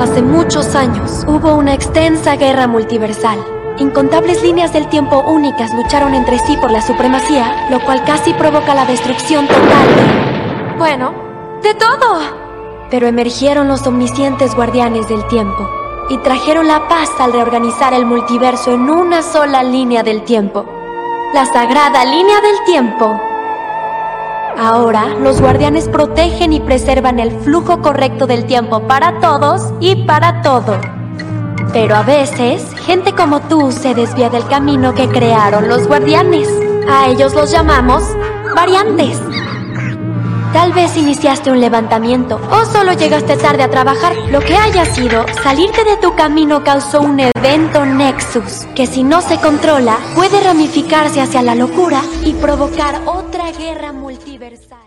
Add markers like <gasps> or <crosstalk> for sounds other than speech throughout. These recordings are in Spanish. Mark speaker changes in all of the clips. Speaker 1: hace muchos años hubo una extensa guerra multiversal. Incontables líneas del tiempo únicas lucharon entre sí por la supremacía, lo cual casi provoca la destrucción total de... Bueno, de todo. Pero emergieron los omniscientes guardianes del tiempo y trajeron la paz al reorganizar el multiverso en una sola línea del tiempo. La sagrada línea del tiempo. Ahora, los guardianes protegen y preservan el flujo correcto del tiempo para todos y para todo. Pero a veces, gente como tú se desvía del camino que crearon los guardianes. A ellos los llamamos variantes. Tal vez iniciaste un levantamiento o solo llegaste tarde a trabajar. Lo que haya sido, salirte de tu camino causó un evento nexus que si no se controla puede ramificarse hacia la locura y provocar otra guerra multiversal.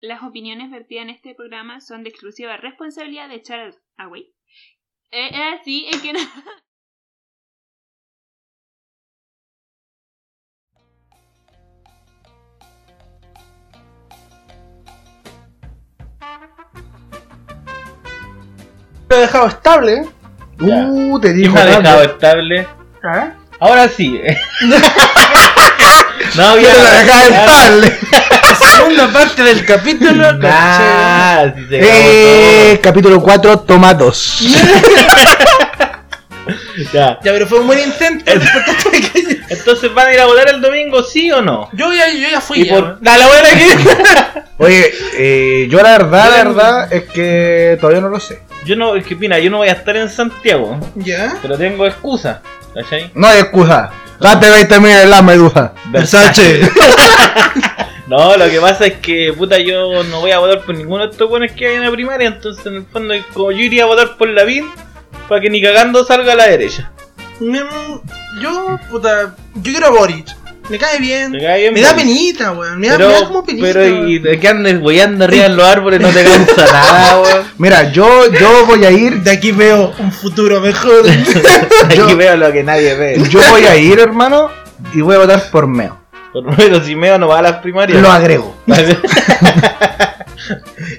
Speaker 2: Las opiniones vertidas en este programa son de exclusiva responsabilidad de Charles Away. Es eh, así, eh, es que no...
Speaker 3: lo he dejado estable.
Speaker 4: Ya.
Speaker 3: Uh, te
Speaker 4: ¿Quién
Speaker 3: digo.
Speaker 4: me ha
Speaker 3: tanto.
Speaker 4: dejado estable?
Speaker 3: ¿Ah?
Speaker 4: Ahora sí. <laughs> no
Speaker 3: Yo
Speaker 4: había
Speaker 3: te la dejaba estable.
Speaker 4: segunda parte del <laughs> capítulo. Nah,
Speaker 3: <laughs>
Speaker 4: si se acabó
Speaker 3: Eh, capítulo 4, toma 2.
Speaker 4: todo. Ya.
Speaker 5: Ya, pero fue un buen intento.
Speaker 4: Entonces van a ir a volar el domingo, sí o no?
Speaker 5: <laughs> Yo ya, yo ya fui.
Speaker 4: Y
Speaker 5: Ya.
Speaker 4: por... Da la buena <laughs> que...
Speaker 3: <laughs> Oye, eh, yo la verdad, la verdad es que todavía no lo sé.
Speaker 4: Yo no, es que mira, yo no voy a estar en Santiago,
Speaker 5: ¿Ya?
Speaker 4: pero tengo excusa. ¿Cachai?
Speaker 3: No hay excusa. Date 20 mil en la medusa.
Speaker 4: Versace. <laughs> No, lo que pasa es que, puta, yo no voy a votar por ninguno de estos buenos que hay en la primaria, entonces en el fondo, como yo iría a votar por la BIN, para que ni cagando salga a la derecha.
Speaker 5: Mm, Yo, puta. Yo quiero a Boric. Me cae bien.
Speaker 4: Me cae bien
Speaker 5: Me da
Speaker 4: Boric.
Speaker 5: penita, weón. Me da, me da
Speaker 4: Pero,
Speaker 5: como penita.
Speaker 4: pero
Speaker 5: weón.
Speaker 4: y de que andes boyando arriba en los árboles no
Speaker 5: <laughs>
Speaker 4: te cansa nada, weón.
Speaker 3: Mira, yo, yo voy a ir.
Speaker 5: De aquí veo un futuro
Speaker 4: <laughs>
Speaker 5: mejor.
Speaker 4: Aquí veo lo que nadie ve.
Speaker 3: Yo voy a ir, hermano, y voy a votar por Meo.
Speaker 4: Por lo menos si meo no va a las primarias.
Speaker 3: Lo agrego.
Speaker 5: <laughs>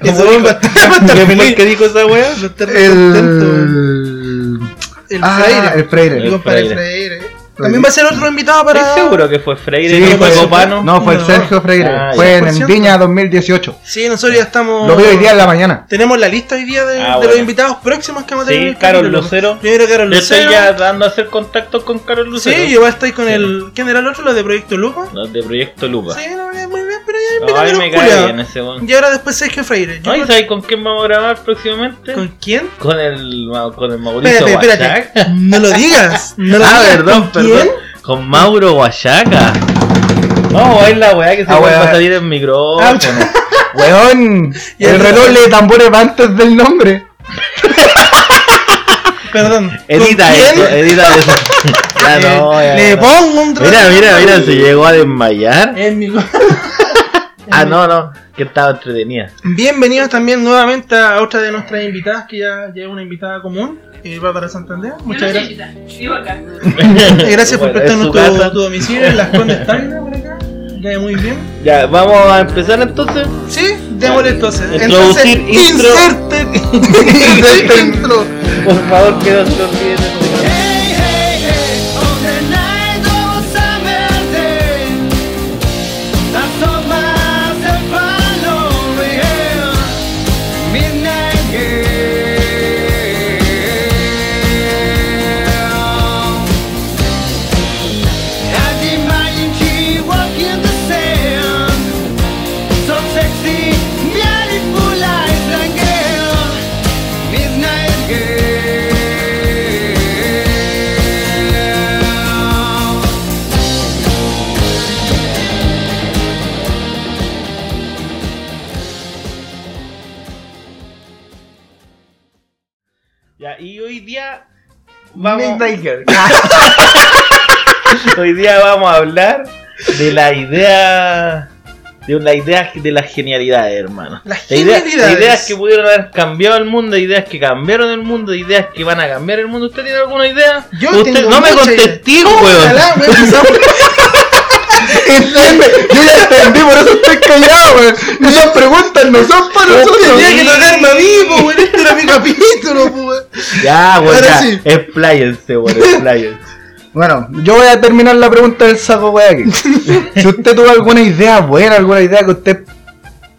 Speaker 5: Eso
Speaker 4: <laughs>
Speaker 5: va a estar- va a estar
Speaker 4: ¿Qué fue
Speaker 5: feliz.
Speaker 4: el que dijo esa weá?
Speaker 5: Va a estar contento, weón.
Speaker 3: El.
Speaker 5: El
Speaker 3: Ah,
Speaker 5: Freire.
Speaker 3: el Freire.
Speaker 5: Mi compadre
Speaker 4: El
Speaker 5: Freire. También va a ser otro invitado para.
Speaker 4: ¿Estás seguro que fue Freire
Speaker 3: Sí,
Speaker 4: y no fue
Speaker 3: fue-
Speaker 4: Copano?
Speaker 3: No, fue el
Speaker 5: No.
Speaker 3: Sergio Freire.
Speaker 4: Ah, ya.
Speaker 3: fue en
Speaker 5: 100%.
Speaker 3: Viña 2018.
Speaker 5: Sí, nosotros ya estamos.
Speaker 3: Lo vi hoy día en la mañana.
Speaker 5: Tenemos la lista hoy día de,
Speaker 4: Ah,
Speaker 5: de
Speaker 4: bueno.
Speaker 5: los invitados próximos que vamos a tener. en
Speaker 4: Sí,
Speaker 5: el
Speaker 4: Carol
Speaker 5: capítulo.
Speaker 4: Lucero.
Speaker 5: Primero Carol
Speaker 4: Yo estoy
Speaker 5: Lucero.
Speaker 4: ya dando a hacer contacto con Carol Lucero.
Speaker 5: Sí, yo voy a estar con
Speaker 4: Sí.
Speaker 5: el. ¿Quién era el otro? ¿Los de Proyecto Lupa?
Speaker 4: Los de Proyecto Lupa.
Speaker 5: Sí, no, es muy bien, pero ya
Speaker 4: No,
Speaker 5: invítame
Speaker 4: Ay,
Speaker 5: los
Speaker 4: me cae bien
Speaker 5: culiados.
Speaker 4: ese weón.
Speaker 5: Y ahora después Sergio Freire. Yo
Speaker 4: No, ¿y
Speaker 5: creo-
Speaker 4: sabes con quién vamos a grabar próximamente?
Speaker 5: ¿Con quién?
Speaker 4: Con el, ma- con el Mauricio
Speaker 5: Espérate,
Speaker 4: Huachaca.
Speaker 5: espérate. No lo digas. No lo
Speaker 4: Ah,
Speaker 5: digas.
Speaker 4: perdón,
Speaker 5: ¿Con
Speaker 4: perdón.
Speaker 5: quién?
Speaker 4: Con Mauro Huachaca. No, es la weá que se
Speaker 3: Ah,
Speaker 4: vuelve
Speaker 3: weá.
Speaker 4: a salir en
Speaker 5: Ah,
Speaker 4: micrófono.
Speaker 3: Weón,
Speaker 5: Y el
Speaker 3: el reloj
Speaker 5: reloj.
Speaker 3: le tambores va antes del nombre.
Speaker 5: Perdón. ¿Con
Speaker 4: Edita
Speaker 5: quién?
Speaker 4: eso, edita
Speaker 5: <laughs>
Speaker 4: eso. ya
Speaker 5: Le-
Speaker 4: no, ya
Speaker 5: Le
Speaker 4: no.
Speaker 5: pongo un
Speaker 4: Mira, mira, mira, se
Speaker 5: llega.
Speaker 4: llegó a desmayar. Ah, no, no, que estaba entretenida.
Speaker 5: Bienvenidos también nuevamente a otra de nuestras invitadas, que ya, ya es una invitada común, eh, Bárbara Santander. Muchas gracias.
Speaker 2: Vivo acá.
Speaker 5: Eh, <laughs> Gracias por
Speaker 4: Bueno,
Speaker 5: prestarnos
Speaker 4: es
Speaker 5: tu,
Speaker 4: su casa.
Speaker 5: tu domicilio en las Condes Tacna por acá. Cae muy bien.
Speaker 4: Ya, vamos a empezar entonces.
Speaker 5: Sí, démosle entonces. Entonces,
Speaker 4: Introducir intro.
Speaker 5: <laughs> inserte el intro.
Speaker 4: Por favor, que no se olviden. Ya, y hoy día vamos,
Speaker 3: Midnighter.
Speaker 4: hoy día vamos a hablar de la idea, de una idea de las genialidades, hermano.
Speaker 5: Las
Speaker 4: De ideas- de
Speaker 5: genialidades.
Speaker 4: ideas que pudieron haber cambiado el mundo, de ideas que cambiaron el mundo, de ideas que van a cambiar el mundo. ¿Usted tiene alguna idea?
Speaker 5: Yo
Speaker 4: Usted
Speaker 5: tengo
Speaker 4: no me
Speaker 5: mucha idea.
Speaker 4: <laughs> contesté,
Speaker 5: Ojalá,
Speaker 4: weón.
Speaker 5: weón, empezamos.
Speaker 3: <laughs> Entiende, yo ya entendí, por eso estoy callado, weón. Esas preguntas no son para nosotros.
Speaker 5: Tenía que tocarme a mí, po, weón. Este era mi capítulo, po, weón.
Speaker 4: Ya, weón,
Speaker 5: Ahora
Speaker 4: ya.
Speaker 5: sí.
Speaker 4: Expláyense, weón, expláyense.
Speaker 3: Bueno, yo voy a terminar la pregunta del saco weón. Si usted tuvo alguna idea buena, alguna idea que usted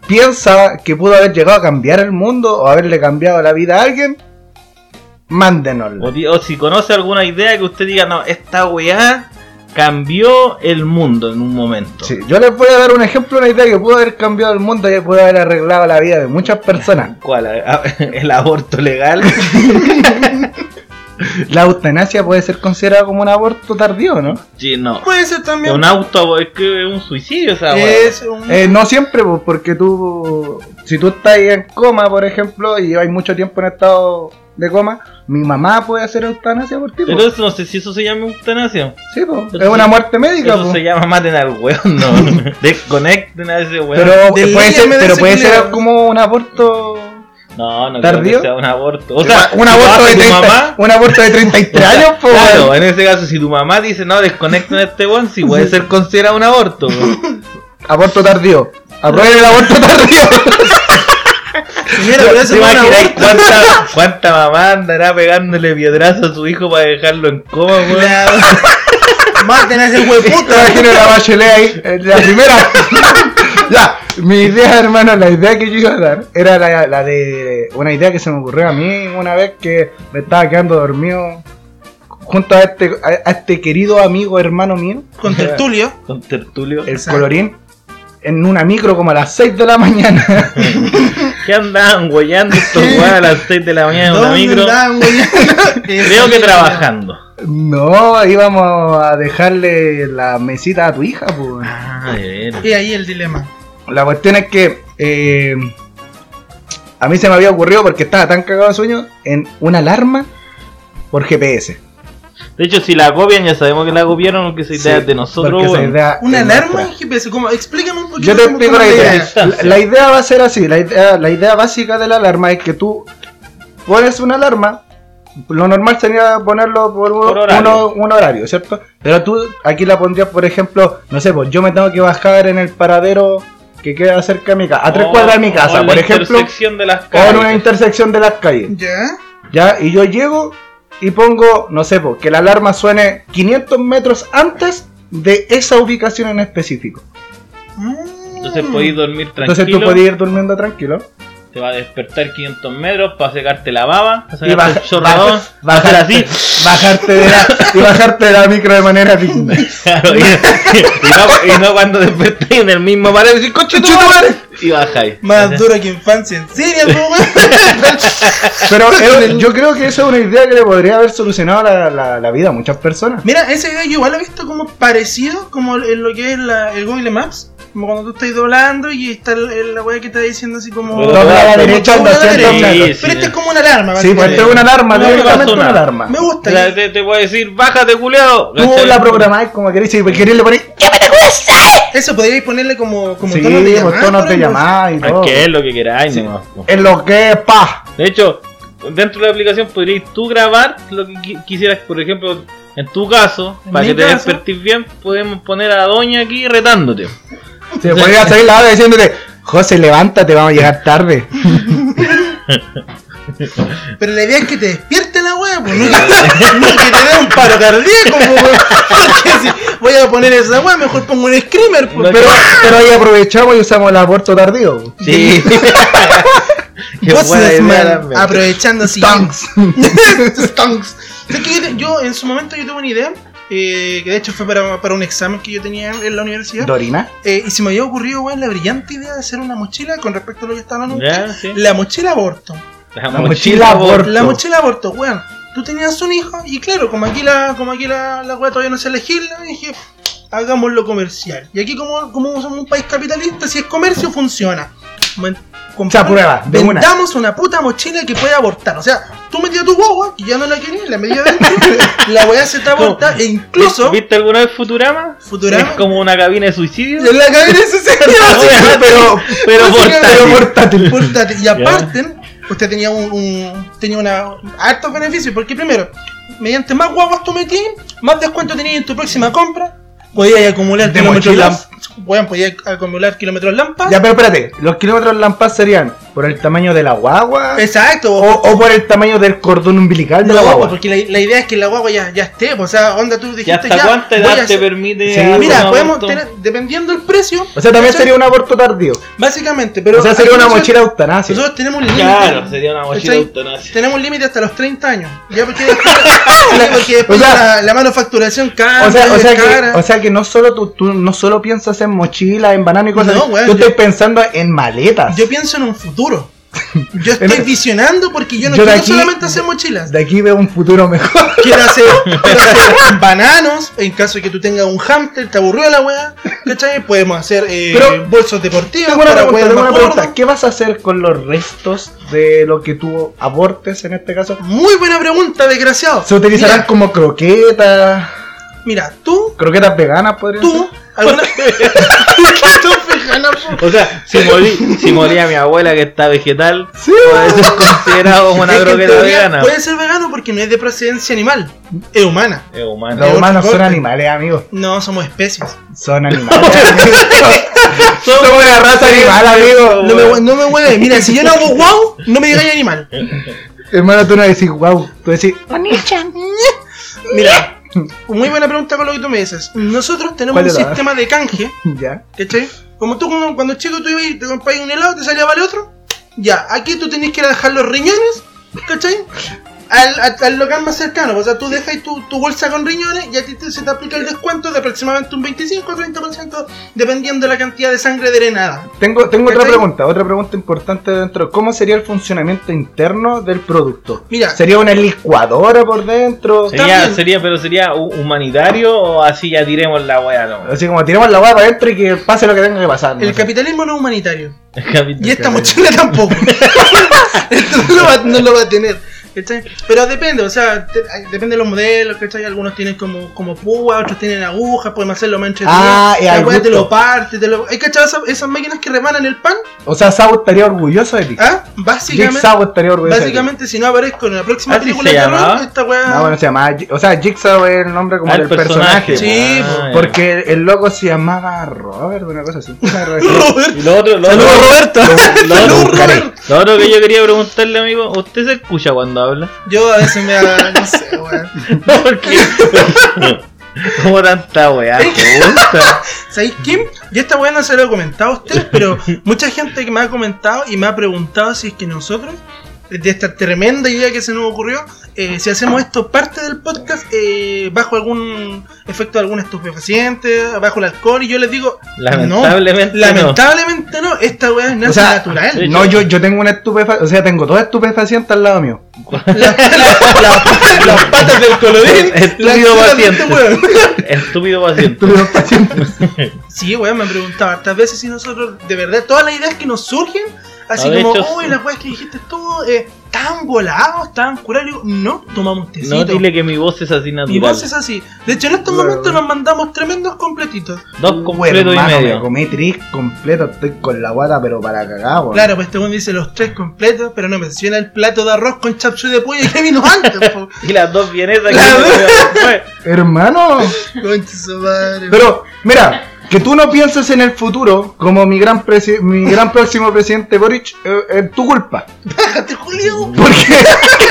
Speaker 3: piensa que pudo haber llegado a cambiar el mundo o haberle cambiado la vida a alguien,
Speaker 4: O,
Speaker 3: mándenosla.
Speaker 4: di- o si conoce alguna idea que usted diga, no, esta weá cambió el mundo en un momento.
Speaker 3: Sí, yo les voy a dar un ejemplo, una idea que pudo haber cambiado el mundo y pudo haber arreglado la vida de muchas personas.
Speaker 4: ¿Cuál? A- <laughs> a- ¿El aborto legal?
Speaker 3: La eutanasia puede ser considerada como un aborto tardío, ¿no?
Speaker 4: Sí,
Speaker 5: <laughs>
Speaker 4: no.
Speaker 5: Puede ser también.
Speaker 4: Un auto, es que es un suicidio esa weá.
Speaker 5: Es un.
Speaker 3: Eh, no siempre, pues, porque tú, si tú estás en coma, por ejemplo, y llevas mucho tiempo en estado de coma, mi mamá puede hacer eutanasia por ti. pues.
Speaker 4: Pero eso no sé si eso se llama eutanasia.
Speaker 3: Sí, pues,
Speaker 4: Pero
Speaker 3: es
Speaker 4: sí,
Speaker 3: una muerte médica,
Speaker 4: Eso
Speaker 3: pues.
Speaker 4: se llama maten al weón, no. <laughs> Desconecten a ese weón.
Speaker 3: pero
Speaker 5: Del
Speaker 3: puede
Speaker 5: día
Speaker 3: ser,
Speaker 5: me
Speaker 3: pero
Speaker 5: dice
Speaker 3: puede
Speaker 5: que
Speaker 3: ser
Speaker 5: le-
Speaker 3: como un aborto.
Speaker 4: no, no creo
Speaker 3: ¿Tardío?
Speaker 4: que sea un aborto. O sea, si
Speaker 3: un
Speaker 4: lo
Speaker 3: aborto
Speaker 4: hace
Speaker 3: de
Speaker 4: tu
Speaker 3: 30
Speaker 4: mamá.
Speaker 3: un aborto de
Speaker 4: <laughs>
Speaker 3: 33 años, pues.
Speaker 4: Claro, eh. en ese caso, si tu mamá dice no, desconecten a este weón,
Speaker 3: <laughs>
Speaker 4: sí puede ser considerado un aborto. weón.
Speaker 3: Aborto tardío. Aprueben el aborto <laughs> tardío.
Speaker 5: Mira, pero
Speaker 4: ¿Te
Speaker 5: ese fue un
Speaker 4: imagináis
Speaker 5: aborto.
Speaker 4: cuánta, cuánta mamá andará pegándole piedrazo a su hijo para dejarlo en coma, weón?
Speaker 5: <laughs> Maten a ese
Speaker 3: Te
Speaker 5: hueputa.
Speaker 3: imagino la bachelet ahí, eh, la primera. ya, mi idea, hermano, la idea que yo iba a dar era la, la de una idea que se me ocurrió a mí una vez que me estaba quedando dormido junto a este, a- a este querido amigo, hermano mío.
Speaker 5: Con Tertulio.
Speaker 4: Con tertulio.
Speaker 3: el
Speaker 5: Exacto.
Speaker 3: colorín en una micro como a las 6 de la mañana. <laughs>
Speaker 4: ¿Qué andaban weyando estos weón a las 6 de la mañana en una
Speaker 5: ¿Dónde
Speaker 4: micro? <laughs>
Speaker 5: andaban, güey?
Speaker 4: Creo que trabajando.
Speaker 3: no, íbamos a dejarle la mesita a tu hija. pues. po.
Speaker 4: Ah, de veras.
Speaker 5: Y ahí el dilema.
Speaker 3: La cuestión es que eh, a mí se me había ocurrido porque estaba tan cagado de sueño en una alarma por GPS.
Speaker 4: De hecho, si la copian, ya sabemos que la copiaron, aunque se idea
Speaker 3: Sí,
Speaker 4: de nosotros.
Speaker 3: porque esa
Speaker 4: weón.
Speaker 3: idea
Speaker 5: ¿Una
Speaker 3: es
Speaker 5: alarma en
Speaker 3: nuestra.
Speaker 5: GPS? ¿Cómo? Explícame un poquito.
Speaker 3: Yo te
Speaker 5: cómo-
Speaker 3: explico
Speaker 5: cómo
Speaker 3: la
Speaker 5: es
Speaker 3: idea.
Speaker 4: distancia.
Speaker 3: La, la idea va a ser así. La idea, la idea básica de la alarma es que tú pones una alarma. Lo normal sería ponerlo por, un-
Speaker 4: Por horario.
Speaker 3: uno- un horario, ¿cierto? Pero tú aquí la pondrías, por ejemplo, no sé, pues yo me tengo que bajar en el paradero que queda cerca de mi casa, a tres
Speaker 4: O-
Speaker 3: cuadras de mi
Speaker 4: Oh, o
Speaker 3: casa,
Speaker 4: en
Speaker 3: por
Speaker 4: la
Speaker 3: ejemplo,
Speaker 4: intersección de las
Speaker 3: o en
Speaker 4: calles.
Speaker 3: una intersección de las calles,
Speaker 5: ¿Ya?
Speaker 3: ¿ya? Y yo llego y pongo, no sé, pues que la alarma suene 500 metros antes de esa ubicación en específico.
Speaker 5: Mm.
Speaker 4: Entonces pues, podéis dormir tranquilo.
Speaker 3: Entonces tú podías ir durmiendo tranquilo.
Speaker 4: Te va a despertar 500 metros para secarte la baba, para
Speaker 3: y
Speaker 4: secarte
Speaker 3: baja-
Speaker 4: el chorradón,
Speaker 3: baja-
Speaker 4: bajar así.
Speaker 3: bajarte de la, y bajarte de la micro
Speaker 5: <laughs>
Speaker 3: de manera digna.
Speaker 4: <laughs> Claro, y, y no, y no cuando despertáis en el mismo pared y decís, coche tu madre", Y bajáis.
Speaker 5: Más dura que infancia en Siria, po,
Speaker 4: <laughs>
Speaker 5: güey. <laughs>
Speaker 3: Pero es- yo creo que esa es una idea que le podría haber solucionado la, la- la vida a muchas personas.
Speaker 5: Mira, esa idea yo igual la he visto como parecido como en lo que es la- el Google Maps. Como cuando tú estás doblando y está el- el- la weá que te está diciendo así como.
Speaker 4: Dobla a la
Speaker 5: como
Speaker 3: derecha,
Speaker 5: dobla a la
Speaker 3: anda haciendo
Speaker 5: derecha.
Speaker 4: un lado.
Speaker 5: Pero
Speaker 4: Sí,
Speaker 5: esta
Speaker 4: sí.
Speaker 5: es como una alarma,
Speaker 3: Sí, pues
Speaker 5: básicamente.
Speaker 3: esto es una alarma,
Speaker 5: Una
Speaker 3: directamente
Speaker 4: alarma.
Speaker 3: una alarma.
Speaker 5: Me
Speaker 4: O
Speaker 5: gusta.
Speaker 4: sea, te, te puede decir, bájate, culeado.
Speaker 3: Tú la programáis como queréis y queréis le ponéis
Speaker 5: Eso podríais ponerle como, como
Speaker 3: sí,
Speaker 5: tonos de
Speaker 3: pues,
Speaker 5: llamada.
Speaker 3: tonos
Speaker 5: por
Speaker 3: de
Speaker 5: ejemplo.
Speaker 3: llamada y todo.
Speaker 4: Es que es lo que queráis, nomás, po.
Speaker 3: En lo que es pa.
Speaker 4: De hecho, dentro de la aplicación podrías tú grabar lo que qui- quisieras. Por ejemplo, en tu caso,
Speaker 5: En
Speaker 4: para
Speaker 5: mi
Speaker 4: que te
Speaker 5: caso.
Speaker 4: despertís bien, podemos poner a la doña aquí retándote.
Speaker 3: Se podría salir la hora diciéndole, José, levántate, vamos a llegar tarde.
Speaker 5: Pero la idea es que te despierte la weá, pues. No que, <laughs> no que te dé un paro cardíaco, pues, weón. <laughs> Porque si voy a poner esa weá, mejor pongo un screamer, pues.
Speaker 3: Pero, pero ahí aprovechamos y usamos el aborto tardío.
Speaker 4: Sí. Qué
Speaker 5: What's
Speaker 4: buena
Speaker 5: this,
Speaker 4: idea
Speaker 5: man?
Speaker 4: también.
Speaker 5: Aprovechando así.
Speaker 3: Stunks.
Speaker 4: <laughs>
Speaker 5: Stunks. Sé que yo, te- yo en su momento yo tuve una idea, eh, que de hecho fue para, para un examen que yo tenía en la universidad.
Speaker 3: Dorina.
Speaker 5: eh, y se me había ocurrido, weón, la brillante idea de hacer una mochila con respecto a lo que estaba hablando.
Speaker 4: Ya,
Speaker 5: usted,
Speaker 4: sí.
Speaker 5: La mochila aborto.
Speaker 4: La
Speaker 3: mochila aborto.
Speaker 5: La mochila aborto, weón. Tú tenías un hijo y claro, como aquí la, como aquí la, la weá todavía no se legisla, dije, hagámoslo comercial. Y aquí como, como somos un país capitalista, si es comercio funciona. Men- compramos-
Speaker 3: prueba, de una.
Speaker 5: vendamos una. puta mochila que pueda abortar. O sea, tú metías tu guagua, que ya no la querías, la metías dentro, <laughs> la weá se te aborta e incluso
Speaker 4: ¿Viste alguna vez Futurama?
Speaker 5: Futurama.
Speaker 4: Es como una cabina de suicidio.
Speaker 5: en la cabina se se <laughs>
Speaker 4: pero pero
Speaker 3: Pero
Speaker 4: portátil.
Speaker 3: portátil. <laughs>
Speaker 5: Portátil. Y aparte, usted tenía un, un- tenía una altos beneficios, porque primero, mediante más guaguas tú metías, más descuento tenías en tu próxima compra. podía acumular
Speaker 3: ¿De
Speaker 5: kilómetros
Speaker 3: mochilas?
Speaker 5: lamp- Weón, podía acumular kilómetros lámpara.
Speaker 3: Ya, pero espérate, los kilómetros Lampas serían por el tamaño de la guagua
Speaker 5: Exacto,
Speaker 3: o,
Speaker 5: vos.
Speaker 3: o por el tamaño del cordón umbilical de
Speaker 5: No,
Speaker 3: la
Speaker 5: pues,
Speaker 3: guagua.
Speaker 5: porque la, la idea es que la guagua ya, ya esté, pues, o sea, onda tú
Speaker 4: ¿Y
Speaker 5: dijiste
Speaker 4: hasta
Speaker 5: ya, voy
Speaker 4: cuánta
Speaker 5: a
Speaker 4: edad te
Speaker 5: hacer-
Speaker 4: permite?
Speaker 3: Sí,
Speaker 4: hacer
Speaker 5: Mira,
Speaker 4: un
Speaker 5: podemos
Speaker 4: aborto?
Speaker 5: tener, dependiendo del precio.
Speaker 3: O sea, también
Speaker 5: ¿cachai?
Speaker 3: sería un aborto tardío.
Speaker 5: Básicamente, pero.
Speaker 3: o sea, sería
Speaker 5: aquí
Speaker 3: una
Speaker 5: nosotros-
Speaker 3: mochila eutanasia.
Speaker 5: Nosotros tenemos un límite.
Speaker 4: Claro, sería una mochila
Speaker 5: ¿cachai?
Speaker 4: de eutanasia.
Speaker 5: Tenemos un límite hasta los 30 años. Ya
Speaker 3: <laughs>
Speaker 5: porque, ya porque después
Speaker 3: O sea-
Speaker 5: la, la manufacturación cara,
Speaker 3: O sea, o, sea
Speaker 5: cara.
Speaker 3: que, o sea que no solo tú, tú no solo piensas en mochilas, en banano y cosas,
Speaker 5: No,
Speaker 3: así.
Speaker 5: weón,
Speaker 3: tú
Speaker 5: yo-
Speaker 3: estás pensando en maletas.
Speaker 5: yo pienso en un futuro. Yo estoy
Speaker 3: <laughs> En-
Speaker 5: visionando porque yo no
Speaker 3: Yo de
Speaker 5: quiero
Speaker 3: aquí-
Speaker 5: solamente hacer mochilas.
Speaker 3: De aquí veo un futuro mejor.
Speaker 5: <laughs> Quiero hacer, quiero hacer <laughs> bananos, en caso de que tú tengas un hamster, te aburrió la weá, ¿cachai? Podemos hacer eh,
Speaker 3: Pero-
Speaker 5: bolsos deportivos
Speaker 3: <laughs> Tengo una
Speaker 5: para
Speaker 3: pregunta,
Speaker 5: weas
Speaker 3: tengo
Speaker 5: más
Speaker 3: una pregunta.
Speaker 5: gordas.
Speaker 3: ¿Qué vas a hacer con los restos de lo que tú abortes en este caso?
Speaker 5: Muy buena pregunta, desgraciado.
Speaker 3: ¿Se utilizarán
Speaker 5: Mira,
Speaker 3: como croquetas?
Speaker 5: mira, tú,
Speaker 3: ¿Croquetas veganas podrían <laughs>
Speaker 5: tú, alguna... Tú, vegana, po.
Speaker 4: O sea, si, morí- si moría mi abuela que está vegetal,
Speaker 3: Sí,
Speaker 5: Ah, <laughs>
Speaker 4: puede ser considerado como una
Speaker 5: Es que <laughs> en
Speaker 4: croqueta
Speaker 5: teoría
Speaker 4: vegana.
Speaker 5: Puede ser vegano porque no es de procedencia animal, es humana.
Speaker 4: Es humano.
Speaker 3: Los
Speaker 5: otro
Speaker 3: humanos son
Speaker 5: corte.
Speaker 3: animales, amigos.
Speaker 5: No, somos especies. <laughs>
Speaker 3: Son animales. amigos.
Speaker 4: Somos una raza
Speaker 3: animal, amigo.
Speaker 5: No me, hue- no me hueves. Mira, si yo no hago wow, no me digáis animal.
Speaker 3: Hermano, tú no decís wow, tú decís Onichan.
Speaker 5: Mira, muy buena pregunta con lo que tú me dices. Nosotros tenemos
Speaker 3: ¿Cuál
Speaker 5: un
Speaker 3: era?
Speaker 5: sistema de canje,
Speaker 3: Ya.
Speaker 5: ¿cachai? Como tú cuando, cuando chico tú ibas y te comprabas un helado, te salía vale otro. Ya, aquí tú tenés que ir a dejar los riñones, ¿cachai? Al, al- al local más cercano, o sea, tú dejas tu, tu bolsa con riñones y a ti te- se te aplica el descuento de aproximadamente un 25 o 30% dependiendo de la cantidad de sangre drenada.
Speaker 3: Tengo, tengo otra
Speaker 5: ¿Cachai?
Speaker 3: pregunta, otra pregunta importante dentro. ¿Cómo sería el funcionamiento interno del producto?
Speaker 5: Mira.
Speaker 3: ¿Sería una licuadora por dentro?
Speaker 4: Sería,
Speaker 5: También.
Speaker 4: sería, pero sería hu- humanitario o así ya diremos la weá, no.
Speaker 5: <laughs>
Speaker 3: Así como tiramos la hueá para adentro y que pase lo que tenga que pasar. ¿no?
Speaker 5: El capitalismo no es humanitario. Y esta
Speaker 3: Claro.
Speaker 5: mochila tampoco.
Speaker 3: <laughs>
Speaker 5: Esto no lo, va, no lo va a tener. ¿cachai? Pero depende, o sea, te- ay, depende de los modelos, ¿cachai? Algunos tienen como, como púa, otros tienen agujas, podemos hacerlo más entretenido.
Speaker 3: Ah, y
Speaker 5: La
Speaker 3: al
Speaker 5: weá te
Speaker 3: gusto.
Speaker 5: lo parte, te lo... ¿Hay cachado esas, esas máquinas que reparan el pan?
Speaker 3: O sea, Saw estaría orgulloso de ti.
Speaker 5: ¿Ah?
Speaker 3: Jake
Speaker 5: Básicamente,
Speaker 3: Saw estaría orgulloso
Speaker 5: básicamente ah. si no aparezco en la próxima
Speaker 4: ¿Así
Speaker 5: película
Speaker 4: se
Speaker 5: de terror,
Speaker 4: llamaba?
Speaker 5: esta
Speaker 3: de ti. No,
Speaker 5: <laughs>
Speaker 3: bueno,
Speaker 5: weá...
Speaker 3: se llamaba. Ji- O sea, Jigsaw es el nombre como
Speaker 4: Ah,
Speaker 3: del personaje.
Speaker 4: po.
Speaker 5: Sí,
Speaker 4: Ah,
Speaker 5: po.
Speaker 4: ya.
Speaker 3: Porque el- el loco se llamaba Robert, una
Speaker 5: <laughs>
Speaker 3: cosa así.
Speaker 4: Y lo otro, lo
Speaker 3: Saludos,
Speaker 4: otro,
Speaker 3: Roberto.
Speaker 4: lo otro-
Speaker 5: Saludos,
Speaker 4: buscaré.
Speaker 5: Roberto.
Speaker 4: Lo otro que yo quería preguntarle, amigo, ¿usted se escucha cuando habla?
Speaker 5: Yo a veces me da... no sé, weá.
Speaker 4: ¿Por qué? <laughs> ¿Cómo tanta weá? ¿Te gusta?
Speaker 5: ¿Sabéis quién? Yo esta weá no se lo he comentado a ustedes, pero mucha gente que me ha comentado y me ha preguntado si es que nosotros, de esta tremenda idea que se nos ocurrió, eh, si hacemos esto parte del podcast, eh, bajo algún efecto de algún estupefaciente, bajo el alcohol, y yo les digo,
Speaker 4: Lamentablemente
Speaker 5: no,
Speaker 4: no.
Speaker 5: lamentablemente no, esta weá es nada
Speaker 3: O sea,
Speaker 5: natural.
Speaker 3: No, yo, yo tengo una estupefaciente, o sea, tengo dos estupefacientes al
Speaker 5: <laughs>
Speaker 3: lado mío.
Speaker 5: La- la- la- las patas del colodín, las
Speaker 4: <laughs> Estúpido
Speaker 5: alas de este
Speaker 4: paciente.
Speaker 5: weón.
Speaker 4: Estúpido paciente.
Speaker 3: Estúpidos pacientes.
Speaker 5: Sí, weón, me han preguntado hartas veces si nosotros, de verdad, todas las ideas que nos surgen, así
Speaker 4: No, de
Speaker 5: como,
Speaker 4: hecho,
Speaker 5: uy,
Speaker 4: sí.
Speaker 5: las weas que dijiste tú, eh, tan volados, tan curados, digo, no, tomamos tecito.
Speaker 4: No dile que mi voz es así natural.
Speaker 5: Mi voz es así. De hecho, en estos
Speaker 3: Weón.
Speaker 5: momentos nos mandamos tremendos completitos.
Speaker 4: Dos completos y
Speaker 3: Hermano,
Speaker 4: medio.
Speaker 3: Me comí tres completos, estoy con la guata, pero para cagar, weón.
Speaker 5: Claro, pues este weón dice los tres completos, pero no menciona el plato de arroz con chapsu de pollo que vino antes,
Speaker 4: <laughs>
Speaker 5: po.
Speaker 4: Y las dos vienesas que
Speaker 5: La-
Speaker 4: me comieron después.
Speaker 3: Hermano.
Speaker 5: Concha su madre.
Speaker 3: Pero, mira, que tú no pienses en el futuro como mi gran, presi- mi gran próximo presidente Boric, eh, es tu culpa.
Speaker 5: Fíjate, Julio.
Speaker 3: Porque, <laughs>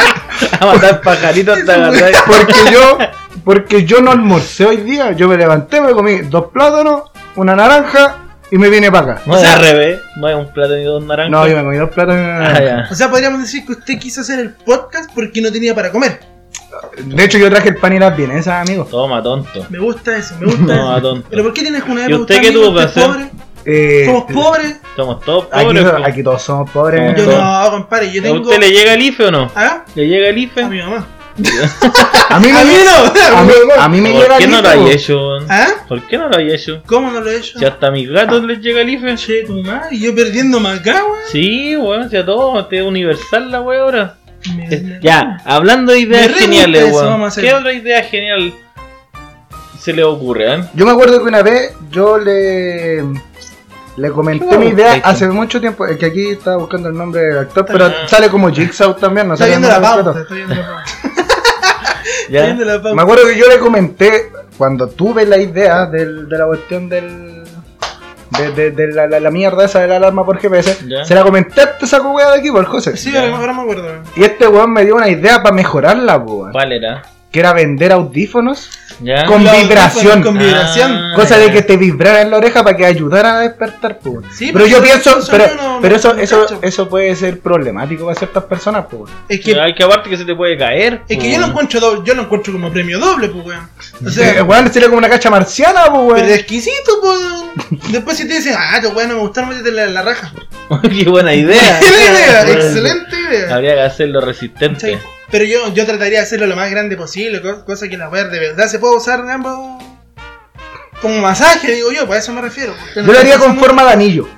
Speaker 4: A matar pajaritos hasta agarrar.
Speaker 3: porque yo, porque yo no almorcé hoy día. Yo me levanté, me comí dos plátanos, una naranja y me vine para acá.
Speaker 4: No es al revés, no es un plato ni dos naranjas.
Speaker 3: No, yo me comí dos plátanos y una
Speaker 4: Ah,
Speaker 3: naranja.
Speaker 4: ya.
Speaker 5: O sea, podríamos decir que usted quiso hacer el podcast porque no tenía para comer.
Speaker 3: De hecho, yo traje el pan y las vienesas, amigos.
Speaker 4: Toma, tonto.
Speaker 5: Me gusta eso, me gusta
Speaker 4: Toma,
Speaker 5: eso.
Speaker 4: tonto.
Speaker 5: Pero ¿por qué tienes una
Speaker 4: ¿Y
Speaker 5: época
Speaker 4: usted qué
Speaker 5: amigo,
Speaker 4: tuvo que
Speaker 5: usted
Speaker 4: hacer?
Speaker 5: pobre?
Speaker 3: Eh,
Speaker 5: Somos
Speaker 4: <laughs>
Speaker 5: pobres.
Speaker 4: Somos todos
Speaker 3: aquí,
Speaker 4: pobres. po.
Speaker 3: aquí todos somos pobres.
Speaker 5: Yo
Speaker 4: Todo.
Speaker 5: no, compadre, yo
Speaker 4: ¿A
Speaker 5: tengo.
Speaker 4: usted le llega el IFE o no?
Speaker 5: ¿Ah?
Speaker 4: ¿Le llega el IFE?
Speaker 5: A mi mamá.
Speaker 3: A mí
Speaker 5: <laughs>
Speaker 3: me,
Speaker 5: A mí no.
Speaker 3: a mí, a mí me llega
Speaker 4: ¿Por qué
Speaker 3: el
Speaker 4: no lo
Speaker 3: IFE,
Speaker 4: hay
Speaker 3: po.
Speaker 4: hecho? weón?
Speaker 5: ¿Ah?
Speaker 4: ¿Por qué no lo hay hecho?
Speaker 5: ¿Cómo no lo he hecho?
Speaker 4: Si hasta a mis gatos les llega el IFE.
Speaker 5: Che, tu madre, y yo perdiendo más acá, weón.
Speaker 4: Sí, bueno, si a todos, te es universal la wea ahora.
Speaker 5: Me-
Speaker 4: Es-
Speaker 5: me-
Speaker 4: Eh, Ya, hablando de
Speaker 5: Me
Speaker 4: ideas
Speaker 5: re
Speaker 4: geniales,
Speaker 5: gusta eso,
Speaker 4: weón.
Speaker 5: vamos a hacer.
Speaker 4: ¿Qué otra idea genial se le ocurre, eh?
Speaker 3: Yo me acuerdo que una vez yo le le comenté
Speaker 4: Claro,
Speaker 3: mi idea
Speaker 4: perfecto.
Speaker 3: hace mucho tiempo, es que aquí estaba buscando el nombre del actor, pero
Speaker 4: Ah.
Speaker 3: sale como Jigsaw también, no
Speaker 5: Está
Speaker 3: sale el
Speaker 5: viendo la
Speaker 3: nombre del
Speaker 5: pauta,
Speaker 3: actor.
Speaker 5: está viendo la pauta. Está
Speaker 4: Ya.
Speaker 5: viendo la
Speaker 3: Me
Speaker 5: pauta.
Speaker 3: acuerdo que yo le comenté, cuando tuve la idea del- de la cuestión del. De, de- de la, la- la mierda esa de la alarma por GPS,
Speaker 4: Ya.
Speaker 3: se la comentaste esa weá de aquí por José.
Speaker 5: Sí,
Speaker 4: Ya.
Speaker 5: ahora ahora me acuerdo.
Speaker 3: Y este weón me dio una idea para mejorarla, weón.
Speaker 4: ¿Cuál era?
Speaker 3: Que era vender audífonos.
Speaker 4: ¿Ya?
Speaker 3: Con
Speaker 5: Los
Speaker 3: vibración.
Speaker 5: audífonos Con vibración.
Speaker 4: Ah,
Speaker 3: cosa
Speaker 4: ya.
Speaker 3: de que te vibrara en la oreja para que ayudara a despertar, pues. weón.
Speaker 5: Sí,
Speaker 3: pero
Speaker 5: pues,
Speaker 3: yo
Speaker 5: sí,
Speaker 3: pienso,
Speaker 5: eso
Speaker 3: pero,
Speaker 5: yo no-
Speaker 3: pero eso,
Speaker 5: no
Speaker 3: eso,
Speaker 5: cacho.
Speaker 3: eso puede ser problemático para ciertas personas, pues. weón.
Speaker 5: Es que,
Speaker 4: Pero Hay que aparte que se te puede caer.
Speaker 5: es que
Speaker 4: po.
Speaker 5: yo lo encuentro doble, yo lo encuentro como premio doble, pues weón. O
Speaker 3: Eh,
Speaker 5: sea,
Speaker 3: weón, sería como una cacha marciana, pues. weón.
Speaker 5: pero es exquisito, pues. weón. Después si te dicen, ah, te weón, no me gustaron, métete la, la raja.
Speaker 4: <laughs> Qué
Speaker 5: <laughs>
Speaker 4: buena idea.
Speaker 5: Excelente idea, excelente idea.
Speaker 4: Habría que hacerlo resistente.
Speaker 5: Sí, Pero yo, yo trataría de hacerlo lo más grande posible, co- cosa que la weá de verdad se puede usar en ambos como masaje, digo yo, para eso me refiero. pues. porque no
Speaker 3: Yo lo haría
Speaker 5: estoy
Speaker 3: con
Speaker 5: pensando-
Speaker 3: forma de anillo.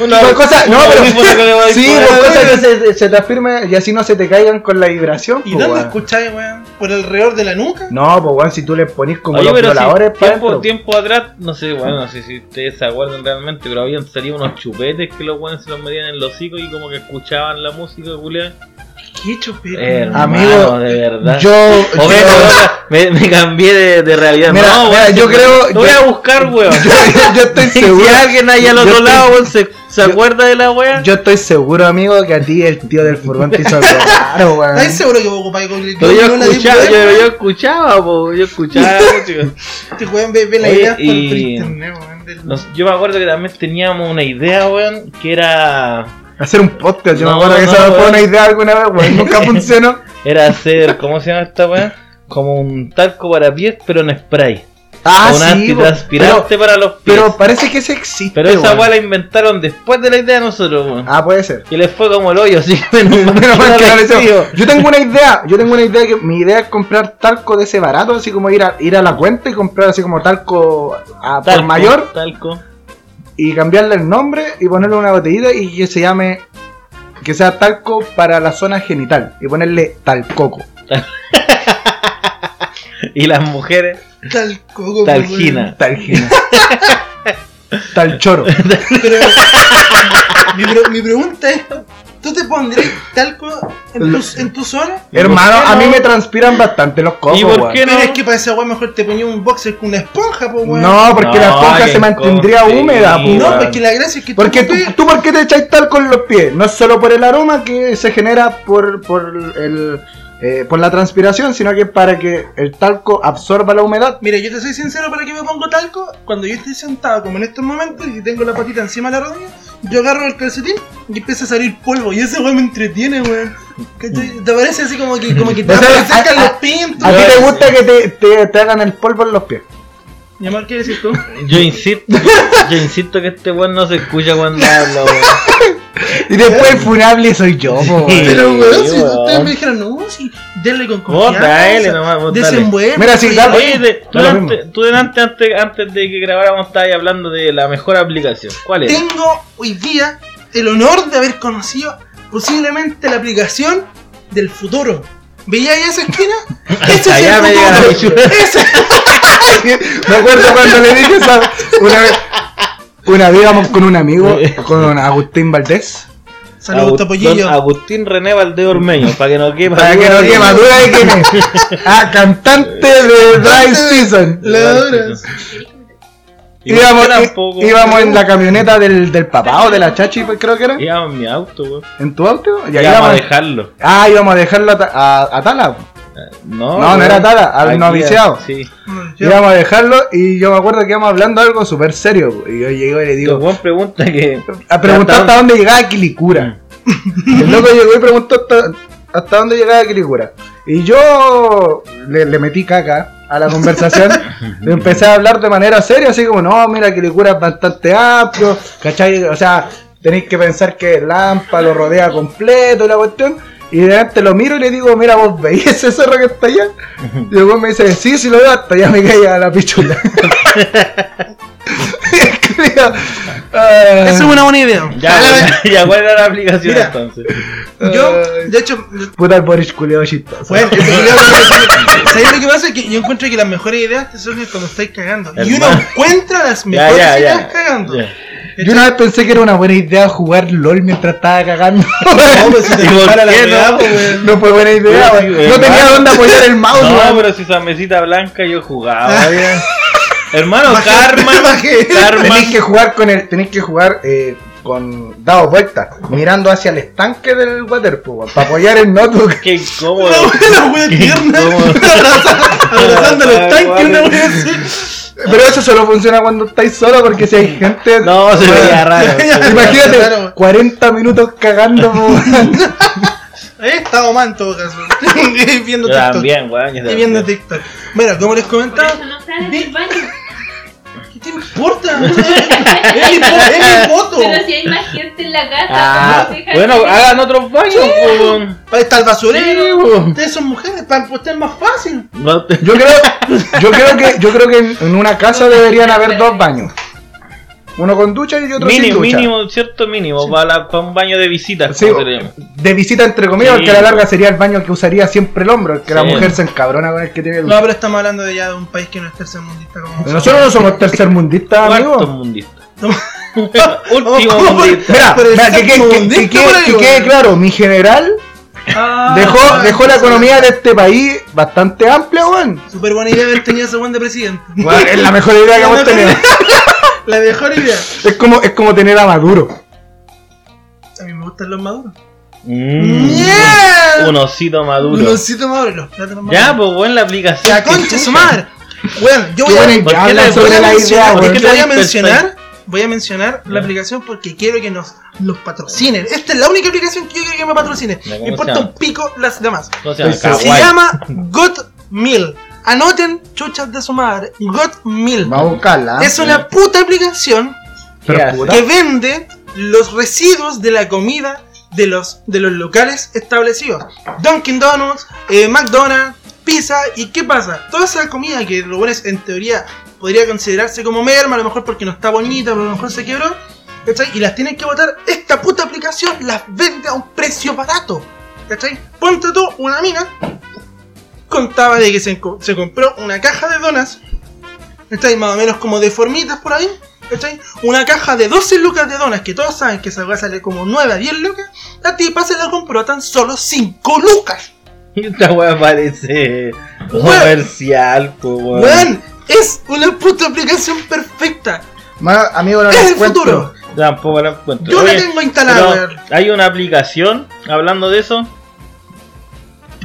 Speaker 4: Una
Speaker 3: Con cosa- no,
Speaker 4: un
Speaker 3: pero.
Speaker 4: audífono que le va a
Speaker 3: Sí,
Speaker 4: disparar.
Speaker 3: con cosas que se, se te afirme y así no se te caigan con la vibración,
Speaker 5: ¿Y
Speaker 3: po,
Speaker 5: dónde
Speaker 3: weón.
Speaker 5: escucháis, weón? ¿Por alrededor de la nuca?
Speaker 3: No, pues weón, si tú le pones como
Speaker 4: Oye,
Speaker 3: los
Speaker 4: pero
Speaker 3: violadores
Speaker 4: sí,
Speaker 3: pa'
Speaker 4: tiempo,
Speaker 3: dentro.
Speaker 4: tiempo atrás, no sé, bueno, no sé si ustedes se acuerdan realmente, pero habían salido unos chupetes que los buenos se los metían en los hocicos y como que escuchaban la música, culia.
Speaker 5: Qué chupete.
Speaker 4: Hermano, de verdad. Oh,
Speaker 3: Yo,
Speaker 4: O
Speaker 3: yo-
Speaker 4: ven, ahora me, me cambié de, de realidad.
Speaker 3: Mira,
Speaker 4: no,
Speaker 3: mira,
Speaker 4: weón,
Speaker 3: yo
Speaker 4: sí,
Speaker 3: creo-
Speaker 4: Lo voy
Speaker 3: yo-
Speaker 4: a buscar, weón.
Speaker 3: yo estoy
Speaker 4: <laughs> Si
Speaker 3: seguro.
Speaker 4: alguien ahí al
Speaker 3: yo
Speaker 4: otro
Speaker 3: estoy-
Speaker 4: lado, weón, se, se
Speaker 3: yo-
Speaker 4: acuerda de la weá.
Speaker 3: Yo estoy seguro, amigo, que a ti el tío del furgón te <laughs> hizo algo raro, weón.
Speaker 5: ¿Estáis seguro que vos ocupáis con
Speaker 4: Pero yo
Speaker 5: con una
Speaker 4: escuchaba,
Speaker 5: deep web,
Speaker 4: yo, yo
Speaker 5: weón?
Speaker 4: escuchaba, po, yo
Speaker 3: <laughs>
Speaker 4: escuchaba, chicos.
Speaker 5: Este weón ve, ve la
Speaker 4: Oye,
Speaker 5: idea por,
Speaker 4: y-
Speaker 5: por internet, weón. del-
Speaker 4: Nos- yo me acuerdo que también teníamos una idea, weón, que era,
Speaker 3: Hacer un podcast, yo
Speaker 4: No,
Speaker 3: me acuerdo que
Speaker 4: no,
Speaker 3: esa fue
Speaker 4: weón.
Speaker 3: una idea alguna vez, weón. <laughs> Nunca funcionó.
Speaker 4: era hacer, ¿cómo se llama esta weá? Como un talco para pies, pero en spray.
Speaker 3: Ah,
Speaker 4: un
Speaker 3: sí. weón.
Speaker 4: antitranspirante
Speaker 3: Pero,
Speaker 4: para los pies.
Speaker 3: pero parece que ese existe.
Speaker 4: pues. Pero esa
Speaker 3: weón.
Speaker 4: weá la inventaron después de la idea de nosotros, weón.
Speaker 3: Ah, puede <laughs> ser.
Speaker 4: Y les fue como el hoyo, así que menos mal
Speaker 3: <laughs> Menos
Speaker 4: que
Speaker 3: mal
Speaker 4: no
Speaker 3: que no
Speaker 4: la
Speaker 3: lo hicimos.
Speaker 4: hicimos.
Speaker 3: Yo tengo una idea, yo tengo una idea que mi idea es comprar talco de ese barato, así como ir a, ir a la cuenta y comprar así como talco a por
Speaker 4: Talco,
Speaker 3: mayor
Speaker 4: Talco.
Speaker 3: y cambiarle el nombre y ponerle una botellita y que se llame que sea talco para la zona genital y ponerle talcoco.
Speaker 4: Y las mujeres,
Speaker 5: Tal coco,
Speaker 4: talgina.
Speaker 3: Talgina.
Speaker 4: <laughs>
Speaker 3: Talchoro.
Speaker 5: weón. Pero mi, pre- mi pregunta es, ¿tú te pondrías talco en tus, en tu zona?
Speaker 3: Hermano,
Speaker 4: por qué
Speaker 3: a mí
Speaker 4: no?
Speaker 3: me transpiran bastante los cocos.
Speaker 4: ¿Y por
Speaker 3: weón.
Speaker 4: qué
Speaker 5: Pero
Speaker 4: no?
Speaker 5: es que para esa weón mejor te ponía un boxer con una esponja, pues weón.
Speaker 3: No, porque la
Speaker 4: No,
Speaker 3: esponja
Speaker 4: qué
Speaker 3: se mantendría
Speaker 4: cochino.
Speaker 3: húmeda, po,
Speaker 5: No,
Speaker 3: weón.
Speaker 5: porque la gracia es que
Speaker 3: Porque
Speaker 5: tú,
Speaker 3: tú, tú, ¿por qué te echáis talco en los pies? No es solo por el aroma que se genera por, por, el, eh, por la transpiración, sino que para que el talco absorba la humedad.
Speaker 5: Mira, yo te soy sincero para que me pongo talco. Cuando yo estoy sentado, como en estos momentos, y tengo la patita encima de la rodilla, yo agarro el calcetín y empieza a salir polvo. Y ese weón me entretiene, weón. ¿Cachai? Te parece así como que, como que te
Speaker 3: O sea, ah,
Speaker 5: sacan
Speaker 3: a-
Speaker 5: los
Speaker 3: a-
Speaker 5: pintos.
Speaker 3: ¿A ti
Speaker 4: Yo-
Speaker 3: te gusta que te, te, te hagan el polvo en los pies?
Speaker 5: Mi amor, ¿qué decís tú?
Speaker 4: Yo insisto, yo insisto que este weón no se escucha cuando habla,
Speaker 3: <laughs>
Speaker 4: weón.
Speaker 3: Y después el funable soy yo, po,
Speaker 4: Sí.
Speaker 3: weón.
Speaker 5: Pero weón,
Speaker 4: Sí,
Speaker 5: si
Speaker 4: weón.
Speaker 5: ustedes me dijeron, no, si denle con
Speaker 4: Vos
Speaker 5: confianza.
Speaker 4: dale nomás, vos dale.
Speaker 5: desenvuelve,
Speaker 3: Mira, si
Speaker 5: weón.
Speaker 3: da-
Speaker 4: Oye, de- tú,
Speaker 3: Da lo
Speaker 4: delante-
Speaker 3: mismo.
Speaker 4: tú delante, antes, antes de que grabáramos, estabas hablando de la mejor aplicación. ¿Cuál es?
Speaker 5: Tengo hoy día el honor de haber conocido posiblemente la aplicación del futuro. ¿Veíais esa esquina? Ese es
Speaker 4: Allá me llega la
Speaker 5: el futuro.
Speaker 4: pichula.
Speaker 5: Ese-
Speaker 3: Me acuerdo cuando le dije esa una vez. Una vez íbamos con un amigo, con Agustín Valdés.
Speaker 5: Saludos,
Speaker 4: Agu-
Speaker 5: Topollillo.
Speaker 4: don Agustín René Valdés Ormeño, para que no quepa.
Speaker 3: Para que no quede madura de quién es. Ah, cantante de Dry Season.
Speaker 5: Leones.
Speaker 4: Y íbamos,
Speaker 3: Íbamos,
Speaker 4: tampoco,
Speaker 3: í- íbamos en la camioneta del, del papá o de la chachi, pues, creo que era.
Speaker 4: Íbamos en mi auto, weón.
Speaker 3: ¿En tu auto? Y ahí
Speaker 4: Íbamos a
Speaker 3: íbamos-
Speaker 4: dejarlo.
Speaker 3: Ah, íbamos a dejarlo a, Ta- a- a Tala. pues.
Speaker 4: No,
Speaker 3: No, no
Speaker 4: weón.
Speaker 3: era Tala, al
Speaker 4: Aquí,
Speaker 3: noviciado.
Speaker 4: Sí.
Speaker 5: Mm, Yo-
Speaker 3: Íbamos a dejarlo y yo me acuerdo que íbamos hablando algo súper serio. po. Y yo llego y le
Speaker 4: Digo,
Speaker 3: digo,
Speaker 4: weón pregunta que.
Speaker 3: a preguntar Ah, hasta dónde llegaba Quilicura. <laughs> El loco llegó y preguntó hasta, hasta dónde llegaba Quilicura. Y yo le, le metí caca a la conversación. le empecé a hablar de manera seria, así como, no, mira, Quilicura es bastante amplio, ¿cachai? O sea, tenéis que pensar que Lampa lo rodea completo y la cuestión. Y de repente lo miro y le digo, mira, vos veis ese cerro que está allá. Y luego me dice, sí, sí lo veo, hasta allá me caí a la pichula. <laughs> "Ah".
Speaker 5: Esa es una buena idea.
Speaker 4: Ya, ya, ya, ¿cuál era la aplicación
Speaker 5: Mira.
Speaker 4: entonces?
Speaker 5: Yo, de hecho,
Speaker 3: Puta el Boris culeo chistoso.
Speaker 5: bueno, ese video- ¿sabes lo que pasa? Que yo encuentro que las mejores ideas te surgen cuando estáis cagando. Y uno
Speaker 4: Hermano.
Speaker 5: encuentra las
Speaker 4: Ya,
Speaker 5: mejores
Speaker 4: ya,
Speaker 5: ideas
Speaker 4: ya.
Speaker 5: cagando.
Speaker 4: Ya.
Speaker 3: Yo una vez pensé que era una buena idea jugar LOL mientras estaba
Speaker 4: <laughs>
Speaker 3: cagando.
Speaker 5: No, pues si te
Speaker 4: ¿Y por
Speaker 5: dispara la
Speaker 4: qué
Speaker 5: weá,
Speaker 4: no?
Speaker 5: pues, weón.
Speaker 3: No fue buena idea,
Speaker 4: Sí,
Speaker 3: güey.
Speaker 4: güey,
Speaker 3: No tenía
Speaker 4: hermano.
Speaker 3: dónde apoyar el mouse,
Speaker 4: No,
Speaker 3: güey. <laughs>
Speaker 4: pero si esa mesita blanca
Speaker 5: <laughs>
Speaker 4: yo jugaba. ya. Hermano,
Speaker 5: Bajé,
Speaker 4: karma.
Speaker 5: bajé.
Speaker 4: Karma.
Speaker 3: Tenéis que jugar con el. Tenéis que jugar eh, con. dado vuelta. Mirando hacia el estanque del waterpool. Para apoyar el notebook.
Speaker 4: <laughs> Qué incómodo.
Speaker 5: Una buena wea
Speaker 4: Qué
Speaker 5: tierna.
Speaker 4: incómodo.
Speaker 5: <laughs> Abrazando los <laughs> tanques, una wea así.
Speaker 3: Pero eso solo funciona cuando estáis solo porque si hay gente.
Speaker 4: No, se veía raro. se veía
Speaker 3: Imagínate,
Speaker 5: Claro, güey.
Speaker 3: 40 minutos cagando, güey.
Speaker 5: He estado mal en todo caso. <laughs> viendo
Speaker 4: Yo
Speaker 5: TikTok.
Speaker 4: también, weón. yo
Speaker 5: Y viendo TikTok. Mira, como les
Speaker 2: Por eso
Speaker 3: Ah,
Speaker 5: comentaba,
Speaker 2: no sales del baño.
Speaker 5: ¿qué te importa? <laughs> es mi fo- es mi foto.
Speaker 2: Pero si hay más gente en la casa,
Speaker 4: Ah,
Speaker 2: pues, deja
Speaker 4: bueno,
Speaker 2: que-
Speaker 4: hagan otros baños, weón.
Speaker 5: Ahí está el basurero.
Speaker 4: Sí, weón.
Speaker 5: Ustedes son mujeres, para ustedes es más fácil.
Speaker 4: No te-
Speaker 3: Yo creo, yo creo que, yo creo que en, en una casa deberían haber dos baños. Uno con ducha y otro
Speaker 4: Mínimo,
Speaker 3: sin ducha.
Speaker 4: mínimo, cierto mínimo, para, la- para un baño de visitas.
Speaker 3: Sí,
Speaker 4: como se le llama.
Speaker 3: de visita entre comillas,
Speaker 4: Sí.
Speaker 3: porque a la larga sería el baño que usaría siempre el hombre, que la
Speaker 4: Sí.
Speaker 3: mujer se encabrona con el que tiene
Speaker 5: No,
Speaker 3: ducha.
Speaker 5: pero estamos hablando de ya de un país que no es tercermundista como
Speaker 3: Nosotros no somos tercermundistas,
Speaker 4: Cuarto
Speaker 3: amigos.
Speaker 4: mundista.
Speaker 5: Oh,
Speaker 4: <laughs> Último
Speaker 5: ¿cómo?
Speaker 4: mundista.
Speaker 3: Mira,
Speaker 5: Pero
Speaker 3: mira, que, que- que-
Speaker 5: tercermundista,
Speaker 3: que quede-
Speaker 5: por ahí,
Speaker 3: que quede
Speaker 5: güey.
Speaker 3: claro, mi general
Speaker 5: Ah,
Speaker 4: Ah,
Speaker 3: dejó, dejó la economía de este país bastante amplia, weón.
Speaker 5: Super buena idea haber tenido ese buen de presidente.
Speaker 3: Weón, Es la mejor idea que hemos tenido.
Speaker 5: <laughs> La mejor idea.
Speaker 3: Es como, es como tener a Maduro.
Speaker 5: A mí me gustan los maduros.
Speaker 4: Mm,
Speaker 5: Yeah.
Speaker 4: Un osito maduro.
Speaker 5: Los siete maduros, los plátanos
Speaker 4: Ya,
Speaker 5: maduros.
Speaker 4: pues, weón, la aplicación.
Speaker 5: Ya, concha su madre. Bueno, yo
Speaker 3: Qué
Speaker 5: voy a,
Speaker 3: buena
Speaker 5: yo
Speaker 4: ¿por qué
Speaker 3: idea, hablan
Speaker 4: la-
Speaker 5: voy
Speaker 3: sobre
Speaker 5: a
Speaker 3: la idea,
Speaker 5: mencionar,
Speaker 4: ¿por
Speaker 3: weón.
Speaker 4: qué
Speaker 5: voy
Speaker 4: la
Speaker 5: a mencionar, voy a mencionar la aplicación porque quiero que nos los patrocinen. Esta es la única aplicación que yo quiero que me patrocine.
Speaker 4: ¿Cómo
Speaker 5: Me
Speaker 4: se
Speaker 5: importa
Speaker 4: llama?
Speaker 5: un pico las demás.
Speaker 4: ¿Cómo se llama?
Speaker 3: Se
Speaker 5: Se
Speaker 4: Kawaii.
Speaker 5: llama Got Meal. Anoten chuchas de su madre. Got Meal.
Speaker 3: Vamos a buscarla. ¿eh?
Speaker 5: Es una puta aplicación
Speaker 3: Pero
Speaker 4: ¿Qué hace?
Speaker 3: puta.
Speaker 5: que vende los residuos de la comida de los, de los locales establecidos. Dunkin' Donuts, eh, McDonald's, pizza y qué pasa. Toda esa comida que lo bueno es en teoría podría considerarse como merma, a lo mejor porque no está bonita, a lo mejor se quebró. ¿cachai? Y las tienen que botar. Esta puta aplicación las vende a un precio barato. ¿Cachai? Ponte tú una mina. Contaba de que se, enco- se compró una caja de donas. ¿Cachai? Más o menos como de formitas por ahí. ¿Cachai? Una caja de 12 lucas de donas, que todos saben que esa va a salir como 9 a 10 lucas. La tipa se la compró a tan solo 5 lucas.
Speaker 4: <laughs> Esta weá parece comercial, po, weón.
Speaker 5: Weón, es una puta aplicación perfecta.
Speaker 3: Más amigo no
Speaker 5: es
Speaker 3: la
Speaker 5: <laughs> el
Speaker 3: encuentro.
Speaker 5: futuro.
Speaker 4: Tampoco la encuentro.
Speaker 5: Yo la
Speaker 4: Oye,
Speaker 5: tengo instalada,
Speaker 4: pero
Speaker 5: weón.
Speaker 4: Hay una aplicación, hablando de eso.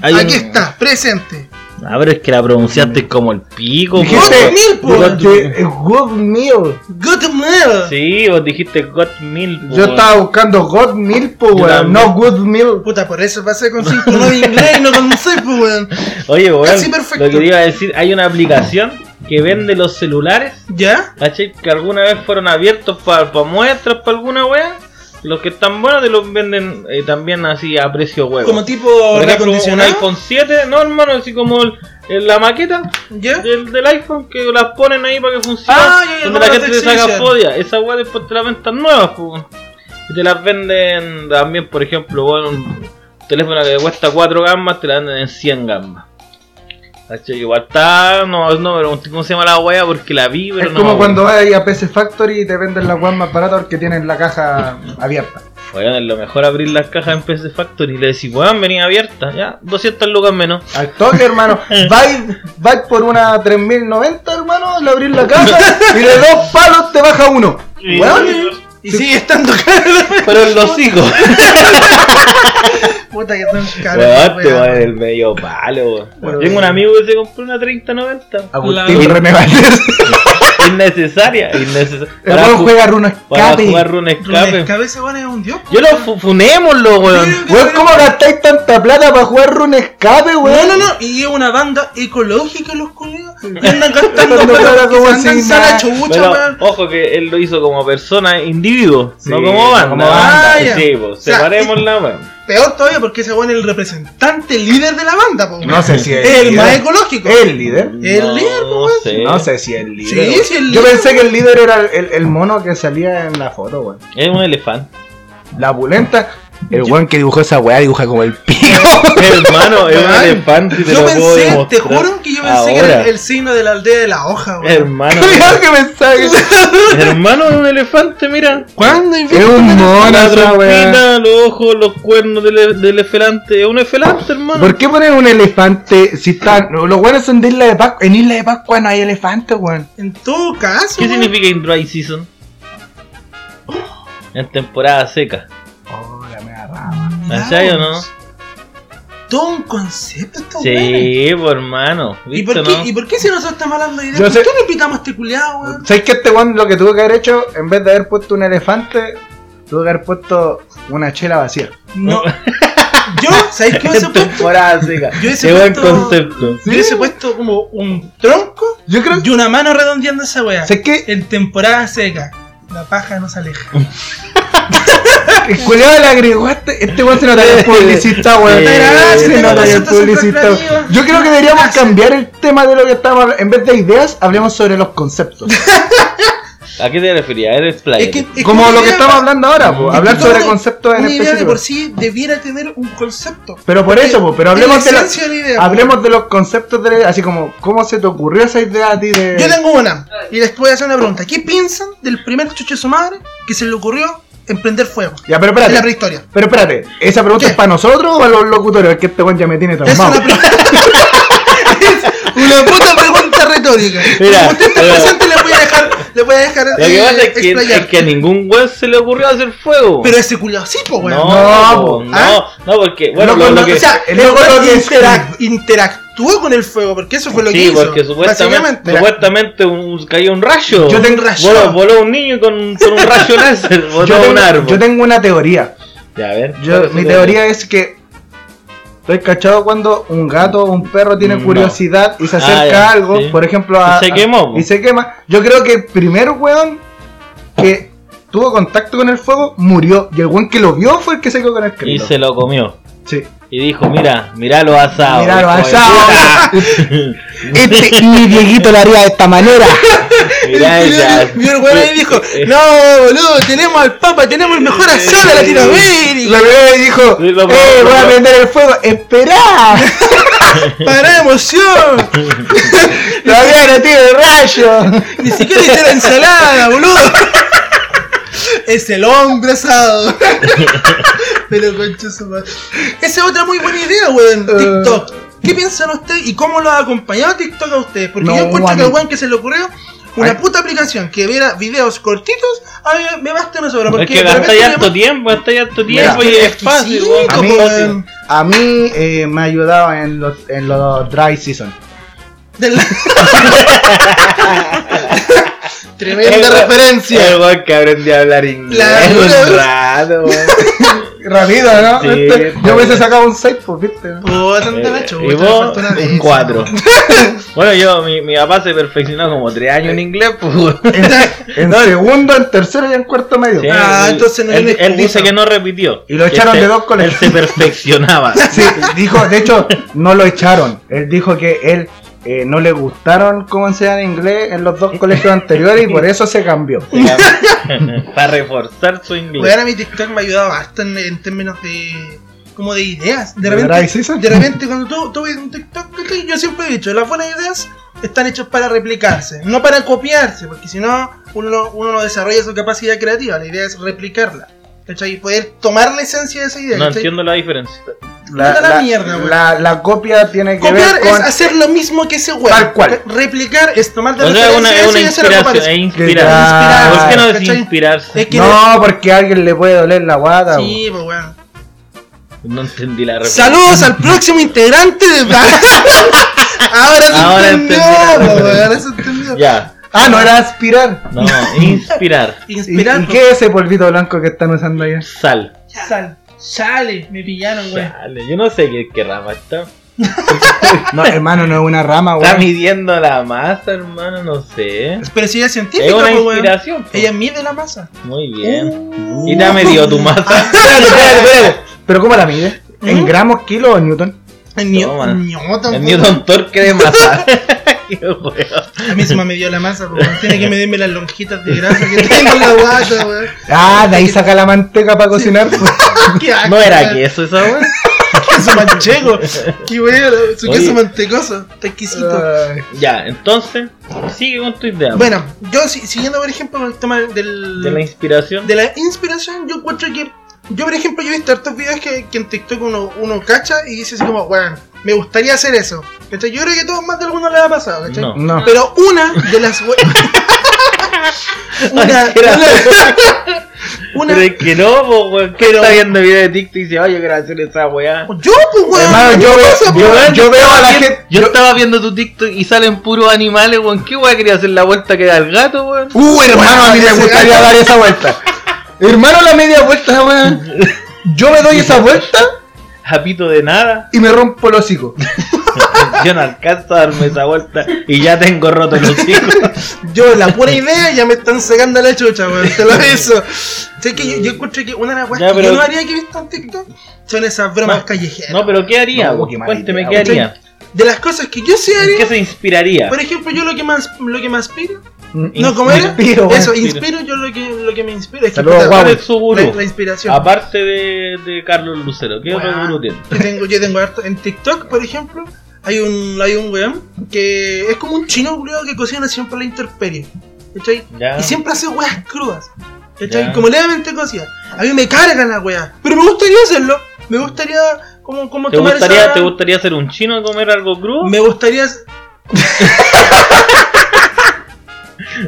Speaker 4: hay
Speaker 5: Aquí
Speaker 4: un-
Speaker 5: está, presente.
Speaker 4: Ah, pero es que la
Speaker 5: Mm.
Speaker 4: pronunciaste como el pico,
Speaker 3: Dijiste-
Speaker 4: po,
Speaker 5: Got
Speaker 4: weón.
Speaker 5: Meal, po.
Speaker 4: Got-
Speaker 3: Porque es God Meal.
Speaker 5: Good meal.
Speaker 4: Sí, vos dijiste Got Mil. po,
Speaker 3: Yo
Speaker 4: weón.
Speaker 3: estaba buscando God Meal, po,
Speaker 4: Yo
Speaker 3: weón.
Speaker 4: también.
Speaker 3: No Good Meal.
Speaker 5: Puta, por eso pasé con 5 no de inglés y no con 6, pues, weón.
Speaker 4: Oye, weón,
Speaker 5: Casi perfecto.
Speaker 4: lo que te iba a decir, hay una aplicación que vende los celulares,
Speaker 5: ¿Ya?
Speaker 4: ¿cachai? Que alguna vez fueron abiertos para muestras, para alguna wea. Los que están buenos te los venden eh, también así a precio huevo.
Speaker 5: Como tipo
Speaker 4: Por ejemplo, un
Speaker 5: recondicionado.
Speaker 4: iPhone 7, no hermano, así como el- el- la maqueta
Speaker 5: ¿Ya?
Speaker 4: del, del iPhone que las ponen ahí para que funcione.
Speaker 5: Ah, ya, ya, como
Speaker 4: donde la
Speaker 5: las
Speaker 4: gente
Speaker 5: de
Speaker 4: le saca
Speaker 5: exhibición.
Speaker 4: fodia. Esa weá después te la ventan nuevas, po. Y te las venden también, por ejemplo, bueno, un teléfono que cuesta 4 gambas, te la venden en 100 gambas. ¿Cachai? Igual está, no, no, pero ¿cómo se llama la weá? Porque la vi, pero
Speaker 3: es
Speaker 4: no.
Speaker 3: como
Speaker 4: me
Speaker 3: cuando
Speaker 4: acuerdo.
Speaker 3: vas ahí a PC Factory y te venden la guas más barata porque tienen la caja abierta.
Speaker 4: Weón, es lo mejor abrir las cajas en PC Factory y le decís, weón, venía abierta, ya, 200 lucas menos.
Speaker 3: Al toque,
Speaker 5: <laughs>
Speaker 3: hermano. Vais vais por una 3090, hermano, le abrís la caja y de dos palos te baja uno. Weón,
Speaker 5: Y sigue estando <laughs> caro.
Speaker 4: Pero en los <laughs> hijos.
Speaker 5: Puta, que son caros.
Speaker 4: Weón, te
Speaker 5: weón.
Speaker 4: va en el medio palo, weón.
Speaker 5: Weón.
Speaker 4: Tengo un amigo que se compró una 3090.
Speaker 3: Agustín
Speaker 5: La-
Speaker 3: René Valdés.
Speaker 4: <laughs> innecesaria, innecesaria.
Speaker 3: El
Speaker 4: Para,
Speaker 3: weón
Speaker 4: ju-
Speaker 3: juega Runo
Speaker 4: para
Speaker 3: Escape.
Speaker 4: jugar un
Speaker 5: Runescape,
Speaker 4: escape.
Speaker 5: ese weón es un dios.
Speaker 4: Yo lo fu- funémoslo, weón.
Speaker 3: Weón, ¿cómo gastáis tanta plata para jugar Runo Escape,
Speaker 5: No,
Speaker 3: weón?
Speaker 5: no, no, y es una banda ecológica los culiados. Y andan gastando
Speaker 3: Cuando
Speaker 5: plata
Speaker 3: fuera
Speaker 5: porque
Speaker 3: como
Speaker 5: se andan
Speaker 3: sin
Speaker 5: sala
Speaker 3: nada.
Speaker 5: chubucha,
Speaker 4: Pero,
Speaker 5: weón.
Speaker 4: ojo que él lo hizo como persona, individuo,
Speaker 3: Sí,
Speaker 4: no como banda.
Speaker 3: como banda.
Speaker 5: Ah, ya.
Speaker 4: Sí, po,
Speaker 5: O sea,
Speaker 4: separémosla, weón.
Speaker 5: Peor todavía porque ese weón es el representante líder de la banda, po. weón.
Speaker 3: No sé si es
Speaker 5: el más
Speaker 3: líder.
Speaker 5: ecológico.
Speaker 3: El líder.
Speaker 5: el
Speaker 4: No
Speaker 5: líder, po, pues, weón.
Speaker 4: sé.
Speaker 3: No sé si es el
Speaker 5: Sí,
Speaker 3: líder. weón.
Speaker 5: sí, el
Speaker 3: Yo
Speaker 5: líder.
Speaker 3: pensé que el líder era el, el mono que salía en la foto, weón.
Speaker 5: <laughs>
Speaker 4: Es un elefante.
Speaker 3: La pulenta. El weón que dibujó esa weá dibuja como el <laughs> pico.
Speaker 4: Hermano, es un
Speaker 5: Ay,
Speaker 4: elefante. te
Speaker 5: Yo
Speaker 4: lo puedo
Speaker 5: pensé, te
Speaker 4: demostrar
Speaker 5: juro que yo pensé que era
Speaker 4: ahora.
Speaker 5: el, el signo de la aldea de la hoja, weón. <laughs>
Speaker 3: Ah,
Speaker 4: Hermano,
Speaker 3: Cuidado que mensaje.
Speaker 4: hermano es un elefante, mira.
Speaker 5: ¿Cuándo he
Speaker 3: Es
Speaker 5: visto
Speaker 3: un mono
Speaker 4: La
Speaker 3: esa weá.
Speaker 4: trompita, los ojos, los cuernos del, del elefante. Es un elefante, hermano.
Speaker 3: ¿Por qué poner un elefante si están. Los weones son de Isla de Pascua. En Isla de Pascua no hay elefantes, weón.
Speaker 5: En todo caso.
Speaker 4: ¿Qué
Speaker 5: weón.
Speaker 4: significa in
Speaker 5: <gasps>
Speaker 4: dry season? En temporada seca.
Speaker 3: Oh, la mega rama.
Speaker 4: ¿Cachai o no?
Speaker 5: Todo un concepto esta weá.
Speaker 4: Sí, pues hermano.
Speaker 5: ¿Y
Speaker 4: ¿Viste,
Speaker 5: por,
Speaker 4: no?
Speaker 5: qué, ¿Y por qué si nosotros estamos hablando de
Speaker 3: Yo
Speaker 5: ideas?
Speaker 3: sé-
Speaker 5: ¿Por qué no invitamos a este culiado, weón?
Speaker 3: ¿Sabes que este weón lo que tuvo que haber hecho, en vez de haber puesto un elefante, tuvo que haber puesto una chela vacía?
Speaker 4: <laughs>
Speaker 5: No. Yo, ¿sabéis qué hubiese
Speaker 4: En
Speaker 5: puesto?
Speaker 4: temporada seca.
Speaker 5: Yo hubiese
Speaker 4: Este Qué buen
Speaker 5: puesto-
Speaker 4: concepto.
Speaker 5: Yo hubiese puesto como un tronco
Speaker 3: Yo creo
Speaker 5: y una mano redondeando esa weá.
Speaker 3: ¿Sabes qué?
Speaker 5: En temporada seca, la paja no se aleja.
Speaker 3: Ah, El culiado le agregó a este. Este weón se nota que es publicista, weón.
Speaker 4: Sí.
Speaker 3: Se nota que es Ah,
Speaker 5: 460
Speaker 3: publicista. weón. Yo creo que deberíamos cambiar el tema de lo que estamos hablando. En vez de ideas, hablemos sobre los conceptos. <laughs>
Speaker 4: ¿A qué te referías? Eres player.
Speaker 5: Es que- es
Speaker 3: Como
Speaker 5: una
Speaker 3: lo que
Speaker 5: idea-
Speaker 3: estamos hablando ahora, po,
Speaker 5: es que
Speaker 3: hablar sobre
Speaker 5: todo-
Speaker 3: conceptos en
Speaker 5: Una idea de
Speaker 3: específico.
Speaker 5: por sí debiera tener un concepto.
Speaker 3: Pero por eso, po, pero
Speaker 5: Es
Speaker 3: hablemos
Speaker 5: la
Speaker 3: de, la-
Speaker 5: esencia de la idea, po.
Speaker 3: hablemos de los conceptos de la idea, así como, ¿cómo se te ocurrió esa idea a ti de...?
Speaker 5: Yo tengo una. Y les voy a hacer una pregunta. ¿Qué piensan del primer chucho de su madre que se le ocurrió emprender fuego?
Speaker 3: Ya, pero
Speaker 5: En la
Speaker 3: espérate,
Speaker 5: prehistoria. <laughs>
Speaker 3: pero espérate, ¿esa pregunta
Speaker 5: ¿Qué?
Speaker 3: es para nosotros o para los locutores? Es que este weón ya me tiene
Speaker 5: Es
Speaker 3: traumado.
Speaker 5: una, pre- Es una puta pregunta retórica.
Speaker 4: Mira,
Speaker 5: Como usted está
Speaker 4: mira.
Speaker 5: presente, le voy a dejar. Le voy a dejar.
Speaker 4: Lo que
Speaker 5: eh,
Speaker 4: pasa es que,
Speaker 5: explayar.
Speaker 4: es que a ningún weón se le ocurrió hacer fuego.
Speaker 5: Pero ese culiao sí, po, weón.
Speaker 4: no,
Speaker 3: no,
Speaker 4: po,
Speaker 3: po,
Speaker 4: no,
Speaker 5: ¿ah?
Speaker 4: no, porque, bueno,
Speaker 3: Loco,
Speaker 4: lo, lo
Speaker 3: no,
Speaker 4: que,
Speaker 5: O sea,
Speaker 3: el
Speaker 5: el
Speaker 3: loco
Speaker 5: weón
Speaker 3: lo que
Speaker 5: interac- interactuó con el fuego, porque eso fue lo que
Speaker 4: sí,
Speaker 5: hizo.
Speaker 4: porque supuestamente,
Speaker 5: básicamente. ¿ah?
Speaker 4: supuestamente un- cayó un rayo.
Speaker 5: Yo tengo un rayo.
Speaker 4: Voló, voló un niño con, con un
Speaker 5: <laughs>
Speaker 4: rayo láser, voló
Speaker 3: yo,
Speaker 4: un
Speaker 3: tengo,
Speaker 4: árbol.
Speaker 3: yo tengo una teoría.
Speaker 4: Ya, a ver.
Speaker 3: Yo- mi teoría es que... Estoy cachado cuando un gato o un perro tiene
Speaker 4: No.
Speaker 3: curiosidad y se
Speaker 4: Ah,
Speaker 3: acerca
Speaker 4: ya,
Speaker 3: a algo,
Speaker 4: sí.
Speaker 3: por ejemplo a...
Speaker 4: Y se
Speaker 3: a-
Speaker 4: quemó, po.
Speaker 3: y se quema. Yo creo que el primer weón que tuvo contacto con el fuego murió y el weón que lo vio fue el que se quedó con el
Speaker 4: Y
Speaker 3: crédito.
Speaker 4: se lo comió.
Speaker 3: Sí.
Speaker 4: Y dijo, mira, mira lo asado.
Speaker 3: Mirá lo
Speaker 4: hijo de <laughs>
Speaker 3: asado.
Speaker 4: puta.
Speaker 3: Este, mi Dieguito lo haría de esta manera.
Speaker 4: mirá esa.
Speaker 5: <laughs> Y el weón ahí
Speaker 4: <laughs>
Speaker 5: dijo,
Speaker 4: Eh.
Speaker 5: no, boludo, tenemos al Papa, tenemos el mejor asado de
Speaker 3: Lo
Speaker 5: Latinoamérica.
Speaker 3: veo y dijo,
Speaker 4: Sí, lo-
Speaker 3: eh, voy a prender el fuego, esperá. <laughs>
Speaker 5: Pará de emoción.
Speaker 3: Todavía no tiene rayo.
Speaker 5: Ni siquiera hice la ensalada, boludo. Es el hombre asado. Pero concha su madre. Esa es otra muy buena idea, weón. TikTok. ¿Qué piensan ustedes y cómo lo ha acompañado TikTok a ustedes? Porque
Speaker 3: No,
Speaker 5: yo encuentro que
Speaker 3: a
Speaker 5: el
Speaker 3: mí-
Speaker 5: weón que se le ocurrió una
Speaker 3: Ay.
Speaker 5: puta aplicación que viera videos cortitos, a mí me basta una sobra. Porque
Speaker 4: Es que
Speaker 5: de repente
Speaker 4: gastáis harto
Speaker 5: vemos-
Speaker 4: tiempo, gastáis harto
Speaker 3: Mira,
Speaker 4: tiempo y es fácil,
Speaker 5: exquisito,
Speaker 4: weón.
Speaker 3: A mí- eh,
Speaker 5: weón.
Speaker 3: A mí eh, me ayudaba en los, en los dry season.
Speaker 5: <laughs> Del- Tremenda
Speaker 4: El-
Speaker 5: referencia.
Speaker 4: El weón que aprendí a hablar inglés.
Speaker 5: Claro.
Speaker 4: <laughs> un rato, weón.
Speaker 3: Rápido, ¿no?
Speaker 4: Sí,
Speaker 3: Este,
Speaker 4: pues.
Speaker 3: yo hubiese sacado un 6, pues, viste.
Speaker 5: Puta, no te la
Speaker 4: Eh,
Speaker 5: chucha,
Speaker 4: y
Speaker 5: me
Speaker 4: vos,
Speaker 5: faltó una de
Speaker 4: un
Speaker 5: esas.
Speaker 4: 4. <laughs> bueno, yo, mi, mi papá se perfeccionó como 3 años en inglés. Pues, weón.
Speaker 3: En segundo, en tercero y en cuarto medio.
Speaker 4: Sí,
Speaker 5: Ah,
Speaker 4: él-
Speaker 5: entonces no hay
Speaker 4: él,
Speaker 5: una
Speaker 4: él
Speaker 5: excusa.
Speaker 4: dice que no repitió.
Speaker 3: Y lo
Speaker 4: Que
Speaker 3: echaron
Speaker 4: se-
Speaker 3: de dos colegios.
Speaker 4: Él se
Speaker 5: <laughs>
Speaker 4: perfeccionaba.
Speaker 3: Sí, dijo, de hecho, no lo echaron. Él dijo que él eh, no le gustaron cómo enseñan inglés en los dos colegios anteriores y por eso se cambió.
Speaker 4: <laughs> Para reforzar su inglés.
Speaker 5: Weón, a mi TikTok me ha ayudado harto en, en términos de. como de ideas. De
Speaker 3: ¿De verdad
Speaker 5: repente,
Speaker 3: es eso?
Speaker 5: de repente cuando tú, tú ves un TikTok, ¿cachai? yo siempre he dicho, las buenas ideas están hechas para replicarse, no para copiarse, porque si no, uno, no- uno no desarrolla su capacidad creativa, la idea es replicarla. ¿Cachai? Y poder tomar la esencia de esa idea.
Speaker 4: No
Speaker 5: ¿cachai?
Speaker 4: entiendo la diferencia.
Speaker 5: Puta la mierda, güey.
Speaker 3: la- la copia tiene que
Speaker 5: Copiar
Speaker 3: ver
Speaker 5: es
Speaker 3: con.
Speaker 5: hacer lo mismo que ese weón.
Speaker 3: Tal cual.
Speaker 5: Replicar es tomar de
Speaker 4: O sea,
Speaker 5: referencia
Speaker 4: una,
Speaker 5: eso
Speaker 4: es una
Speaker 5: y hacer algo
Speaker 4: inspiración. Es
Speaker 5: parecido.
Speaker 3: Ah,
Speaker 4: inspirar. ¿Por qué no decir
Speaker 5: ¿cachai?
Speaker 4: inspirarse?
Speaker 5: Es que
Speaker 3: No, porque a alguien le puede doler la guata. güey.
Speaker 5: Sí, pues weón.
Speaker 4: No entendí la referencia.
Speaker 5: Saludos al próximo integrante de.
Speaker 4: <laughs>
Speaker 5: Ahora se
Speaker 4: Ahora
Speaker 5: entendió,
Speaker 4: entendí la
Speaker 5: po,
Speaker 4: referencia.
Speaker 5: ahora se entendió.
Speaker 4: Ya.
Speaker 3: Ah, no era aspirar.
Speaker 4: No, <laughs> inspirar.
Speaker 3: ¿Y,
Speaker 5: Inspirar.
Speaker 3: y qué es ese polvito blanco que están
Speaker 5: <laughs>
Speaker 3: usando allá?
Speaker 4: Sal.
Speaker 5: po. Sal. Chale, me pillaron, weón.
Speaker 4: Chale, yo no sé qué, qué rama está.
Speaker 3: No, hermano, no es una rama,
Speaker 4: Está
Speaker 3: güey.
Speaker 4: midiendo la masa, hermano, no sé.
Speaker 5: Pero si ella es
Speaker 4: Es pues,
Speaker 5: científica,
Speaker 4: una
Speaker 5: po, weón.
Speaker 4: inspiración. po.
Speaker 5: Ella mide la masa.
Speaker 4: Muy bien.
Speaker 5: Uh.
Speaker 4: Y te ha medido tu masa.
Speaker 3: Espérate, espérate, espérate. Pero ¿cómo la mide? ¿En
Speaker 5: ¿Mm?
Speaker 3: gramos, kilos o newton?
Speaker 5: En New-
Speaker 4: Toma.
Speaker 5: Newton.
Speaker 4: <laughs> El
Speaker 5: po.
Speaker 4: Newton Torque de masa. <laughs> Qué weón.
Speaker 5: La misma me dio la masa, po,
Speaker 4: <laughs>
Speaker 5: weón. Tiene que medirme las lonjitas de grasa que <laughs> tengo en la guata, weón.
Speaker 3: Ah, de ahí saca la manteca para cocinar. pues.
Speaker 5: Qué asco,
Speaker 4: No era
Speaker 5: weón.
Speaker 4: queso esa weón.
Speaker 5: queso
Speaker 4: <laughs>
Speaker 5: manchego. Qué bueno, su
Speaker 4: Oye.
Speaker 5: queso mantecoso. Está exquisito.
Speaker 3: Ay,
Speaker 4: Ya, entonces, sigue con tu idea.
Speaker 5: Bueno, yo si- siguiendo, por ejemplo, con el tema del,
Speaker 4: De la inspiración.
Speaker 5: de la inspiración, yo encuentro que. Yo, por ejemplo, yo he visto hartos videos que, que en TikTok uno, uno cacha y dice así como, weón, me gustaría hacer eso. ¿Cachai? Yo creo que a todos más de alguno le ha pasado, ¿cachai?
Speaker 4: No.
Speaker 3: no.
Speaker 5: Pero una de las.
Speaker 4: <laughs>
Speaker 5: we- una.
Speaker 4: Ay, era- <laughs>
Speaker 5: una,
Speaker 4: Pero es que no, po, weón. ¿Qué
Speaker 5: Pero-
Speaker 4: está viendo video de TikTok y dice, oye, quiero hacer esa weá?
Speaker 5: Yo, pues, weón.
Speaker 3: Hermano, yo,
Speaker 5: ¿qué pasa,
Speaker 3: veo-
Speaker 5: po?
Speaker 3: yo, yo veo a la
Speaker 4: Yo-
Speaker 3: gente.
Speaker 4: Yo estaba viendo tu TikTok y salen puros animales, weón. ¿Qué weá quería hacer la vuelta que da el gato, weón?
Speaker 3: Uh, hermano, a mí me
Speaker 5: parece
Speaker 3: gustaría
Speaker 5: gato.
Speaker 3: dar esa vuelta. Hermano, la media vuelta, weón. Yo me doy esa vuelta
Speaker 4: Japito de nada.
Speaker 3: y me rompo el hocico.
Speaker 4: <laughs> Yo no alcanzo a darme esa vuelta y ya tengo roto los hijos.
Speaker 5: Yo, la pura idea ya me están sacando la chucha, weón. Te lo aviso. Sé que yo, yo encuentro que una de las weas
Speaker 4: Ya,
Speaker 5: que
Speaker 4: pero-
Speaker 5: yo no haría que he visto en TikTok son esas bromas
Speaker 4: No,
Speaker 5: callejeras.
Speaker 4: No, pero ¿qué haría?
Speaker 3: No,
Speaker 4: weón?
Speaker 3: qué mala
Speaker 4: Cuénteme,
Speaker 3: idea,
Speaker 4: ¿qué haría?
Speaker 5: De las cosas que yo sí
Speaker 4: ¿En
Speaker 5: haría.
Speaker 4: qué se inspiraría?
Speaker 5: Por ejemplo, yo lo que más lo que me aspira.
Speaker 4: Inspira-
Speaker 5: No, como era.
Speaker 3: inspiro, weón.
Speaker 5: eso, inspiro yo lo que, lo que me inspira. Es que
Speaker 3: Saludos,
Speaker 5: puta,
Speaker 4: ¿Cuál
Speaker 3: guau.
Speaker 4: es su gurú?
Speaker 5: la, la inspiración.
Speaker 4: Aparte de, de Carlos Lucero, ¿qué otro
Speaker 5: Weón,
Speaker 4: gurú tiene?
Speaker 5: Yo tengo, yo tengo harto. En TikTok, por ejemplo, hay un, hay un weón que es como un chino culiao que cocina siempre a la intemperie. ¿Cachai?
Speaker 4: Ya.
Speaker 5: Y siempre hace weas crudas. ¿Cachai?
Speaker 4: Ya.
Speaker 5: Como levemente cocidas. A mí me cargan las weas. Pero me gustaría hacerlo. Me gustaría como, como
Speaker 4: ¿Te
Speaker 5: tomar
Speaker 4: gustaría,
Speaker 5: esa-
Speaker 4: ¿Te gustaría ser un chino y comer algo crudo?
Speaker 5: Me gustaría. <laughs>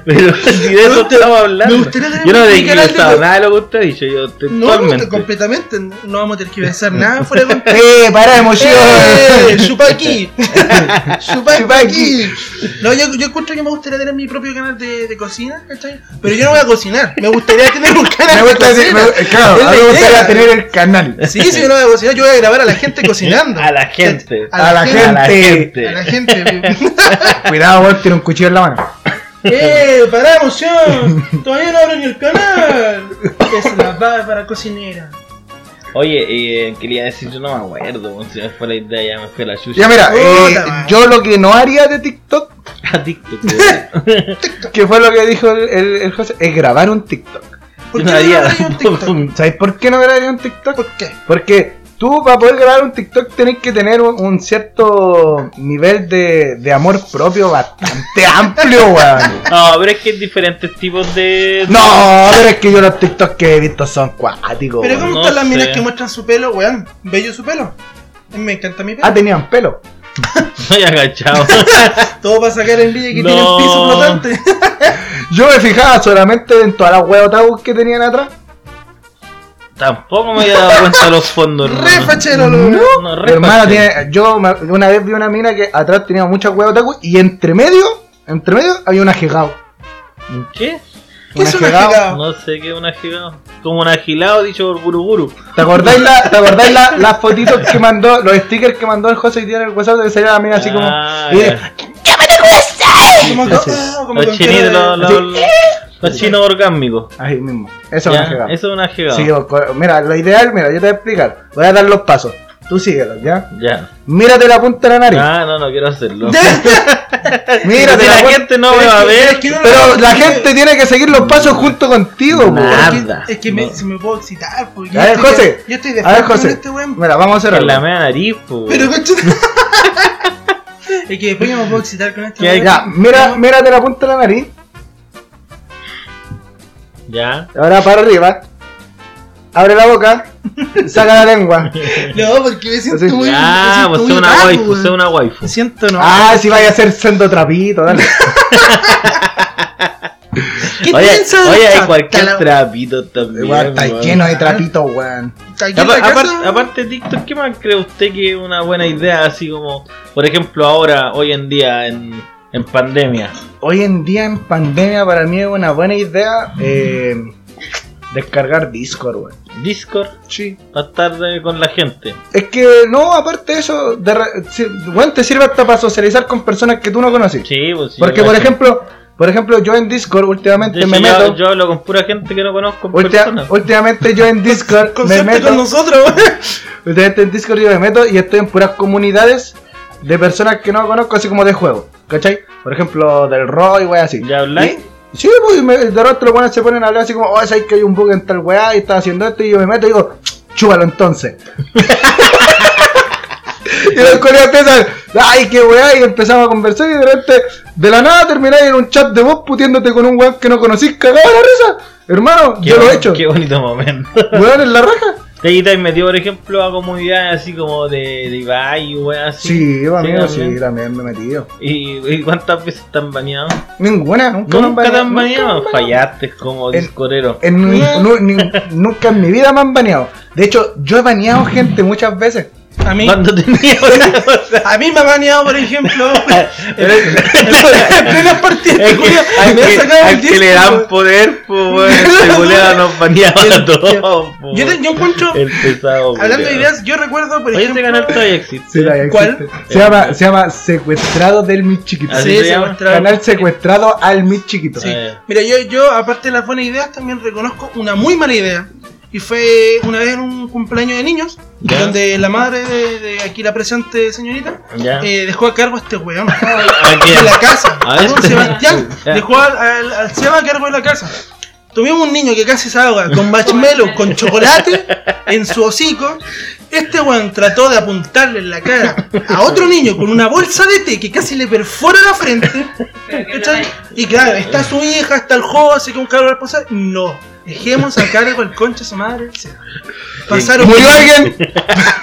Speaker 4: Pero si de eso
Speaker 5: gusta-
Speaker 4: estamos hablando.
Speaker 5: me gustaría tener
Speaker 4: yo no
Speaker 5: mi
Speaker 4: he
Speaker 5: canal de
Speaker 4: dicho
Speaker 5: YouTube.
Speaker 4: nada de lo que usted ha dicho. Yo estoy
Speaker 5: No,
Speaker 4: totalmente.
Speaker 5: completamente. No vamos a tener que pensar nada fuera
Speaker 4: <laughs>
Speaker 5: de contexto.
Speaker 3: ¡Eh, pará, emoción!
Speaker 5: ¡Eh! ¡Chupaqui! ¡Chupaqui!
Speaker 3: Chupaqui.
Speaker 5: No, yo, yo encuentro que me gustaría tener mi propio canal de, de cocina, ¿cachai? Pero yo no voy a cocinar, me gustaría tener un canal
Speaker 3: Me gusta
Speaker 5: de
Speaker 3: decir,
Speaker 5: cocina.
Speaker 3: me- claro,
Speaker 5: Es
Speaker 3: a mí me
Speaker 5: la idea.
Speaker 3: gustaría tener el canal.
Speaker 5: Sí, sí, yo no voy a cocinar, yo voy a grabar a la gente cocinando.
Speaker 4: <laughs> A la gente.
Speaker 5: A la
Speaker 3: A la
Speaker 5: gente.
Speaker 4: A la gente.
Speaker 5: A la gente.
Speaker 3: Cuidado, weón, tiene un cuchillo en la mano.
Speaker 5: <laughs> ¡Eh! ¡Pará, emoción! Todavía no abro ni el canal. Es la para cocinera.
Speaker 4: Oye, eh, quería decir, yo no me acuerdo. weón, Si me fue la idea, ya me fue la chucha.
Speaker 3: Ya mira, eh,
Speaker 5: Puta, man.
Speaker 3: yo lo que no haría de TikTok,
Speaker 4: <laughs> A TikTok. weón.
Speaker 3: que fue lo que dijo el, el- el José, es grabar un TikTok.
Speaker 5: ¿Por
Speaker 4: Yo
Speaker 5: qué
Speaker 4: no haría
Speaker 5: no haría un TikTok?
Speaker 4: <laughs> un-
Speaker 3: ¿Sabes por qué no grabaría un TikTok?
Speaker 5: ¿Por qué?
Speaker 3: Porque tú para poder grabar un TikTok tenés que tener un, un cierto nivel de, de amor propio bastante <laughs> amplio, weón.
Speaker 4: No, pero es que hay diferentes tipos de.
Speaker 3: No, pero es que yo los TikToks que he visto son cuáticos.
Speaker 5: Pero
Speaker 3: weón.
Speaker 5: ¿cómo
Speaker 4: no
Speaker 5: están las minas
Speaker 4: sé.
Speaker 5: que muestran su pelo, weón? ¿Bello su pelo? Me encanta mi pelo.
Speaker 3: Ah, tenían pelo.
Speaker 4: <laughs> Soy agachado. <laughs>
Speaker 5: Todo para sacar envidia que
Speaker 4: No.
Speaker 5: tiene el piso flotante.
Speaker 3: Yo me fijaba solamente en todas las huevos tabús que tenían atrás.
Speaker 4: Tampoco me había dado cuenta de los fondos.
Speaker 5: Re
Speaker 4: hermano.
Speaker 5: fachero, lo-
Speaker 4: No, re
Speaker 3: Hermano,
Speaker 4: fachero.
Speaker 3: tiene, yo me- una vez vi una mina que atrás tenía muchas huevos tabús y entre medio, entre medio había una jegao.
Speaker 4: ¿Qué?
Speaker 5: ¿Qué es
Speaker 3: Una
Speaker 5: una
Speaker 3: jegao.
Speaker 5: jegao?
Speaker 4: No sé qué es un agilado. Como un agilado dicho por Guru Guru.
Speaker 3: ¿Te acordáis, la, ¿te
Speaker 5: <laughs>
Speaker 3: acordáis la- las fotitos que mandó, los stickers que mandó el José y tiene el WhatsApp de salía la mina así como.
Speaker 4: Ah,
Speaker 3: y-
Speaker 4: ya.
Speaker 5: Como que- ah, como
Speaker 4: Los
Speaker 5: con cara
Speaker 4: chinitos,
Speaker 5: de-
Speaker 4: los, los- los chinos orgánicos.
Speaker 3: Ahí mismo. Eso es
Speaker 4: Ya,
Speaker 3: una jegada.
Speaker 4: Eso es una jegada.
Speaker 3: Sí, o co- mira, lo ideal, mira, yo te voy a explicar. Voy a dar los pasos. Tú síguelos, ¿ya?
Speaker 4: Ya.
Speaker 3: Mírate la punta de la nariz.
Speaker 4: Ah, no, no quiero hacerlo. <laughs>
Speaker 3: Mírate
Speaker 4: Si
Speaker 3: la
Speaker 4: la
Speaker 3: punta-
Speaker 4: gente no
Speaker 5: Pero
Speaker 4: me
Speaker 5: es
Speaker 4: va a
Speaker 5: que-
Speaker 4: ver.
Speaker 5: es que no lo-
Speaker 3: Pero la
Speaker 5: es que-
Speaker 3: gente tiene que seguir los pasos junto contigo, po.
Speaker 4: Nah.
Speaker 5: es que-
Speaker 4: Nada.
Speaker 5: Es que me,
Speaker 4: No.
Speaker 5: si me puedo excitar, porque.
Speaker 3: A ver,
Speaker 5: yo estoy de-
Speaker 3: José.
Speaker 5: Yo estoy de
Speaker 3: A ver,
Speaker 5: frente con
Speaker 3: José.
Speaker 5: este weón.
Speaker 3: Mira, vamos a hacer
Speaker 4: Con la
Speaker 3: algo.
Speaker 4: media nariz, po.
Speaker 5: Pero coche. <laughs> Es que después yo me puedo excitar con este
Speaker 4: Ya,
Speaker 5: weón.
Speaker 3: Ya, mira, mírate la punta de la nariz.
Speaker 4: Ya.
Speaker 3: Ahora para arriba. Abre la boca. Saca la <laughs> lengua.
Speaker 5: No, porque me siento
Speaker 3: Así.
Speaker 5: muy. me
Speaker 4: Ya,
Speaker 5: siento
Speaker 4: pues
Speaker 5: muy
Speaker 4: es una
Speaker 5: raro,
Speaker 4: waifu,
Speaker 5: weón.
Speaker 4: es una waifu.
Speaker 5: Me siento no.
Speaker 3: Ah, si vaya a ser sendo trapito, dale.
Speaker 5: ¿Qué
Speaker 4: Oye,
Speaker 5: piensas de
Speaker 4: oye, hay
Speaker 5: Chata?
Speaker 4: cualquier
Speaker 5: La-
Speaker 4: trapito también.
Speaker 3: <laughs> Igual está
Speaker 4: weón.
Speaker 3: lleno de trapitos, weón.
Speaker 5: está aquí en
Speaker 4: Apa-
Speaker 5: la
Speaker 4: apar-
Speaker 5: casa?
Speaker 4: aparte de TikTok, ¿qué más cree usted que es una buena idea? Así como, por ejemplo, ahora, hoy en día, en, en pandemia,
Speaker 3: Hoy en día en pandemia para mí es una buena idea eh, descargar Discord, weón.
Speaker 4: Discord
Speaker 3: Sí.
Speaker 4: va a estar eh, con la gente.
Speaker 3: Es que no, aparte de eso, de re- si- weón, te sirve hasta para socializar con personas que tú no conoces.
Speaker 4: Sí, pues sí,
Speaker 3: Porque por
Speaker 4: bueno.
Speaker 3: ejemplo, por ejemplo, yo en Discord últimamente
Speaker 4: De
Speaker 3: me
Speaker 4: hecho, yo-
Speaker 3: meto.
Speaker 4: Yo hablo con pura gente que no conozco en
Speaker 3: ulti-
Speaker 4: persona.
Speaker 3: últimamente yo en Discord me
Speaker 5: Concerte con
Speaker 3: meto.
Speaker 5: nosotros, weón.
Speaker 3: Últimamente en Discord yo me meto y estoy en puras comunidades de personas que no conozco, así como de juego. ¿Cachai? Por ejemplo, del Roy, wey, así.
Speaker 4: ¿Ya habláis?
Speaker 3: Sí, pues me, de rato los weones se ponen a hablar así como, oh, sabes que hay un bug en tal weá y está haciendo esto, y yo me meto y digo, chúbalo entonces. y los coreanos empiezan, ay, qué weá, y empezamos a conversar y de repente, de la nada termináis en un chat de vos putiéndote con un weón que no conocís, cagado de la risa. Hermano,
Speaker 4: Qué
Speaker 3: yo lo
Speaker 4: bon-
Speaker 3: he hecho.
Speaker 4: Qué bonito momento.
Speaker 3: Weón en la raja.
Speaker 4: ¿Te has metido, por ejemplo, a comunidades así como de, de Ibai y weas así?
Speaker 3: Sí, amigo, sí,
Speaker 4: también.
Speaker 3: también. me he metido.
Speaker 4: ¿Y, y cuántas veces te han baneado?
Speaker 3: Ninguna, nunca, me han
Speaker 4: Nunca te
Speaker 3: baneado,
Speaker 4: han
Speaker 3: nunca me
Speaker 4: baneado.
Speaker 3: han
Speaker 4: Fallaste como
Speaker 3: En-
Speaker 4: discorero.
Speaker 3: En mi- nu- ni- nunca en mi vida me han baneado. De hecho, yo he baneado gente
Speaker 4: <laughs>
Speaker 3: muchas veces.
Speaker 5: A mí,
Speaker 4: Cuando tenía una cosa.
Speaker 5: a mí me ha baneado, por
Speaker 4: <laughs>
Speaker 5: ejemplo. en plena partida,
Speaker 4: Es que,
Speaker 5: culiao,
Speaker 4: al
Speaker 5: me ha
Speaker 4: que-
Speaker 5: sacado
Speaker 4: al
Speaker 5: el
Speaker 4: que
Speaker 5: 10,
Speaker 4: le dan
Speaker 5: weón.
Speaker 4: poder, pues, weón, este culiao nos baneaba a todos, po.
Speaker 5: Yo, te- yo encuentro,
Speaker 4: El pesado,
Speaker 5: hablando de
Speaker 4: culiao.
Speaker 5: ideas, yo recuerdo, por
Speaker 4: Oye, ese
Speaker 5: ejemplo.
Speaker 4: canal todavía existe.
Speaker 3: Sí, la existe.
Speaker 5: ¿Cuál?
Speaker 3: Se llama, se llama Secuestrado del Mid Chiquito.
Speaker 4: Así
Speaker 5: Sí,
Speaker 4: se
Speaker 5: se
Speaker 4: llama.
Speaker 5: muestra-
Speaker 3: Canal Secuestrado al Mid Chiquito.
Speaker 5: Sí.
Speaker 4: Eh.
Speaker 5: Mira, yo, yo, aparte de las buenas ideas, también reconozco una muy mala idea. Y fue una vez en un cumpleaños de niños,
Speaker 4: Ya.
Speaker 5: donde la madre de, de aquí la presente señorita
Speaker 4: Ya.
Speaker 5: eh, dejó a cargo a este <laughs> weón
Speaker 4: <laughs> ¿A quién?
Speaker 5: de la casa. A
Speaker 4: A
Speaker 5: don
Speaker 4: este.
Speaker 5: Sebastián
Speaker 4: <laughs> Ya.
Speaker 5: dejó al, al, al Seba a cargo de la casa. Tuvimos un niño que casi se ahoga
Speaker 4: <laughs>
Speaker 5: con marshmallow, con chocolate en su hocico. Este weón trató de apuntarle en la cara a otro niño con una bolsa de té que casi le perfora la frente.
Speaker 2: Pero que
Speaker 5: ¿Cachai?
Speaker 2: no
Speaker 5: Y claro, está su hija, está el José, que un cabrón responsable. No, dejemos a cargo el concha de su madre. del Seba. Pasaron.
Speaker 3: ¿Murió alguien?
Speaker 2: hay-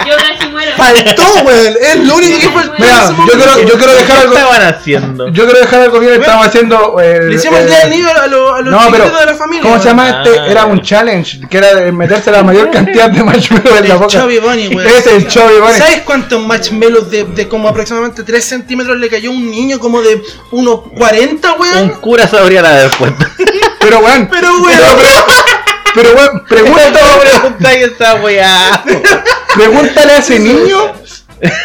Speaker 2: Yo casi
Speaker 4: <laughs>
Speaker 2: muero.
Speaker 5: Faltó, weón. Es lo único que faltó. en
Speaker 3: Mira,
Speaker 5: ese
Speaker 3: yo
Speaker 5: momento.
Speaker 3: quiero, yo quiero dejar algo.
Speaker 4: ¿Qué estaban haciendo?
Speaker 3: Yo quiero dejar algo bien. Estamos haciendo. eh, El,
Speaker 5: Le hicimos el día del niño a, lo- a los
Speaker 3: No,
Speaker 5: chiquitos
Speaker 3: pero,
Speaker 5: de la familia.
Speaker 3: ¿Cómo
Speaker 5: weón.
Speaker 3: se llama este?
Speaker 4: Ah,
Speaker 3: Era un
Speaker 4: ya.
Speaker 3: challenge, que era de meterse
Speaker 5: <laughs>
Speaker 3: la mayor cantidad de marshmallow en la
Speaker 5: El
Speaker 3: boca.
Speaker 5: Chubby Bunny, weón.
Speaker 3: Ese es el Chubby Bunny.
Speaker 5: ¿Sabes cuántos marshmallows de, de como aproximadamente 3 centímetros le cayó a un niño como de unos 40,
Speaker 4: Un
Speaker 5: weón?
Speaker 4: cura sabría la respuesta.
Speaker 3: Pero weón,
Speaker 5: <laughs> Pero, weón,
Speaker 3: pero weón,
Speaker 5: <laughs>
Speaker 3: pregunta,
Speaker 4: Preguntáis esa weá.
Speaker 3: pregúntale a ese niño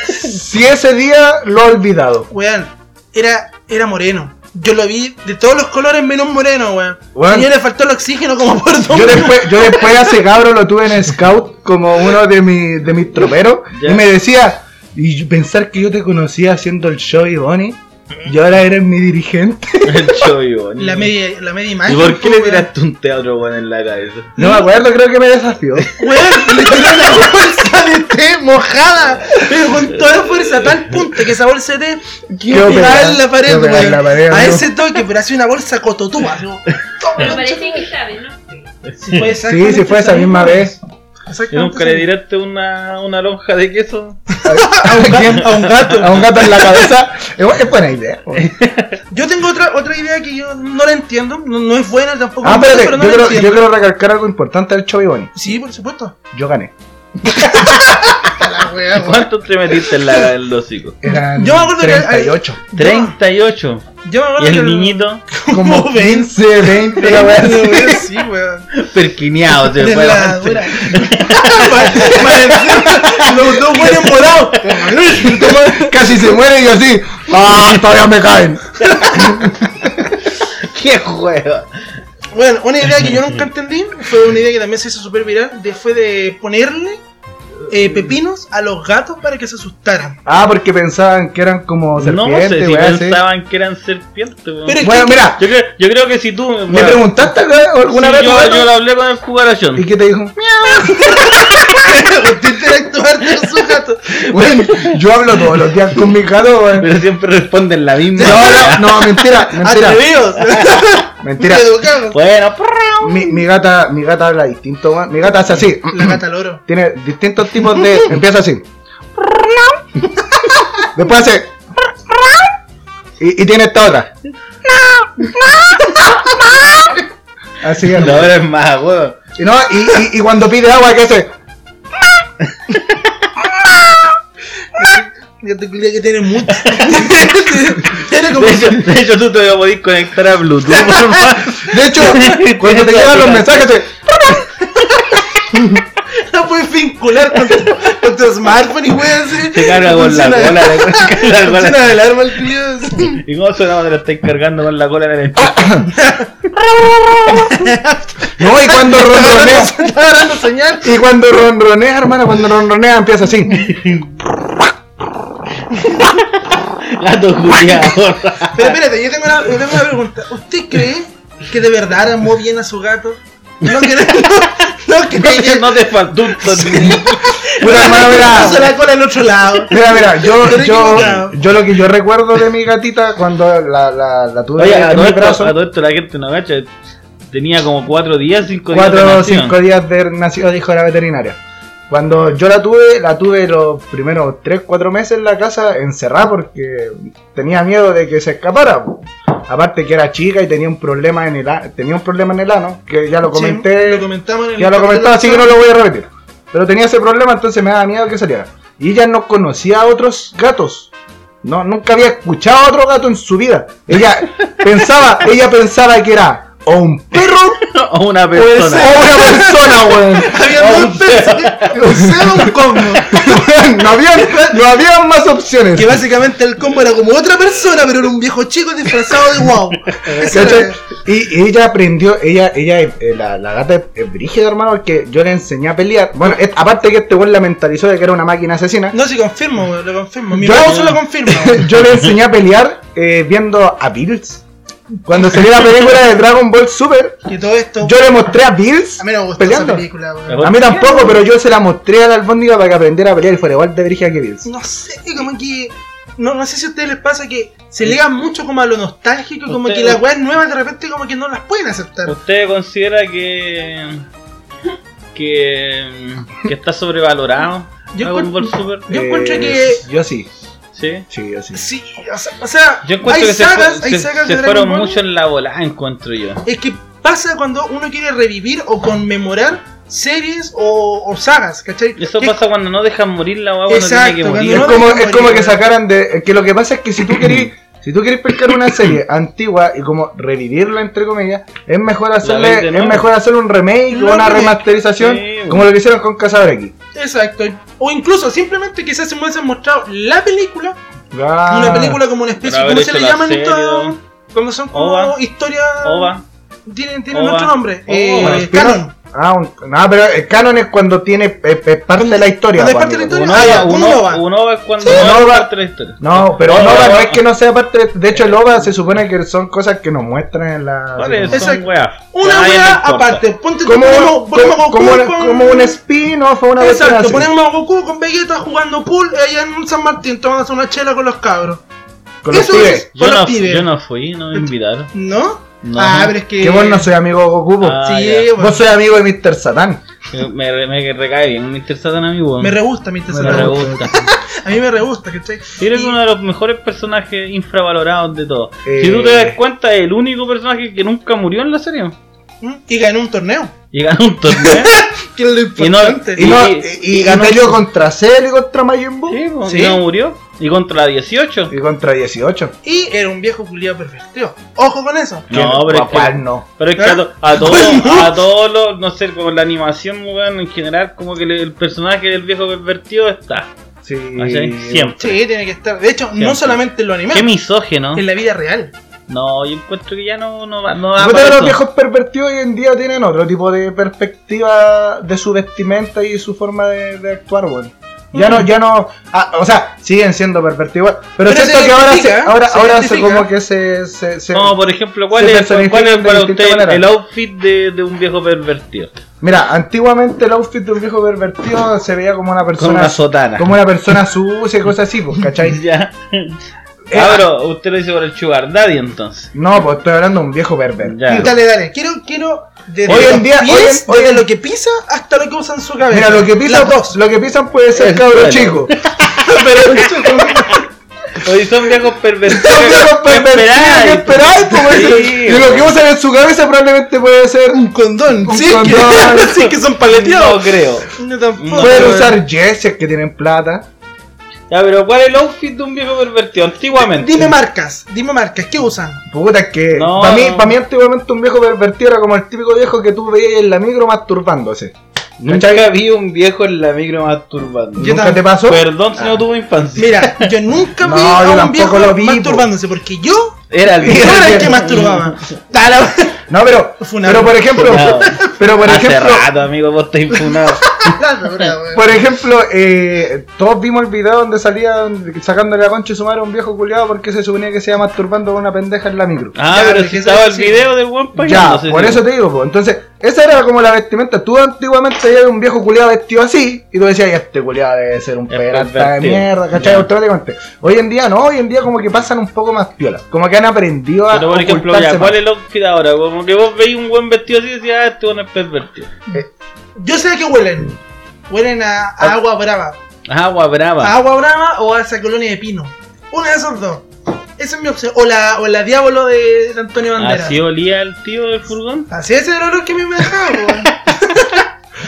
Speaker 3: si ese día lo ha olvidado.
Speaker 5: weón, era, era moreno. Yo lo vi de todos los colores menos moreno, weón.
Speaker 3: Weón.
Speaker 5: Al niño le faltó el oxígeno como por dos
Speaker 3: Yo
Speaker 5: minutos.
Speaker 3: después, yo después a ese cabro lo tuve en Scout como uno de, mi- de mis troperos
Speaker 4: Ya.
Speaker 3: y me decía, y pensar que yo te conocía haciendo el show y Bonnie y ahora eres mi dirigente.
Speaker 4: <laughs> El chovio.
Speaker 5: La media, la media imagen.
Speaker 4: ¿Y por qué le
Speaker 5: weón.
Speaker 4: tiraste un teatro weón en la cabeza?
Speaker 3: No me acuerdo, creo que me desafió.
Speaker 5: Weón, le tiró la bolsa de té mojada, pero con toda la fuerza, a tal punto que esa bolsa de té
Speaker 3: Quedó
Speaker 5: quedó pegada en la pared,
Speaker 3: quedó pegada en
Speaker 5: weón.
Speaker 3: la pared,
Speaker 5: A
Speaker 3: amigo.
Speaker 5: ese toque, pero así una bolsa cototúa.
Speaker 2: Pero parece que sabe, ¿no?
Speaker 3: <laughs>
Speaker 5: Sí, fue
Speaker 3: Sí,
Speaker 5: exactamente
Speaker 3: sí fue esa misma vez.
Speaker 4: ¿Y
Speaker 5: Exactamente
Speaker 4: nunca le
Speaker 5: esa misma.
Speaker 4: tiraste una, una lonja de queso?
Speaker 3: A
Speaker 4: <laughs>
Speaker 3: un, gato, a un gato. en la cabeza. Es bu- es buena idea.
Speaker 4: Eh,
Speaker 5: Yo tengo otra, otra idea que yo no la entiendo, no, no es buena tampoco.
Speaker 3: Ah,
Speaker 5: es mala, pero no la
Speaker 3: espérate, yo quiero, yo
Speaker 5: entiendo.
Speaker 3: quiero recalcar algo importante del Chubby Bunny.
Speaker 5: Sí, por supuesto.
Speaker 3: Yo gané.
Speaker 4: ¿Cuánto te metiste en la, el hocico?
Speaker 3: Eran
Speaker 5: Yo me acuerdo que-
Speaker 3: 38.
Speaker 5: Yo-
Speaker 4: 38.
Speaker 5: Yo me acuerdo
Speaker 4: Y
Speaker 5: que
Speaker 4: el niñito <laughs>
Speaker 3: Como 15, 20, la wea así.
Speaker 5: weón, Sí,
Speaker 3: <laughs>
Speaker 5: weón.
Speaker 4: perquineado se
Speaker 5: De
Speaker 4: fue la
Speaker 5: la
Speaker 4: gente.
Speaker 5: dura. <laughs> Los
Speaker 3: <laughs>
Speaker 5: dos buenos volados.
Speaker 3: Casi se muere y yo así. ¡Ah! Todavía me caen.
Speaker 4: <laughs> ¡Qué juego!
Speaker 5: Bueno, una idea que yo nunca entendí fue una idea que también se hizo súper viral. De, fue de ponerle eh, pepinos a los gatos para que se asustaran. <laughs>
Speaker 3: Ah, porque pensaban que eran como
Speaker 4: No sé
Speaker 3: serpientes,
Speaker 4: si
Speaker 3: wea así.
Speaker 4: pensaban que eran serpientes. weón.
Speaker 5: Pero-
Speaker 3: Bueno, mira,
Speaker 4: Yo, creo, yo creo que si tú...
Speaker 3: ¿me preguntaste acá alguna
Speaker 4: Sí,
Speaker 3: vez?
Speaker 4: yo,
Speaker 3: Roberto?
Speaker 4: yo lo hablé con el cugarachón.
Speaker 3: ¿Y qué te dijo?
Speaker 5: Usted interactuar con su gato.
Speaker 3: Bueno, yo hablo todos los días con mi gato, weón.
Speaker 4: Pero siempre responden la misma.
Speaker 3: <laughs> No, no, no, mentira, mentira,
Speaker 5: Atrevidos.
Speaker 3: <laughs>
Speaker 5: <laughs>
Speaker 3: mentira.
Speaker 5: Educados.
Speaker 4: Bueno, prrrao.
Speaker 3: Mi, mi gata, mi gata habla distinto, weón. Mi gata hace así. Mm,
Speaker 5: La gata loro.
Speaker 3: Tiene distintos tipos de. Empieza así. Después hace. Y, y tiene esta otra. Así es.
Speaker 4: No, ahora es más, weón.
Speaker 3: Y, no, y, y, y cuando pide agua, ¿qué hace?
Speaker 5: Yo te culiao que tiene mucho. <laughs> tiene como.
Speaker 4: De hecho, de hecho, tú te lo podés conectar a Bluetooth. <laughs> por más.
Speaker 3: De hecho, cuando te llegan los mensajes, hace,
Speaker 5: No puedes vincular con tu, con tu smartphone y weón así.
Speaker 4: Te carga con la
Speaker 5: Funciona-
Speaker 4: cola. te carga con <laughs> la
Speaker 5: Funciona
Speaker 4: cola.
Speaker 5: el arma al culiao así.
Speaker 4: ¿Y cómo suena cuando lo estáis cargando con la cola en el enchufe?
Speaker 3: No, y cuando ronronea.
Speaker 5: Está dando señal.
Speaker 3: Y cuando ronronea, hermano, cuando ronronea, empieza así.
Speaker 5: <laughs>
Speaker 4: Gato culiado.
Speaker 5: Pero espérate, yo tengo una, yo tengo una pregunta. ¿Usted cree que de verdad amó bien a su gato? No cree, no, no cree que
Speaker 4: no te faltó un totín.
Speaker 3: Mira, hermano,
Speaker 5: puso
Speaker 3: mira.
Speaker 5: la cola al otro lado.
Speaker 3: Mira, mira, yo,
Speaker 5: Pero
Speaker 3: yo,
Speaker 5: equivocado.
Speaker 3: yo lo que yo recuerdo de mi gatita cuando la, la, la tuve
Speaker 4: Oye, a
Speaker 3: en
Speaker 4: todo,
Speaker 3: mi
Speaker 4: esto,
Speaker 3: brazo,
Speaker 4: a todo esto la gente no agacha. Tenía como 4 días, 5 días. de
Speaker 3: cuatro o
Speaker 4: nacido. <laughs>
Speaker 3: cinco días de nacido, dijo la veterinaria. Cuando yo la tuve, la tuve los primeros 3, 4 meses en la casa encerrada porque tenía miedo de que se escapara. po. Aparte que era chica y tenía un problema en el a- tenía un problema en el ano, que ya lo
Speaker 5: Sí,
Speaker 3: comenté,
Speaker 5: lo comentamos en el
Speaker 3: ya lo comentaba, así que no
Speaker 5: capítulo
Speaker 3: lo voy a repetir. Pero tenía ese problema, entonces me daba miedo que saliera. Y ella no conocía a otros gatos. No, nunca había escuchado a otro gato en su vida. Ella
Speaker 5: <laughs>
Speaker 3: pensaba, ella pensaba que era o un perro
Speaker 4: O una
Speaker 3: pues,
Speaker 4: persona.
Speaker 3: o una persona, weón.
Speaker 5: Había
Speaker 3: <laughs>
Speaker 5: dos veces, o sea, un combo.
Speaker 3: no, había, no había más opciones.
Speaker 5: Que básicamente el combo era como otra persona, pero era un viejo chico disfrazado de
Speaker 3: <laughs>
Speaker 5: wow. Esa
Speaker 3: ¿Cachai?
Speaker 5: era-
Speaker 3: Y, y ella aprendió, ella, ella, eh, la, la gata es, es brígida, hermano, porque yo le enseñé a pelear. Bueno, es- aparte que este weón la mentalizó de que era una máquina asesina,
Speaker 5: No, sí, confirmo, weón, lo confirmo. Mi
Speaker 3: Yo-
Speaker 5: esposo lo confirma. weón.
Speaker 3: <laughs> yo le enseñé a pelear eh, viendo a Bills. Cuando salió la película de Dragon Ball Super,
Speaker 5: Y todo esto.
Speaker 3: yo le mostré a Bills
Speaker 5: a mí no me gustó esa
Speaker 3: peleando.
Speaker 5: película, weón.
Speaker 3: A mí tampoco, pero yo se la mostré a la albóndiga para que aprendiera a pelear y fuera igual de brígida que Bills.
Speaker 5: No sé, como que. No, no sé si a ustedes les pasa que se ligan mucho como a lo nostálgico, como que
Speaker 4: Ustedes-
Speaker 5: las weas nuevas de repente como que no las pueden aceptar.
Speaker 4: ¿Usted considera que. que. que está sobrevalorado?
Speaker 5: Yo
Speaker 4: Dragon
Speaker 5: encuent-
Speaker 4: Ball Super.
Speaker 5: Yo
Speaker 3: Eh,
Speaker 5: encuentro que-
Speaker 3: Yo sí,
Speaker 4: Sí.
Speaker 3: sí, yo sí.
Speaker 5: Sí, o sea, o sea,
Speaker 4: Yo encuentro
Speaker 5: hay,
Speaker 4: que se
Speaker 5: sagas,
Speaker 4: fue-
Speaker 5: hay
Speaker 4: se,
Speaker 5: sagas
Speaker 4: se
Speaker 5: de Dragon
Speaker 4: fueron
Speaker 5: Ball.
Speaker 4: mucho en la volada, encuentro yo.
Speaker 5: Es que pasa cuando uno quiere revivir o conmemorar series o, o sagas, ¿cachai?
Speaker 4: Eso
Speaker 5: Que-
Speaker 4: pasa cuando no dejan morir la guagua, cuando
Speaker 5: Exacto,
Speaker 4: tiene que
Speaker 5: cuando
Speaker 4: morir.
Speaker 3: es
Speaker 5: no-
Speaker 3: como,
Speaker 5: dejan
Speaker 3: es como
Speaker 5: morir.
Speaker 3: que sacaran de. es que lo que pasa es
Speaker 5: <clears throat>
Speaker 3: que si tú querís. Si tú querés pescar una serie <clears throat> antigua y como revivirla entre comillas, es mejor
Speaker 4: ves
Speaker 3: hacerle,
Speaker 4: de
Speaker 3: es
Speaker 4: nuevo.
Speaker 3: mejor hacer un remake
Speaker 5: No,
Speaker 3: o una
Speaker 5: porque-
Speaker 3: remasterización,
Speaker 4: Sí, bueno.
Speaker 3: como lo que hicieron con Casabreki.
Speaker 5: Exacto. O incluso simplemente quizás se me hubiesen mostrado la película,
Speaker 3: Ah,
Speaker 5: una película como una especie,
Speaker 4: Pero haber
Speaker 5: ¿cómo se
Speaker 4: hecho
Speaker 5: le
Speaker 4: la
Speaker 5: llaman
Speaker 4: serie,
Speaker 5: esto?
Speaker 4: ¿no?
Speaker 5: Cuando son como
Speaker 4: Ova.
Speaker 5: historias.
Speaker 4: Ova.
Speaker 5: Tienen, tienen
Speaker 4: Ova.
Speaker 5: otro nombre.
Speaker 4: Ova.
Speaker 5: eh, canon.
Speaker 3: Ah, un- no, pero el canon es cuando tiene eh, eh, parte de la historia.
Speaker 5: Cuando es parte de la
Speaker 3: amigo.
Speaker 5: historia.
Speaker 4: Un
Speaker 5: Ah, ya,
Speaker 4: ova,
Speaker 5: un
Speaker 4: un
Speaker 5: ova.
Speaker 4: ova, un ova es cuando
Speaker 3: Sí.
Speaker 4: no
Speaker 3: Un
Speaker 4: es
Speaker 3: ova.
Speaker 4: parte de la historia.
Speaker 3: No, pero
Speaker 4: No,
Speaker 3: Nova
Speaker 4: no,
Speaker 3: no
Speaker 4: no.
Speaker 3: es que no sea parte de... de hecho, el OVA se supone que son cosas que nos muestran en la...
Speaker 4: Vale,
Speaker 5: Esa-
Speaker 4: son weas.
Speaker 5: Una
Speaker 4: Nadie le
Speaker 5: wea
Speaker 4: importa.
Speaker 5: aparte. Ponte
Speaker 3: como,
Speaker 5: ponemos- ponemos
Speaker 3: como,
Speaker 5: Goku
Speaker 3: como una-
Speaker 5: con-
Speaker 3: como un spin-off o una
Speaker 5: Exacto,
Speaker 3: cuestión así.
Speaker 5: ponemos a Goku con Vegeta jugando pool allá en San Martín, tomándose una chela con los cabros.
Speaker 3: Con los
Speaker 5: Eso
Speaker 3: pibes.
Speaker 5: es.
Speaker 4: Yo
Speaker 5: Con los
Speaker 4: no,
Speaker 5: pibes.
Speaker 4: yo no fui, no me invitaron.
Speaker 5: ¿No?
Speaker 4: No.
Speaker 5: Ah, pero es que.
Speaker 3: Que vos no soy amigo de Goku. po.
Speaker 4: Ah,
Speaker 5: Sí,
Speaker 4: ya.
Speaker 5: bueno.
Speaker 3: Vos soy amigo de Mr. Satán.
Speaker 4: Me, me, me recae bien Mr. Satan a mi weón.
Speaker 5: Me re gusta, mi
Speaker 3: Me
Speaker 4: Me re
Speaker 5: tesoro.
Speaker 4: gusta.
Speaker 5: A mí me re gusta, ¿cachai?
Speaker 4: Sí, Eres
Speaker 5: Y-
Speaker 4: uno de los mejores personajes infravalorados de todos.
Speaker 3: Eh.
Speaker 4: Si tú te das cuenta, es el único personaje que nunca murió en la serie.
Speaker 5: ¿Mm? Y ganó un torneo.
Speaker 4: Y ganó
Speaker 5: <laughs>
Speaker 4: un torneo.
Speaker 5: Que es lo
Speaker 4: Y no-
Speaker 5: importante.
Speaker 3: Y, no,
Speaker 4: Y-
Speaker 3: y, y
Speaker 4: y ganó-
Speaker 3: peleó contra Cell y contra Majin Buu.
Speaker 4: sí, po,
Speaker 5: Sí.
Speaker 4: y no murió. Y contra la 18.
Speaker 3: Y contra 18.
Speaker 5: Y era un viejo culiado pervertido. Ojo con eso.
Speaker 3: Que-
Speaker 4: No, pero es
Speaker 3: ¿cuál- cuál
Speaker 4: que,
Speaker 3: no.
Speaker 4: pero es que a, to- a
Speaker 5: ¿Cuál
Speaker 4: todos,
Speaker 5: no?
Speaker 4: a todos los, no sé, como la animación, weón, en general, como que le- el personaje del viejo pervertido está.
Speaker 3: Sí.
Speaker 4: ¿cachai? Siempre.
Speaker 5: Sí, tiene que estar. De hecho, no
Speaker 4: Siempre.
Speaker 5: solamente en lo animado,
Speaker 4: Qué misógeno.
Speaker 5: en la vida real.
Speaker 4: No, yo encuentro que ya no, no va, no va
Speaker 3: Puta,
Speaker 4: para
Speaker 3: los
Speaker 4: Ah, eso.
Speaker 3: viejos pervertidos hoy en día tienen otro tipo de perspectiva de su vestimenta y su forma de, de actuar, weón. Ya
Speaker 4: Mm.
Speaker 3: no, ya no, ah, o sea, siguen siendo pervertidos, igual, pero,
Speaker 5: Pero se
Speaker 3: siento que ahora se,
Speaker 5: identifica,
Speaker 3: ahora,
Speaker 5: se
Speaker 3: ahora se
Speaker 5: identifica.
Speaker 3: como que se, se, se-
Speaker 4: No, por ejemplo, ¿cuál
Speaker 3: Se
Speaker 4: es, cuál, cuál es
Speaker 3: personifican de
Speaker 4: para
Speaker 3: distinta
Speaker 4: usted
Speaker 3: manera.
Speaker 4: el outfit de, de un viejo pervertido?
Speaker 3: mira, antiguamente el outfit de un viejo pervertido se veía como una
Speaker 4: Con
Speaker 3: persona,
Speaker 4: una sotana.
Speaker 3: como una persona sucia y cosas así, pues, ¿cachai?
Speaker 4: <laughs> Ya. Ah, pero usted lo dice por el Sugar Daddy entonces.
Speaker 3: No, pues estoy hablando de un viejo pervertido.
Speaker 4: Ya.
Speaker 5: Dale, dale. Quiero, quiero. Desde
Speaker 3: Hoy en
Speaker 5: los
Speaker 3: día-
Speaker 5: pies,
Speaker 3: hoy en-
Speaker 5: desde
Speaker 3: hoy en-
Speaker 5: lo que pisa hasta lo que usa en su cabeza.
Speaker 3: Mira, lo que pisan,
Speaker 5: Las dos.
Speaker 3: lo que pisan puede ser
Speaker 4: Es
Speaker 3: cabro
Speaker 4: bueno. <laughs>
Speaker 3: chico.
Speaker 4: pero Hoy son viejos pervertidos.
Speaker 3: Son viejos
Speaker 4: ¿Qué
Speaker 3: pervertidos,
Speaker 4: esperáis?
Speaker 3: ¿qué esperáis, po, weón?
Speaker 4: Sí,
Speaker 3: Y lo que
Speaker 4: weón.
Speaker 3: usan en su cabeza probablemente puede ser
Speaker 5: Un condón.
Speaker 3: Un
Speaker 5: sí,
Speaker 3: condón.
Speaker 5: Que, <laughs> sí, que son
Speaker 4: No
Speaker 5: paleteados.
Speaker 4: creo.
Speaker 5: No, tampoco.
Speaker 3: Pueden
Speaker 5: weón.
Speaker 3: usar jerseys que tienen plata.
Speaker 4: Ya, pero ¿cuál es el outfit de un viejo pervertido antiguamente?
Speaker 5: Dime marcas, dime marcas, ¿qué
Speaker 3: <laughs>
Speaker 5: usan?
Speaker 3: Puta, que
Speaker 4: No,
Speaker 3: para mí,
Speaker 4: no.
Speaker 3: pa' mí antiguamente un viejo pervertido era como el típico viejo que tú veías en la micro masturbándose.
Speaker 4: Nunca vi un viejo en la micro masturbando.
Speaker 5: Yo
Speaker 3: ¿Nunca
Speaker 5: tam-
Speaker 3: te pasó? Ah.
Speaker 4: Perdón si no tuve infancia.
Speaker 5: Mira, yo nunca vi
Speaker 3: No, yo
Speaker 5: a un
Speaker 3: tampoco
Speaker 5: viejo
Speaker 3: lo vi, po.
Speaker 5: masturbándose porque
Speaker 3: <laughs>
Speaker 5: yo
Speaker 4: Era el
Speaker 5: yo
Speaker 4: viejo.
Speaker 5: era el que masturbaba. Tala-
Speaker 3: No, pero,
Speaker 5: Funado.
Speaker 3: pero por ejemplo,
Speaker 4: Funado.
Speaker 3: pero por
Speaker 4: Hace
Speaker 3: ejemplo, <laughs>
Speaker 4: rato, amigo, vos te impunado.
Speaker 5: La dura, weón.
Speaker 3: Por ejemplo, eh, todos vimos el video donde salía sacándole la concha y sumar a un viejo culiado porque se suponía que se iba masturbando con una pendeja en la micro.
Speaker 4: Ah,
Speaker 5: Ya,
Speaker 4: pero
Speaker 5: porque
Speaker 4: si
Speaker 5: eso
Speaker 4: estaba el
Speaker 5: sí.
Speaker 4: video del buen país.
Speaker 3: Ya, por eso te digo, po. entonces, esa era como la vestimenta. Tú antiguamente veías un viejo culiado vestido así y tú decías, "Ya, este culiado debe ser un
Speaker 4: Es
Speaker 3: peralta de
Speaker 4: pervertido".
Speaker 3: mierda, ¿cachai?
Speaker 4: Ya.
Speaker 3: Automáticamente. Hoy en día no, hoy en día como que pasan un poco más piola. Como que han aprendido a.
Speaker 4: Pero por ejemplo,
Speaker 3: ocultarse
Speaker 4: ya, ¿cuál
Speaker 3: más.
Speaker 4: es el outfit ahora? Como que vos veis un buen vestido así y decís, ah, este bueno es pervertido.
Speaker 5: Yo sé que huelen. Huelen a, a
Speaker 3: Ah.
Speaker 5: agua brava.
Speaker 4: Agua
Speaker 5: A
Speaker 4: brava.
Speaker 5: agua brava o a esa colonia de pino. Una de esas dos. Esa es mi opción. O la, o la diablo de de
Speaker 4: Ah,
Speaker 5: Antonio Banderas.
Speaker 4: Así olía el tío del furgón.
Speaker 5: Así es el olor que a mí me dejaba, weón.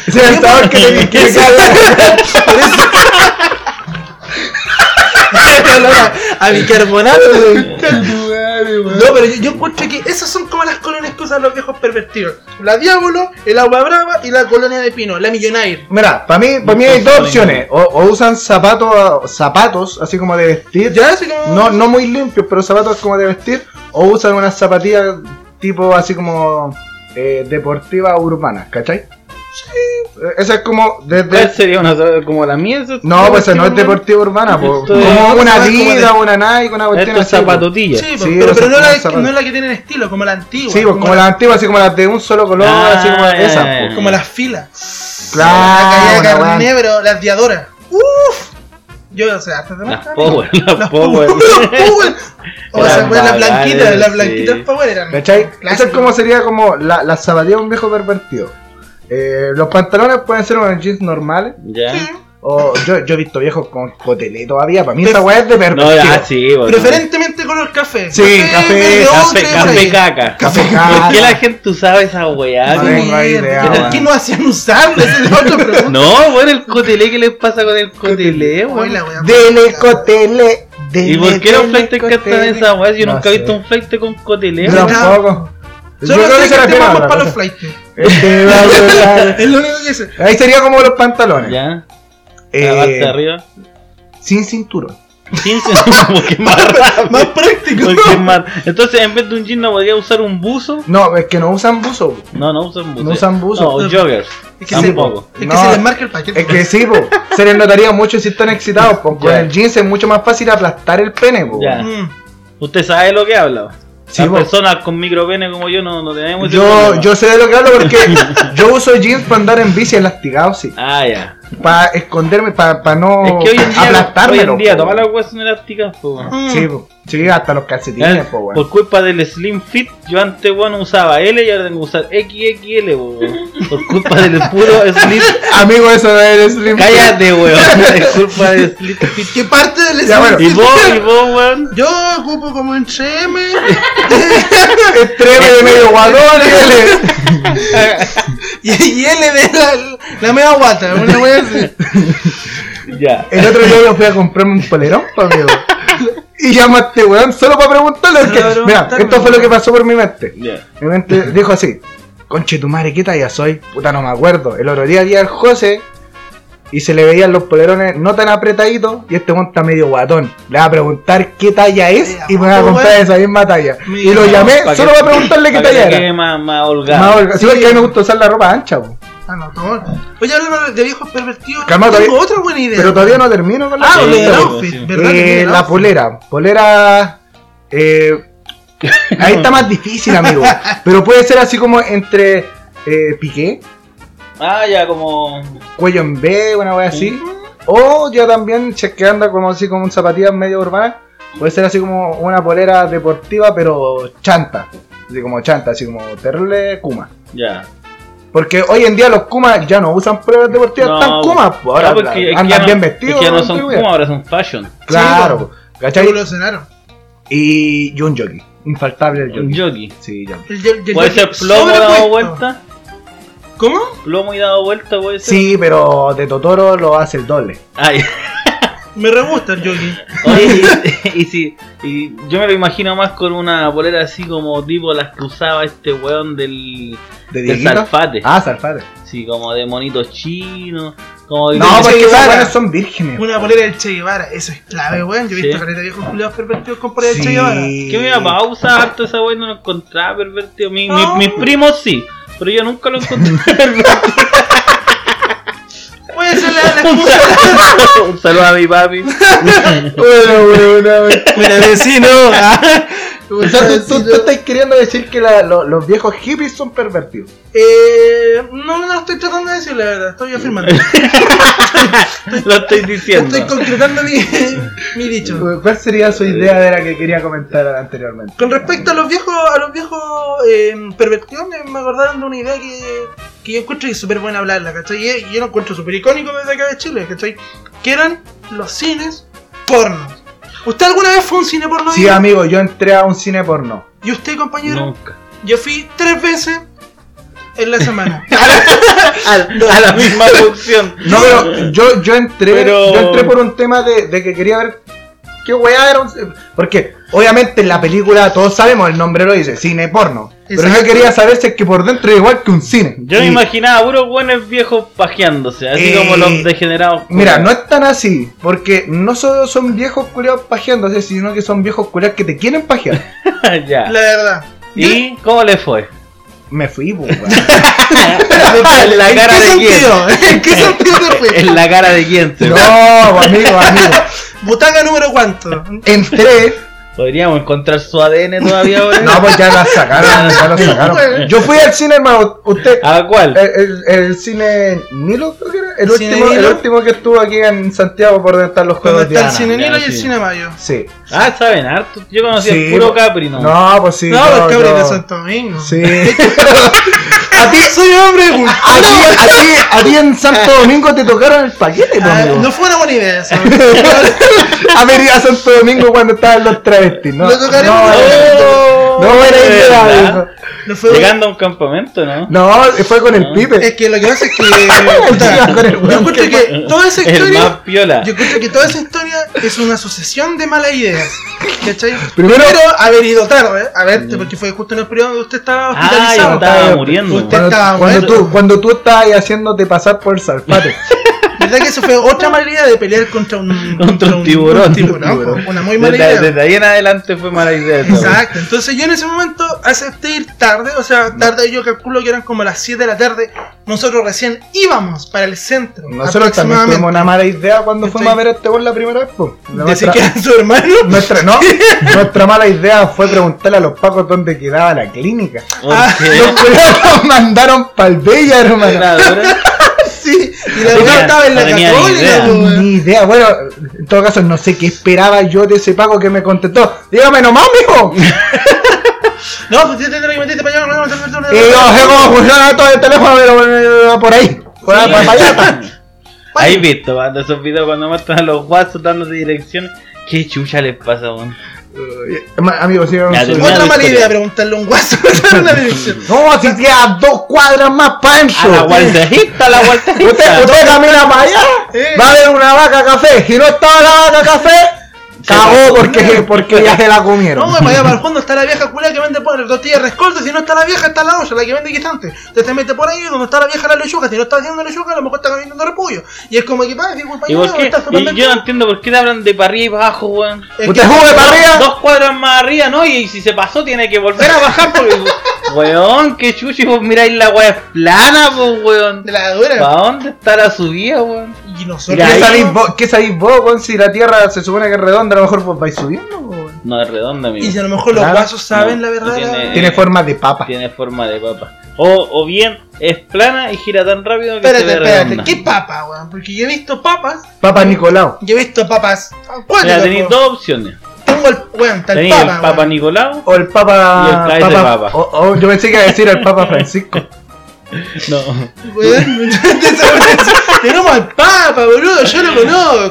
Speaker 3: Ese era el sabor que tenía que sacar.
Speaker 5: Ese olor
Speaker 4: <laughs>
Speaker 5: a, a bicarbonato. weón.
Speaker 3: No,
Speaker 5: No, pero yo, yo encuentro que esas son como las colonias que usan los viejos pervertidos. La diablo, el agua brava y la colonia de pino. La millonaire.
Speaker 3: Mira, para mí, para mí hay dos opciones. O, o usan zapatos, zapatos así como de vestir.
Speaker 5: Ya, así como...
Speaker 3: No, no muy limpios, pero zapatos como de vestir. O usan unas zapatillas tipo así como eh, deportivas urbanas, ¿cachai? Sí. Esa es como
Speaker 4: ¿Cuál
Speaker 3: desde...
Speaker 4: sería una sabe, como la mía? Eso-
Speaker 3: No, pues esa no es deportiva urbana, po.
Speaker 4: Esto es-
Speaker 3: como una
Speaker 5: ¿sabes? Como
Speaker 3: Adidas, una Nike, una
Speaker 4: Esto es
Speaker 3: cuestión así. pues. po.
Speaker 4: zapatotilla.
Speaker 5: Sí,
Speaker 3: Sí,
Speaker 5: pero,
Speaker 3: esas
Speaker 5: pero no,
Speaker 3: son
Speaker 5: la,
Speaker 3: zapatos.
Speaker 5: no la que tienen estilo, como la antigua.
Speaker 3: Sí, pues como las antiguas, así como las de un solo color,
Speaker 4: Ah,
Speaker 3: así como pues.
Speaker 4: ya,
Speaker 3: esas,
Speaker 4: ya,
Speaker 3: po.
Speaker 4: ya.
Speaker 5: Como las filas.
Speaker 3: Claro,
Speaker 5: la
Speaker 3: Ah, una
Speaker 5: calle de
Speaker 3: weá.
Speaker 5: carne, pero las diadoras. Uff. Yo, o sea, hasta
Speaker 4: Las power, las power.
Speaker 5: Las power. O
Speaker 4: Eran
Speaker 5: sea, las blanquitas,
Speaker 4: vagales,
Speaker 5: las blanquitas
Speaker 4: sí.
Speaker 5: power eran.
Speaker 3: ¿Cachai? Eso es
Speaker 5: clásicas.
Speaker 3: como sería como la, la zapatilla de un viejo pervertido. Eh, los pantalones pueden ser unos jeans normales.
Speaker 4: <laughs> Ya.
Speaker 3: O yo, yo he visto viejos con cotelé todavía. Para mí
Speaker 5: Pref-
Speaker 3: esa weá es
Speaker 4: No,
Speaker 3: de pervertido.
Speaker 4: ah, sí, bueno.
Speaker 5: Preferentemente color café.
Speaker 3: Sí, café,
Speaker 5: verde
Speaker 4: Café,
Speaker 5: ocre, por
Speaker 4: café
Speaker 5: ahí.
Speaker 4: caca.
Speaker 3: Café
Speaker 4: <laughs> ¿Por qué
Speaker 3: cara.
Speaker 4: la gente usaba esa weá?
Speaker 3: No
Speaker 4: güey?
Speaker 3: tengo idea,
Speaker 5: ¿Por
Speaker 3: weón.
Speaker 5: qué no hacían usarlo? Esa es la
Speaker 3: <laughs>
Speaker 5: otra pregunta.
Speaker 4: No, bueno, el cotelé, ¿qué le pasa con el cotelé,
Speaker 5: Uy, la
Speaker 4: weón?
Speaker 5: wea.
Speaker 3: Dele cotele. Dele,
Speaker 4: ¿Y por qué los
Speaker 3: dele,
Speaker 4: flightes cantan
Speaker 3: cotele.
Speaker 4: esa weá? Yo
Speaker 3: No
Speaker 4: nunca he
Speaker 3: sé.
Speaker 4: visto un flight con cotelé.
Speaker 3: Yo Tampoco.
Speaker 5: Solo
Speaker 3: Yo creo que
Speaker 5: sé que
Speaker 3: se
Speaker 5: te
Speaker 3: refiere a
Speaker 5: vamos
Speaker 3: otra
Speaker 5: para los
Speaker 3: cosa.
Speaker 5: flightes.
Speaker 3: <laughs>
Speaker 5: <laughs>
Speaker 3: Este va a volar.
Speaker 5: Es lo único que sé.
Speaker 3: Ahí sería como los pantalones.
Speaker 4: Ya,
Speaker 3: Eh,
Speaker 4: la parte de arriba.
Speaker 3: sin cinturón. <laughs>
Speaker 4: 15, porque es más rápido.
Speaker 5: Más práctico.
Speaker 4: Porque es más- Entonces, en vez de un jean, no podría usar un buzo.
Speaker 3: No, es que no usan buzo.
Speaker 4: No, no usan buzo.
Speaker 3: No usan buzo.
Speaker 4: No, joggers. <laughs>
Speaker 5: Es que se-
Speaker 4: Tampoco.
Speaker 5: Es que
Speaker 3: No.
Speaker 5: se les marca el paquete.
Speaker 3: Es que sí, po. se les notaría mucho si están excitados. po. Con
Speaker 4: Ya.
Speaker 3: el jeans es mucho más fácil aplastar el pene. Po.
Speaker 4: Ya.
Speaker 5: Mm.
Speaker 4: Usted sabe de lo que habla.
Speaker 3: Sí,
Speaker 4: Las
Speaker 3: po.
Speaker 4: personas con micropene como yo no, no tenemos ese
Speaker 3: Yo,
Speaker 4: problema.
Speaker 3: yo sé de lo que hablo
Speaker 4: <laughs>
Speaker 3: porque yo uso jeans para andar en bici elastigado, sí.
Speaker 4: Ah, ya.
Speaker 3: Para esconderme, para no
Speaker 4: Es que hoy en día, hoy
Speaker 3: aplastármelo.
Speaker 4: en día
Speaker 3: po.
Speaker 4: todas las weas son elásticas, po, weón. ¿Eh?
Speaker 5: Mm.
Speaker 3: Sí, po. Sí, hasta los calcetines, po, weón.
Speaker 4: Por culpa del Slim Fit, yo antes weón usaba L y ahora tengo que usar XXL, po, weón. Por culpa del puro Slim
Speaker 3: Amigo, eso no es slim.
Speaker 4: pues- Cállate, weón. <laughs> Es culpa de Slim Fit.
Speaker 5: ¿Qué parte del
Speaker 3: Ya, bueno.
Speaker 4: Y vos, y vos, weón.
Speaker 5: <laughs> Yo ocupo como en CM.
Speaker 3: Estreme de medio
Speaker 4: <laughs>
Speaker 3: guadón, dele.
Speaker 5: <laughs> y, y él le dé la, la media guata. Una wea así.
Speaker 4: Ya.
Speaker 3: El otro día yo fui a comprarme un polerón, pa, amigo. Y llamaste, weón, solo para preguntarle. porque-
Speaker 5: Claro,
Speaker 3: mira,
Speaker 5: preguntarme,
Speaker 3: esto fue lo que pasó por mi mente.
Speaker 4: Ya.
Speaker 3: Mi mente dijo así: Conche tu madre, ¿qué talla soy? Puta, no me acuerdo. El otro día vi al José y se le veían los polerones no tan apretaditos y este monta medio guatón. Le va a preguntar qué talla es y me va a comprar esa misma talla. Y lo llamé
Speaker 4: Pa'
Speaker 3: solo
Speaker 4: que-
Speaker 3: para preguntarle qué
Speaker 4: pa' que
Speaker 3: talla
Speaker 4: te
Speaker 3: era.
Speaker 4: quede más, más
Speaker 3: Más
Speaker 4: holgado.
Speaker 3: holga- Sí, porque a mí me gusta usar la ropa ancha, po.
Speaker 5: Ah, no, todo. Oye, hablando de viejos pervertidos.
Speaker 3: Calma,
Speaker 5: tengo
Speaker 3: todavía-
Speaker 5: otra buena idea.
Speaker 3: pero todavía no termino con la
Speaker 5: Ah,
Speaker 4: Sí,
Speaker 5: lo del
Speaker 4: sí,
Speaker 5: outfit,
Speaker 4: sí.
Speaker 5: ¿verdad? Lo
Speaker 3: Eh,
Speaker 5: del
Speaker 3: la
Speaker 5: outfit.
Speaker 3: polera. Polera. eh, ahí está más difícil,
Speaker 4: <laughs>
Speaker 3: amigo. Pero puede ser así como entre eh, piqué,
Speaker 4: Ah, ya, como.
Speaker 3: cuello en B, una wea así. O ya también chequeando como así como un zapatillas medio urbana. Puede ser así como una polera deportiva, pero chanta. Así como chanta, así como terrible Kuma.
Speaker 4: Ya.
Speaker 3: Porque hoy en día los Kumas ya no usan poleras deportivas
Speaker 4: No,
Speaker 3: tan Kumas. pues, Ahora
Speaker 4: ya, Ah, porque es que
Speaker 3: andan
Speaker 4: ya no-
Speaker 3: bien vestidos.
Speaker 4: Es que ya no
Speaker 3: andan
Speaker 4: son
Speaker 3: bien.
Speaker 4: como, ahora son fashion.
Speaker 3: Claro, ¿cachai?
Speaker 5: Evolucionaron.
Speaker 3: Y, y un jockey. Infaltable el
Speaker 4: Un
Speaker 3: jockey.
Speaker 4: jockey.
Speaker 3: Sí, jockey.
Speaker 5: El- el- el-
Speaker 4: Puede
Speaker 5: el-
Speaker 4: ser plomo
Speaker 5: sobrepuesto.
Speaker 4: dado vuelta.
Speaker 5: ¿Cómo?
Speaker 4: Plomo y dado vuelta, puede ser.
Speaker 3: Sí, pero de Totoro lo hace el doble.
Speaker 4: Ay.
Speaker 5: Me re gusta el jockey.
Speaker 4: Oye, <laughs> y, y si. y yo me lo imagino más con una polera así como tipo las que usaba este weón del.
Speaker 3: ¿De
Speaker 4: del
Speaker 3: Dieguito?
Speaker 4: Salfate.
Speaker 3: Ah, Salfate.
Speaker 4: Sí, como de monitos chinos. Como de-
Speaker 3: No,
Speaker 5: Che
Speaker 3: porque
Speaker 5: Guevara.
Speaker 3: esos buenos son vírgenes.
Speaker 5: Una polera del Che Guevara. Eso es clave, weón. Yo he visto
Speaker 4: Sí.
Speaker 5: caleta de viejos culiados pervertidos con polera del Che Guevara.
Speaker 3: pues,
Speaker 4: Que mi papá usaba harto esa wey, no lo encontraba pervertido. Mi- mi-
Speaker 5: No.
Speaker 3: <laughs>
Speaker 4: <laughs> mis primos sí, pero yo nunca lo encontré pervertido. <laughs>
Speaker 5: la escucha.
Speaker 4: Un saludo a mi papi.
Speaker 3: Bueno, bueno, una vez.
Speaker 6: Mira, vecino.
Speaker 3: O sea, tú- tú, tú estás queriendo decir que la- lo- los viejos hippies son pervertidos.
Speaker 5: Eh, no, no lo estoy tratando de decir, la verdad, estoy afirmando.
Speaker 4: Lo estoy diciendo.
Speaker 5: Estoy concretando mi, <laughs> mi dicho.
Speaker 3: ¿Cuál sería su idea de la que quería comentar anteriormente?
Speaker 5: Con respecto a los viejos, a los viejos eh, pervertidos, me me acordaron de una idea que, que yo encuentro y es súper buena hablarla, ¿cachai? Y y yo lo encuentro súper icónico desde acá de Chile, ¿cachai? Que eran los cines porno. ¿Usted alguna vez fue a un cine porno?
Speaker 3: Sí,
Speaker 5: Diego?
Speaker 3: amigo, yo entré a un cine porno.
Speaker 5: ¿Y usted, compañero?
Speaker 4: Nunca.
Speaker 5: Yo fui tres veces en la semana.
Speaker 4: A la
Speaker 3: <laughs>
Speaker 4: misma función.
Speaker 3: No,
Speaker 4: <laughs>
Speaker 3: pero yo, yo entré
Speaker 4: Pero-
Speaker 3: yo entré por un tema de, de que quería ver qué weá era un... Porque obviamente en la película todos sabemos, el nombre lo dice, cine porno. Pero yo
Speaker 5: Exacto.
Speaker 3: quería saber si es que por dentro era igual que un cine.
Speaker 4: Yo me
Speaker 3: Y-
Speaker 4: imaginaba puros buenos viejos pajeándose, así
Speaker 3: Eh,
Speaker 4: como los degenerados.
Speaker 3: Mira, no es tan así, porque no solo son viejos culiados pajeándose, sino que son viejos culiados que te quieren pajear.
Speaker 4: <laughs> ya.
Speaker 5: la verdad.
Speaker 4: ¿Y cómo le fue? <laughs>
Speaker 3: Me fui, po, weón.
Speaker 4: en la cara de quién.
Speaker 5: ¿En qué sentido te fue?
Speaker 4: En la cara de quién. se-
Speaker 3: No, amigo, amigo.
Speaker 5: Butaca número cuánto.
Speaker 3: Entré.
Speaker 4: Podríamos encontrar su ADN todavía ahora.
Speaker 3: No, pues ya la sacaron, ya
Speaker 4: <laughs>
Speaker 3: la sacaron. Yo fui al cine, hermano. Usted,
Speaker 4: ¿A
Speaker 3: el,
Speaker 4: cuál?
Speaker 3: Eh, el- el cine Nilo, creo que era. El
Speaker 5: ¿Cine
Speaker 3: último, el
Speaker 5: Nilo?
Speaker 3: último que estuvo aquí en Santiago por donde están los
Speaker 5: Cuando
Speaker 3: juegos de
Speaker 5: está el
Speaker 3: Ana.
Speaker 5: cine Nilo y
Speaker 4: ya,
Speaker 5: el
Speaker 4: sí.
Speaker 5: cine Mayo.
Speaker 3: Sí.
Speaker 4: Ah, saben, harto. Yo conocí
Speaker 3: Sí,
Speaker 4: al puro
Speaker 3: pues-
Speaker 4: Capri, ¿no?
Speaker 3: No, pues sí.
Speaker 5: No, los
Speaker 3: yo-
Speaker 5: cabros de
Speaker 3: yo-
Speaker 5: Santo Domingo.
Speaker 3: Sí.
Speaker 5: <laughs> A ti soy hombre, pues. güey.
Speaker 3: A ti, a ti- a ti en Santo Domingo te tocaron el paquete, pues,
Speaker 5: Ah,
Speaker 3: amigo.
Speaker 5: No fue una buena idea eso.
Speaker 3: <laughs> a venir a Santo Domingo cuando estaban los travestis, ¿no?
Speaker 5: Lo tocaremos
Speaker 3: no,
Speaker 5: en otro
Speaker 3: no, no, era
Speaker 4: ¿Verdad?
Speaker 3: idea. amigo.
Speaker 5: No fue
Speaker 4: Llegando a un campamento, ¿no?
Speaker 3: No, fue con el pipe.
Speaker 5: Es que lo que pasa
Speaker 4: <laughs>
Speaker 5: es que.
Speaker 3: <laughs> Llega con el
Speaker 5: puta, Yo
Speaker 3: weón
Speaker 5: encuentro que toda esa
Speaker 4: El más
Speaker 5: historia.
Speaker 4: piola.
Speaker 5: Yo encuentro que toda esa historia es una sucesión de malas ideas. ¿Cachai?
Speaker 3: Primero-
Speaker 5: Primero, haber ido tarde, a verte, porque fue justo en el periodo donde usted estaba
Speaker 4: Ah, yo
Speaker 5: hospitalizado.
Speaker 4: estaba muriendo.
Speaker 5: Usted-
Speaker 3: Cuando,
Speaker 5: estaba
Speaker 3: cuando
Speaker 5: muerto.
Speaker 3: tú, cuando tú estabas ahí haciéndote pasar por
Speaker 5: <laughs>
Speaker 3: el salpate.
Speaker 5: ¿Verdad que eso fue otra mala idea de pelear contra un,
Speaker 4: <laughs> Contra un tiburón.
Speaker 5: tiburón,
Speaker 4: Tiburón.
Speaker 5: Una muy mala idea.
Speaker 4: Desde, desde ahí en adelante fue mala idea. esa,
Speaker 5: Exacto, entonces yo en ese momento acepté ir tarde, o sea, tarde yo calculo que eran como las 7 de la tarde, nosotros recién íbamos para el centro.
Speaker 3: Nosotros también tuvimos una mala idea cuando fuimos a
Speaker 5: Estoy-
Speaker 3: ver este gol la primera vez. po. La
Speaker 5: Decir
Speaker 3: nuestra-
Speaker 5: que era su hermano. <laughs>
Speaker 3: nuestra, no, nuestra mala idea fue preguntarle a los pacos dónde quedaba la clínica.
Speaker 4: <laughs> Porque
Speaker 3: Los culiados <laughs> nos mandaron pa'l Bella, hermano.
Speaker 4: era dura.
Speaker 5: Sí, y la verdad
Speaker 4: No tenía-
Speaker 5: estaba en
Speaker 4: no
Speaker 5: la
Speaker 4: tenía ni idea.
Speaker 5: católica. po, weón.
Speaker 3: Ni idea, bueno, en todo caso no sé qué esperaba yo de ese Paco que me contestó. Dígame nomás,
Speaker 4: <laughs>
Speaker 3: mijo.
Speaker 5: No, pues yo te lo que metiste para allá, no, no,
Speaker 4: Eh,
Speaker 5: no, no, no,
Speaker 3: Y yo "Eh,
Speaker 5: no.
Speaker 3: sé cómo funciona todo el teléfono, pero eh, por ahí. Por ahí, por
Speaker 4: <laughs>
Speaker 3: allá.
Speaker 4: Ahí visto, cuando esos videos cuando muestran a los guasos dándote direcciones. ¿Qué chucha les pasa, weón?
Speaker 3: Eh, Ma- Amigo, sí, vamos
Speaker 4: Ya,
Speaker 3: a-
Speaker 4: termina
Speaker 5: Otra
Speaker 4: la
Speaker 5: mala
Speaker 4: historia.
Speaker 5: idea preguntarle a un guaso <laughs> para la dirección.
Speaker 3: No, si queda dos cuadras más
Speaker 4: A la
Speaker 3: pancho.
Speaker 4: gualtejita, a la
Speaker 3: Usted,
Speaker 4: gualtejita.
Speaker 3: usted camina para allá,
Speaker 5: Eh.
Speaker 3: va a ver una vaca café. Si no estaba la vaca café, cagó porque, porque ya se la
Speaker 5: No,
Speaker 3: comieron.
Speaker 5: güey, para allá para el fondo está la vieja culera que vende por dos tierras rescoltes. Si no está la vieja, está la olla, la que vende quitante. Entonces te mete por ahí donde está la vieja la lechuga. Si no está haciendo lechuga, a lo mejor está comiendo repollo. Y es como que, padre, disculpa,
Speaker 4: ¿Y
Speaker 5: yo
Speaker 4: por
Speaker 5: no,
Speaker 4: qué?
Speaker 5: está
Speaker 4: Y
Speaker 5: totalmente-
Speaker 4: yo no entiendo por qué te hablan de para arriba y para abajo, weón.
Speaker 5: Es
Speaker 3: Usted
Speaker 5: que-
Speaker 3: sube para arriba.
Speaker 4: Dos cuadras más arriba, ¿no? Y si se pasó, tiene que volver a bajar
Speaker 5: <laughs>
Speaker 4: porque. weón, qué chucho, y vos miráis la weá es plana, pues, weón.
Speaker 5: De la dura.
Speaker 4: ¿Para dónde está la subida, weón?
Speaker 5: Y nosotros.
Speaker 4: Mira,
Speaker 3: ¿Qué
Speaker 4: ahí-
Speaker 3: sabéis vos, qué sabéis vos, weón? Si la tierra se supone que es redonda, a lo mejor vos vais subiendo. weón.
Speaker 4: No es redonda, amigo.
Speaker 5: Y si a lo mejor los
Speaker 3: Claro.
Speaker 5: guasos saben
Speaker 4: No,
Speaker 5: la verdad.
Speaker 4: no tiene-
Speaker 5: la-
Speaker 3: Tiene forma de papa.
Speaker 4: Tiene forma de papa. O, o bien es plana y gira tan rápido que
Speaker 5: Espérate,
Speaker 4: se ve
Speaker 5: espérate.
Speaker 4: redonda.
Speaker 5: ¿Qué papa, weón? Porque yo he visto papas.
Speaker 3: Papa Nicolau.
Speaker 5: Yo he visto papas.
Speaker 4: Mira,
Speaker 5: acuáticas,
Speaker 4: tenéis
Speaker 5: po.
Speaker 4: dos opciones.
Speaker 5: Tengo el. Weón, está el
Speaker 4: Tenéis el
Speaker 5: papa.
Speaker 4: Papa
Speaker 5: weón.
Speaker 4: Nicolau.
Speaker 5: <laughs>
Speaker 3: O el Papa.
Speaker 4: Y el Clay de papa.
Speaker 3: o- o- yo pensé que iba a decir el Papa Francisco.
Speaker 4: No.
Speaker 5: Weón, Tenemos al papa, boludo. Yo lo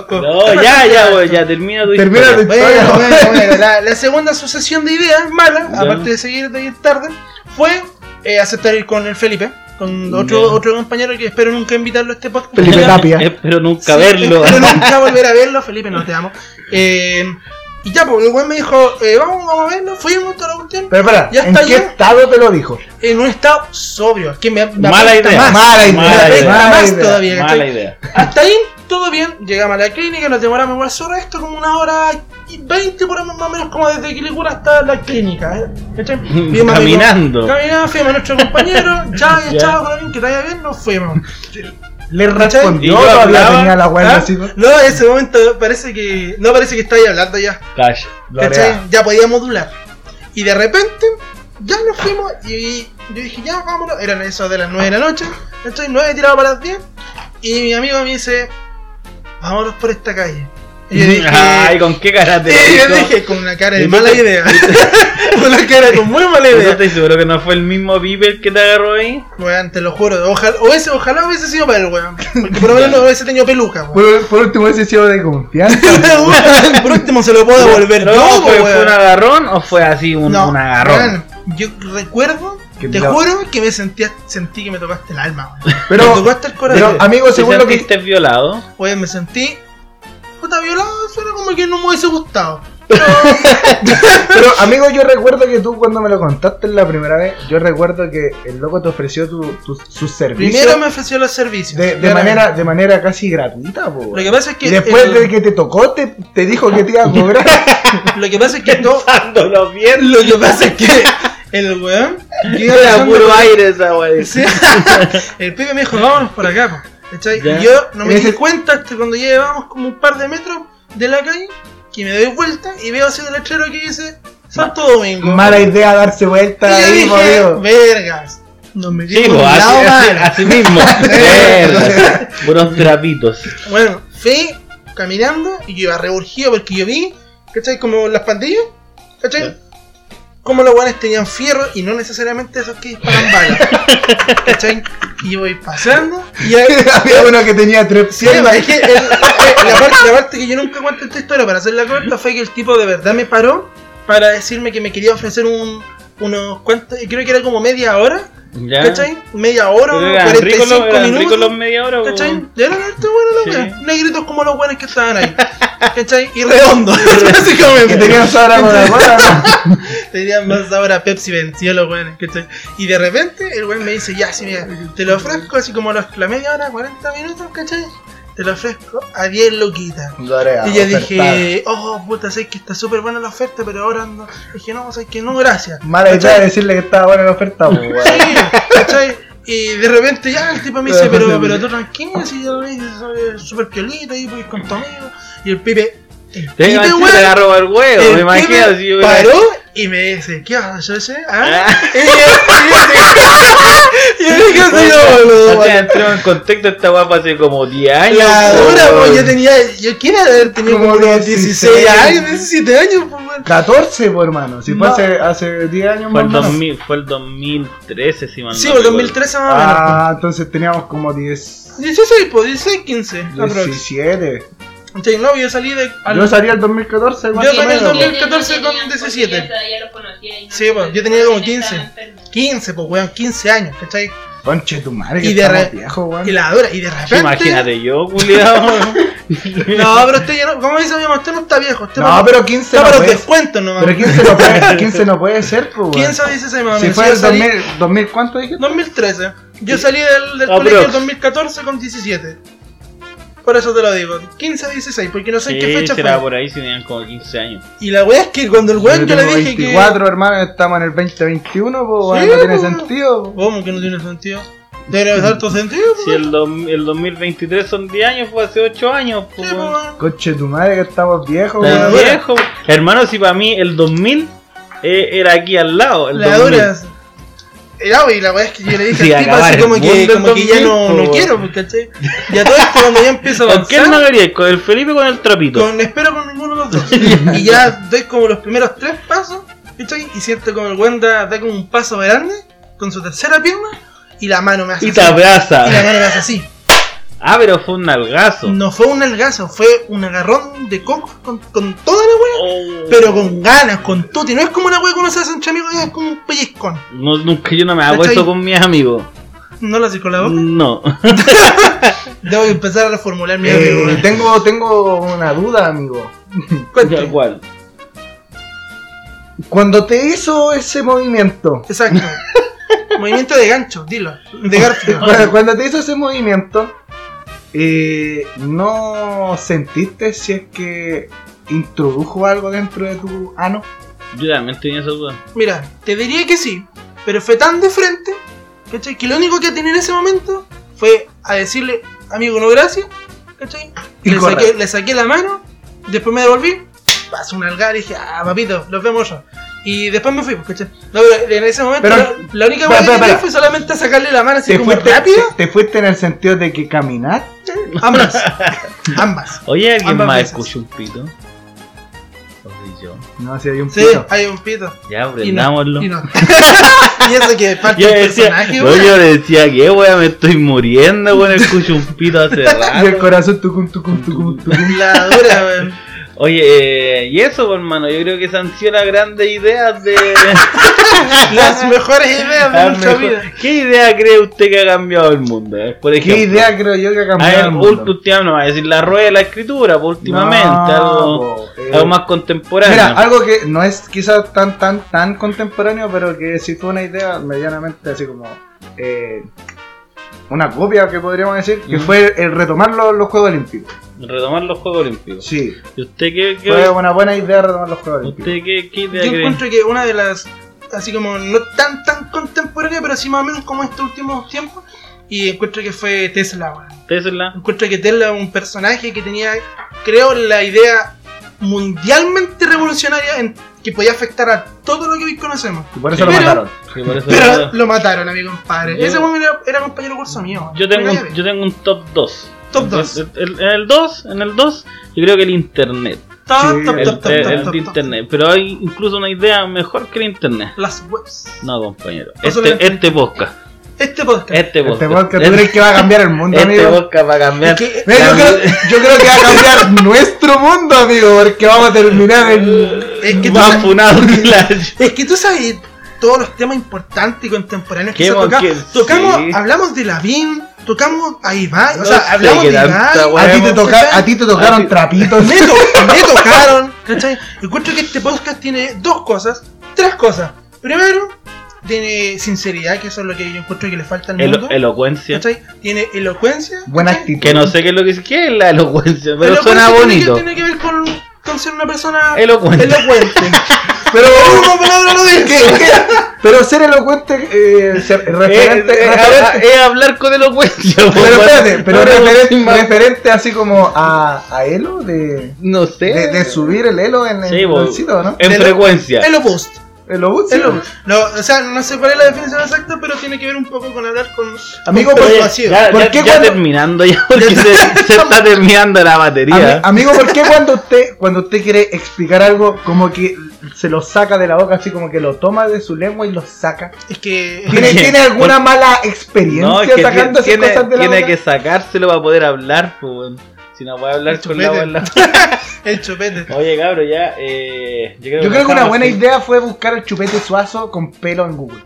Speaker 5: conozco.
Speaker 4: No, ya, ya, weón, ya termina tu
Speaker 3: Termina
Speaker 4: historia.
Speaker 3: tu-
Speaker 5: Bueno, bueno, bueno, la, la segunda sucesión de ideas malas,
Speaker 4: Ya.
Speaker 5: aparte de seguir de ir tarde, fue eh, aceptar ir con el Felipe, con otro,
Speaker 4: Ya.
Speaker 5: otro compañero que espero nunca invitarlo a este podcast.
Speaker 4: <laughs>
Speaker 3: Felipe Tapia.
Speaker 4: Espero
Speaker 5: Sí,
Speaker 4: nunca verlo.
Speaker 5: Espero
Speaker 4: <laughs>
Speaker 5: nunca volver a verlo, Felipe, no te amo. Eh, y ya, pues el weón me dijo, eh, vamos, vamos a verlo, fuimos toda la cuestión.
Speaker 3: Pero espera,
Speaker 5: Ya
Speaker 3: ¿en
Speaker 5: está
Speaker 3: qué
Speaker 5: ya.
Speaker 3: estado te lo dijo?
Speaker 5: En un estado sobrio, es que me, me
Speaker 4: Mala
Speaker 5: apesta
Speaker 4: idea.
Speaker 5: más.
Speaker 3: Mala idea.
Speaker 5: Me apesta
Speaker 4: idea.
Speaker 5: más
Speaker 3: Mala
Speaker 5: todavía, ¿cachai?
Speaker 4: Mala idea.
Speaker 5: Hasta ahí, todo bien. Llegamos a la clínica, nos demoramos igual sobre esto, como una hora y 20 por ahí, más o menos, como desde Quilicura hasta la clínica. ¿eh? ¿Cachai? Fuimos a-
Speaker 4: Mm, Caminando.
Speaker 5: Caminando, fuimos a nuestro compañero. ya,
Speaker 4: Ya.
Speaker 5: ya, chao, con alguien que te vaya bien, nos fuimos.
Speaker 3: Le
Speaker 4: Y yo
Speaker 3: respondió, todavía
Speaker 4: hablaba,
Speaker 3: tenía la weá
Speaker 5: ¿Ah?
Speaker 3: así.
Speaker 5: No, en ese momento parece que. No, parece que estáis hablando ya.
Speaker 4: Cash.
Speaker 5: ¿Cachai? Ya podía modular. Y de repente, ya nos fuimos y yo dije, ya vámonos. Eran eso de las 9 de la noche. Estoy 9 tirado para las 10. Y mi amigo me dice, vámonos por esta calle. Y
Speaker 4: <laughs>
Speaker 5: yo dije,
Speaker 4: Ay, con qué cara te
Speaker 5: y yo
Speaker 4: dijo?
Speaker 5: dije con una cara
Speaker 4: Y
Speaker 5: de
Speaker 4: tú
Speaker 5: mala
Speaker 4: te-
Speaker 5: idea. con <laughs> una cara de muy mala
Speaker 4: ¿No
Speaker 5: idea.
Speaker 4: estoy seguro que no fue el mismo Bieber que te agarró ahí?
Speaker 5: Weón, te lo juro. Ojalá, hubiese, ojalá hubiese sido para el weón. Porque por lo menos no hubiese tenido peluca, weón. <laughs>
Speaker 4: <laughs>
Speaker 3: Por, por último, ese sido de confianza.
Speaker 5: Weón, por último se lo puedo devolver.
Speaker 4: No,
Speaker 5: yo,
Speaker 4: fue,
Speaker 5: weón.
Speaker 4: fue un agarrón o fue así un, un agarrón?
Speaker 5: weón, yo recuerdo,
Speaker 3: Que
Speaker 5: te
Speaker 3: mira-
Speaker 5: juro que me sentía, sentí que me tocaste el alma, weón.
Speaker 3: <laughs>
Speaker 5: me
Speaker 3: Pero-
Speaker 5: tocaste el corazón.
Speaker 3: Pero, amigo,
Speaker 4: ¿Te
Speaker 3: según lo que.
Speaker 4: sentiste violado?
Speaker 5: <laughs> Weón, me sentí. Puta violado, suena como que no me hubiese gustado.
Speaker 3: Pero, amigo, yo recuerdo que tú, cuando me lo contaste la primera vez, yo recuerdo que el loco te ofreció tu, tu- sus servicios.
Speaker 5: Primero me ofreció los servicios.
Speaker 3: de, de
Speaker 5: claramente.
Speaker 3: manera, de manera casi gratuita, po.
Speaker 5: Lo que pasa es que.
Speaker 3: Y después
Speaker 5: el-
Speaker 3: de que te tocó, te, te dijo que te
Speaker 5: <laughs>
Speaker 3: iba a cobrar.
Speaker 5: Lo que pasa es que todo. <laughs>
Speaker 4: Pensándolo bien,
Speaker 5: Lo que pasa es que. El
Speaker 3: <laughs>
Speaker 5: weón. que iba
Speaker 4: era
Speaker 5: pasando-
Speaker 4: puro aire esa wey.
Speaker 5: Sí. El pibe me dijo, vámonos por acá, po. ¿Cachai?
Speaker 4: Ya.
Speaker 5: Y yo no me
Speaker 3: Ese-
Speaker 5: di cuenta hasta cuando ya llevábamos como un par de metros de la calle, que me doy vuelta y veo hacia el letrero que dice Santo Domingo.
Speaker 3: Mala idea darse vuelta
Speaker 5: y yo
Speaker 3: ahí, po,
Speaker 5: dije,
Speaker 3: amigo.
Speaker 5: vergas. Nos metimos
Speaker 4: Chico,
Speaker 5: en un
Speaker 4: pues, así,
Speaker 5: lado
Speaker 4: así,
Speaker 5: malo".
Speaker 4: así
Speaker 5: <laughs>
Speaker 4: mismo. Verga. Puros trapitos.
Speaker 5: Bueno, fui caminando y yo iba reburgido porque yo vi, ¿cachai? Como las pandillas, ¿cachai?
Speaker 4: Ya.
Speaker 5: Como los guanes tenían fierro y no necesariamente esos que disparan balas, ¿cachai? Y yo voy pasando y ahí,
Speaker 3: <laughs> Había uno que tenía tres
Speaker 5: Sí,
Speaker 3: piernas.
Speaker 5: es que el- el- la, parte, la parte que yo nunca cuento esta historia para hacer la corta fue que el tipo de verdad me paró para decirme que me quería ofrecer un, unos cuantos, creo que era como media hora,
Speaker 4: ¿Ya?
Speaker 5: ¿cachai? Media hora,
Speaker 4: Pero
Speaker 5: unos
Speaker 4: eran ricos los,
Speaker 5: 45
Speaker 4: eran ricos los
Speaker 5: minutos.
Speaker 4: media hora, pues, weón.
Speaker 5: ¿Cachai? Ya eran harto buenos los
Speaker 4: Sí.
Speaker 5: weas, negritos como los buenos que estaban
Speaker 4: <laughs>
Speaker 5: ahí. ¿Cachai? Y redondos,
Speaker 3: Que
Speaker 5: básicamente.
Speaker 3: tenían sabor a
Speaker 5: <laughs>
Speaker 3: Coca-Cola.
Speaker 5: Tenían más sabor a Pepsi venció los weones, ¿cachai? Y de repente el weón me dice, ya, sí, mira, te lo ofrezco así como a los, la media hora, 40 minutos, ¿cachai? Te lo ofrezco a 10 loquitas. Y yo dije, oh puta, sé que está súper buena la oferta, pero ahora ando. Dije, no, sé que no,
Speaker 4: <laughs>
Speaker 5: gracias.
Speaker 3: Mala idea de decirle que estaba buena la
Speaker 5: <laughs>
Speaker 3: oferta, po, weón.
Speaker 5: Sí, ¿cachai? Y de repente ya el tipo me dice, pero, pero tú tranquilo, si yo lo hice soy súper piolita, y pues con tu amigo. Y el pibe. El
Speaker 4: Te
Speaker 5: pibe,
Speaker 4: imagino,
Speaker 5: este weón,
Speaker 4: te agarró el huevo,
Speaker 5: el
Speaker 4: me imagino.
Speaker 5: pibe
Speaker 4: Si yo hubiera-
Speaker 5: paró y me dice, ¿qué haces, José? ¿Ah?
Speaker 4: Ah,
Speaker 5: Y yo- <laughs> y yo dije, <laughs> soy yo, boludo.
Speaker 4: o sea,
Speaker 5: weón.
Speaker 4: entró en contexto esta guapa hace como 10 años.
Speaker 5: La
Speaker 4: po,
Speaker 5: dura,
Speaker 4: weón.
Speaker 5: pues yo tenía. Yo quiero haber tenido
Speaker 3: Como
Speaker 5: como unos
Speaker 3: 16
Speaker 5: 16 años, 17 años, pues, weón.
Speaker 3: 14, po, hermano. Si fue
Speaker 5: No.
Speaker 3: hace, hace 10 años
Speaker 4: Fue
Speaker 3: más.
Speaker 4: el,
Speaker 3: o menos.
Speaker 4: 2000, fue el 2013, si mal
Speaker 5: Sí,
Speaker 4: no
Speaker 5: el
Speaker 4: recuerdo.
Speaker 5: 2013 más o menos.
Speaker 3: Ah, entonces teníamos como 10.
Speaker 5: 16, pues 16, 15. aprox.
Speaker 3: 17.
Speaker 5: Sí, no, yo salí de. al-
Speaker 3: Yo salí el 2014, más
Speaker 5: Yo
Speaker 3: o
Speaker 5: salí el
Speaker 3: menos, po.
Speaker 5: 2014 con 17. Sí, pues, yo tenía como 15. 15, pues weón, 15 años, ¿cachai?
Speaker 3: Conche tu madre,
Speaker 5: Y
Speaker 3: que
Speaker 5: de
Speaker 3: estamos
Speaker 5: re-
Speaker 3: viejo, weón.
Speaker 5: Y la dura, y de repente.
Speaker 4: Imagínate yo,
Speaker 5: <laughs>
Speaker 4: culiado.
Speaker 5: No, pero usted ya no. Como dice mi mamá, usted no está viejo. Usted
Speaker 3: No, pero 15
Speaker 5: Está
Speaker 3: no
Speaker 5: para los
Speaker 3: puede ser.
Speaker 5: descuentos nomás.
Speaker 3: Pero 15
Speaker 5: <laughs>
Speaker 3: no puede, 15 no puede ser, po, weón.
Speaker 5: 15 o 16 más o
Speaker 3: Si
Speaker 5: menos.
Speaker 3: fue
Speaker 5: yo
Speaker 3: el
Speaker 5: salí-
Speaker 3: 2000, 2000 ¿cuánto dije?
Speaker 5: 2013. Yo salí del, del
Speaker 4: Aprox.
Speaker 5: colegio en 2014 con 17. Por eso te lo digo. 15 o 16, porque no sé en qué
Speaker 4: Sí,
Speaker 5: fecha
Speaker 4: será
Speaker 5: fue.
Speaker 4: por ahí si tenían como 15 años.
Speaker 5: Y la weá es que cuando el weón yo le
Speaker 3: tengo
Speaker 5: dije que.
Speaker 3: 24, hermano, estamos en el 2021, po, weón,
Speaker 5: Sí,
Speaker 3: no tiene
Speaker 5: po.
Speaker 3: sentido, po.
Speaker 5: ¿Cómo que no tiene sentido?
Speaker 3: <laughs>
Speaker 5: Debería haber harto sentido, pues,
Speaker 4: Si el, dos- el 2023 son 10 años, fue hace 8 años. po,
Speaker 5: Sí,
Speaker 4: weón.
Speaker 5: po,
Speaker 3: Conche tu madre, que estamos viejos,
Speaker 4: Tan
Speaker 5: La
Speaker 3: weón.
Speaker 5: dura.
Speaker 4: viejo. Hermano, si para mí el 2000 eh, era aquí al lado. El
Speaker 5: La
Speaker 4: 2000.
Speaker 5: dura. Era, y la weá es que yo le dije
Speaker 4: <laughs> Sí,
Speaker 5: al tipo
Speaker 4: acabar
Speaker 5: así
Speaker 4: el
Speaker 5: como que,
Speaker 4: mundo en
Speaker 5: como que ya no,
Speaker 4: 2000,
Speaker 5: no
Speaker 4: po.
Speaker 5: quiero, pues, ¿cachai? Y a todo esto cuando ya empiezo
Speaker 4: <laughs>
Speaker 5: a
Speaker 4: ¿Con quién
Speaker 5: avanzar,
Speaker 4: no querías? ¿Con el Felipe o con el trapito?
Speaker 5: con, espero con ninguno de los dos. y ya doy como los primeros tres pasos, ¿cachai? Y siento como el weón da, da como un paso grande con su tercera pierna y la mano me hace
Speaker 4: Y te
Speaker 5: así. Y la
Speaker 4: abraza.
Speaker 5: mano me hace así.
Speaker 4: Ah, pero fue un nalgazo.
Speaker 5: No fue un algazo, fue un agarrón de coco con, con toda la weá.
Speaker 4: Oh.
Speaker 5: Pero con ganas, con tuti. No es como una weá que uno se hace entre amigos, es como un pellizcón.
Speaker 4: No, nunca yo no me hago
Speaker 5: ¿Cachai?
Speaker 4: eso con mis amigos.
Speaker 5: ¿No lo haces con la boca?
Speaker 4: No.
Speaker 5: Debo empezar a reformular mi amigo.
Speaker 3: Eh, <laughs> tengo, tengo una duda, amigo.
Speaker 4: <laughs> Tal cual.
Speaker 3: Cuando te hizo ese movimiento,
Speaker 5: Exacto. Movimiento de gancho, dilo. De
Speaker 4: Ah.
Speaker 5: Garfield.
Speaker 3: cuando, cuando te hizo ese movimiento, eh, ¿no sentiste si es que introdujo algo dentro de tu ano?
Speaker 4: Yo también tenía esa duda.
Speaker 5: Mira, te diría que sí, pero fue tan de frente, ¿cachai? Que lo único que tenía en ese momento fue a decirle, amigo, no gracias. ¿Cachai?
Speaker 3: Y
Speaker 5: le,
Speaker 3: corre.
Speaker 5: saqué, le saqué la mano, después me devolví, pasé un algar y dije, ah, papito, los vemos yo. Y después me fui, pues, ¿cachai? No, pero en ese momento
Speaker 3: Pero-
Speaker 5: la, la única
Speaker 3: pero,
Speaker 5: cosa que
Speaker 3: pero,
Speaker 5: hice
Speaker 3: pero.
Speaker 5: fue solamente sacarle la mano así
Speaker 3: ¿Te
Speaker 5: como
Speaker 3: fuiste,
Speaker 5: rápido.
Speaker 3: <laughs> te fuiste en el sentido de que caminar?
Speaker 5: Ambas. Ambas.
Speaker 4: Oye, ¿alguien
Speaker 5: Ambas
Speaker 4: más
Speaker 5: veces.
Speaker 4: escuchó un pito? O soy yo.
Speaker 3: No, si hay un
Speaker 5: Sí,
Speaker 3: pito.
Speaker 5: hay un pito.
Speaker 4: Ya,
Speaker 5: Y no.
Speaker 4: aprendámoslo. <laughs>
Speaker 5: Y, no. y eso que es parte
Speaker 4: Yo
Speaker 5: del
Speaker 4: decía,
Speaker 5: personaje,
Speaker 4: no,
Speaker 5: weón.
Speaker 4: yo decía que wea, me estoy muriendo, weón, escucho un pito
Speaker 5: <laughs>
Speaker 4: hace
Speaker 3: Y el
Speaker 4: rato.
Speaker 3: corazón tucum, tucum, tucum, tucum.
Speaker 5: La dura, weón.
Speaker 4: Oye, eh, y eso, pues, hermano, yo creo que se han sido las grandes ideas de... <laughs>
Speaker 5: Las mejores ideas de <laughs>
Speaker 4: Las
Speaker 5: nuestra
Speaker 4: mejor-
Speaker 5: vida.
Speaker 4: ¿Qué idea cree usted que ha cambiado el mundo? eh? Por ejemplo,
Speaker 3: ¿Qué idea creo yo que ha
Speaker 4: a
Speaker 3: cambiado?
Speaker 4: ver,
Speaker 3: el mundo?
Speaker 4: ult- usted no va a decir la rueda de la escritura, pues, últimamente,
Speaker 3: No,
Speaker 4: algo,
Speaker 3: po, eh,
Speaker 4: algo más contemporáneo.
Speaker 3: Mira, algo que no es quizás tan tan tan contemporáneo, pero que sí fue una idea medianamente así como eh, una copia que podríamos decir, que
Speaker 4: Ujú.
Speaker 3: fue el retomar los, los Juegos Olímpicos.
Speaker 4: Retomar los Juegos Olímpicos.
Speaker 3: Sí,
Speaker 4: ¿Y usted qué, qué-
Speaker 3: fue una buena idea retomar los Juegos Olímpicos.
Speaker 4: usted qué, qué idea
Speaker 5: Yo
Speaker 4: cree?
Speaker 5: encuentro que una de las, así como no tan tan contemporánea, pero sí más o menos como estos últimos tiempos, y encuentro que fue Tesla, weón.
Speaker 4: Tesla.
Speaker 5: Encuentro que Tesla es un personaje que tenía, creo, la idea mundialmente revolucionaria en- que podía afectar a todo lo que hoy conocemos.
Speaker 3: Y por eso lo
Speaker 5: Pero-
Speaker 3: mataron.
Speaker 4: que por eso-
Speaker 5: Pero lo mataron, amigo compadre.
Speaker 4: Yo-
Speaker 5: Ese weón era, era compañero curso mío.
Speaker 4: Yo tengo,
Speaker 5: Mira,
Speaker 4: un, yo tengo un top 2.
Speaker 5: Top dos.
Speaker 4: En el 2, en el 2, yo creo que el internet.
Speaker 5: Top,
Speaker 3: Sí,
Speaker 5: top,
Speaker 4: El,
Speaker 5: top, top,
Speaker 4: el-
Speaker 5: top,
Speaker 4: el
Speaker 5: top,
Speaker 4: de
Speaker 5: top.
Speaker 4: internet. Pero hay incluso una idea mejor que el internet.
Speaker 5: Las webs.
Speaker 4: No, compañero.
Speaker 5: No solo el
Speaker 4: Este, este podcast.
Speaker 5: Este podcast.
Speaker 4: Este podcast.
Speaker 3: Este podcast, ¿tú crees que va a cambiar el mundo,
Speaker 4: Este
Speaker 3: amigo?
Speaker 4: podcast va a cambiar.
Speaker 5: Es que-
Speaker 3: Mira, yo, creo, yo creo que va a
Speaker 4: <laughs>
Speaker 3: cambiar nuestro mundo, amigo, porque vamos a terminar en...
Speaker 5: Es que tú
Speaker 4: más
Speaker 5: sabes-
Speaker 4: funado que la-
Speaker 5: Es que tú sabes todos los temas importantes y contemporáneos que
Speaker 4: Qué
Speaker 5: se
Speaker 4: bon-
Speaker 5: toca-
Speaker 4: que-
Speaker 5: tocamos.
Speaker 4: sí.
Speaker 5: Hablamos de Lavín, tocamos a Iván, o
Speaker 4: No
Speaker 5: sea,
Speaker 4: sé
Speaker 5: hablamos de
Speaker 4: qué tanta
Speaker 5: Iván.
Speaker 4: wea.
Speaker 3: A ti te,
Speaker 5: hablamos-
Speaker 3: toca- a ti te
Speaker 4: A
Speaker 3: tocaron
Speaker 4: ti- <laughs>
Speaker 3: trapitos.
Speaker 5: Me, to- me tocaron, ¿cachai? Encuentro que este podcast tiene dos cosas, tres cosas. Primero, tiene sinceridad, que eso es lo que yo encuentro que le falta al mundo.
Speaker 4: Elo- elocuencia.
Speaker 5: ¿cachai? Tiene elocuencia.
Speaker 3: Buena
Speaker 5: ¿cachai?
Speaker 3: actitud.
Speaker 4: Que no sé qué es lo que es, ¿qué es la elocuencia, pero
Speaker 5: Elocuencia
Speaker 4: suena
Speaker 5: tiene que-
Speaker 4: bonito.
Speaker 5: Tiene que ver con, con ser una persona
Speaker 4: Elocuente. <laughs>
Speaker 5: elocuente.
Speaker 4: Eh,
Speaker 3: <laughs> Pero...
Speaker 5: Una palabra lo dice.
Speaker 3: ¿Qué- qué? Pero ser elocuente, eh, ah, ser referente,
Speaker 4: Eh, eh,
Speaker 3: referente-
Speaker 4: eh, hablar con elocuencia. <laughs>
Speaker 3: pero espérate, pero
Speaker 4: No, no,
Speaker 3: referente,
Speaker 4: no,
Speaker 3: referente así como a, a Elo, de,
Speaker 4: No sé.
Speaker 3: de, de subir el Elo en, en
Speaker 4: Sí,
Speaker 3: el
Speaker 4: bo-
Speaker 3: sitio, ¿no?
Speaker 4: En
Speaker 5: Elo-
Speaker 4: frecuencia.
Speaker 5: Elopust.
Speaker 3: Elo, sí,
Speaker 5: Es lo-
Speaker 3: bo.
Speaker 5: no, o sea, no sé cuál es la definición exacta, pero tiene que ver un poco con hablar con.
Speaker 3: Amigo,
Speaker 5: con
Speaker 3: pues,
Speaker 5: todo
Speaker 4: Oye,
Speaker 5: vacío.
Speaker 4: ya,
Speaker 3: ¿Por
Speaker 4: ya-
Speaker 3: qué
Speaker 4: ya
Speaker 3: cuando-
Speaker 4: terminando ya porque se, se está terminando la batería.
Speaker 3: Ami- amigo, ¿por qué cuando usted, cuando usted quiere explicar algo, como que se lo saca de la boca, así como que lo toma de su lengua y lo saca?
Speaker 5: Es que.
Speaker 3: ¿Tiene,
Speaker 4: Oye, pues,
Speaker 3: ¿tiene alguna mala experiencia
Speaker 4: No, es que
Speaker 3: sacando
Speaker 4: tiene,
Speaker 3: esas cosas de la
Speaker 4: tiene
Speaker 3: boca?
Speaker 4: que sacárselo para poder hablar, pues, weón. Si no puede hablar con la
Speaker 5: Chupete.
Speaker 4: bola.
Speaker 5: <laughs> El chupete.
Speaker 4: Oye, cabro, ya. Eh, yo creo,
Speaker 3: Yo creo que una
Speaker 4: dejamos
Speaker 3: buena
Speaker 4: así.
Speaker 3: idea fue buscar el chupete suazo con pelo en Google.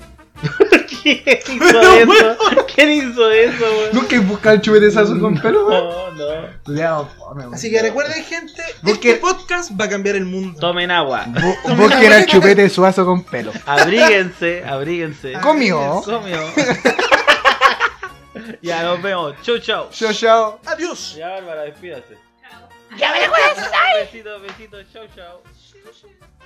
Speaker 4: ¿Quién hizo eso? ¿Quién hizo eso, weón?
Speaker 3: Nunca he buscado el chupete suazo con pelo. ¿eh?
Speaker 4: No, no.
Speaker 3: Cuidado, fome, weón.
Speaker 5: Así que recuerden, gente,
Speaker 3: Porque-
Speaker 5: este podcast va a cambiar el mundo.
Speaker 4: Tomen agua.
Speaker 5: <laughs>
Speaker 3: Bu- Busquen al chupete suazo con pelo.
Speaker 4: Abríguense, abríguense.
Speaker 3: Comió.
Speaker 4: Comió. <laughs> ya nos vemos. Chau, chau.
Speaker 3: Chao, chao.
Speaker 5: Adiós.
Speaker 4: Ya, Bárbara, despídase.
Speaker 2: Chao.
Speaker 4: ¡Ya me Besitos, besitos. Chau, chau.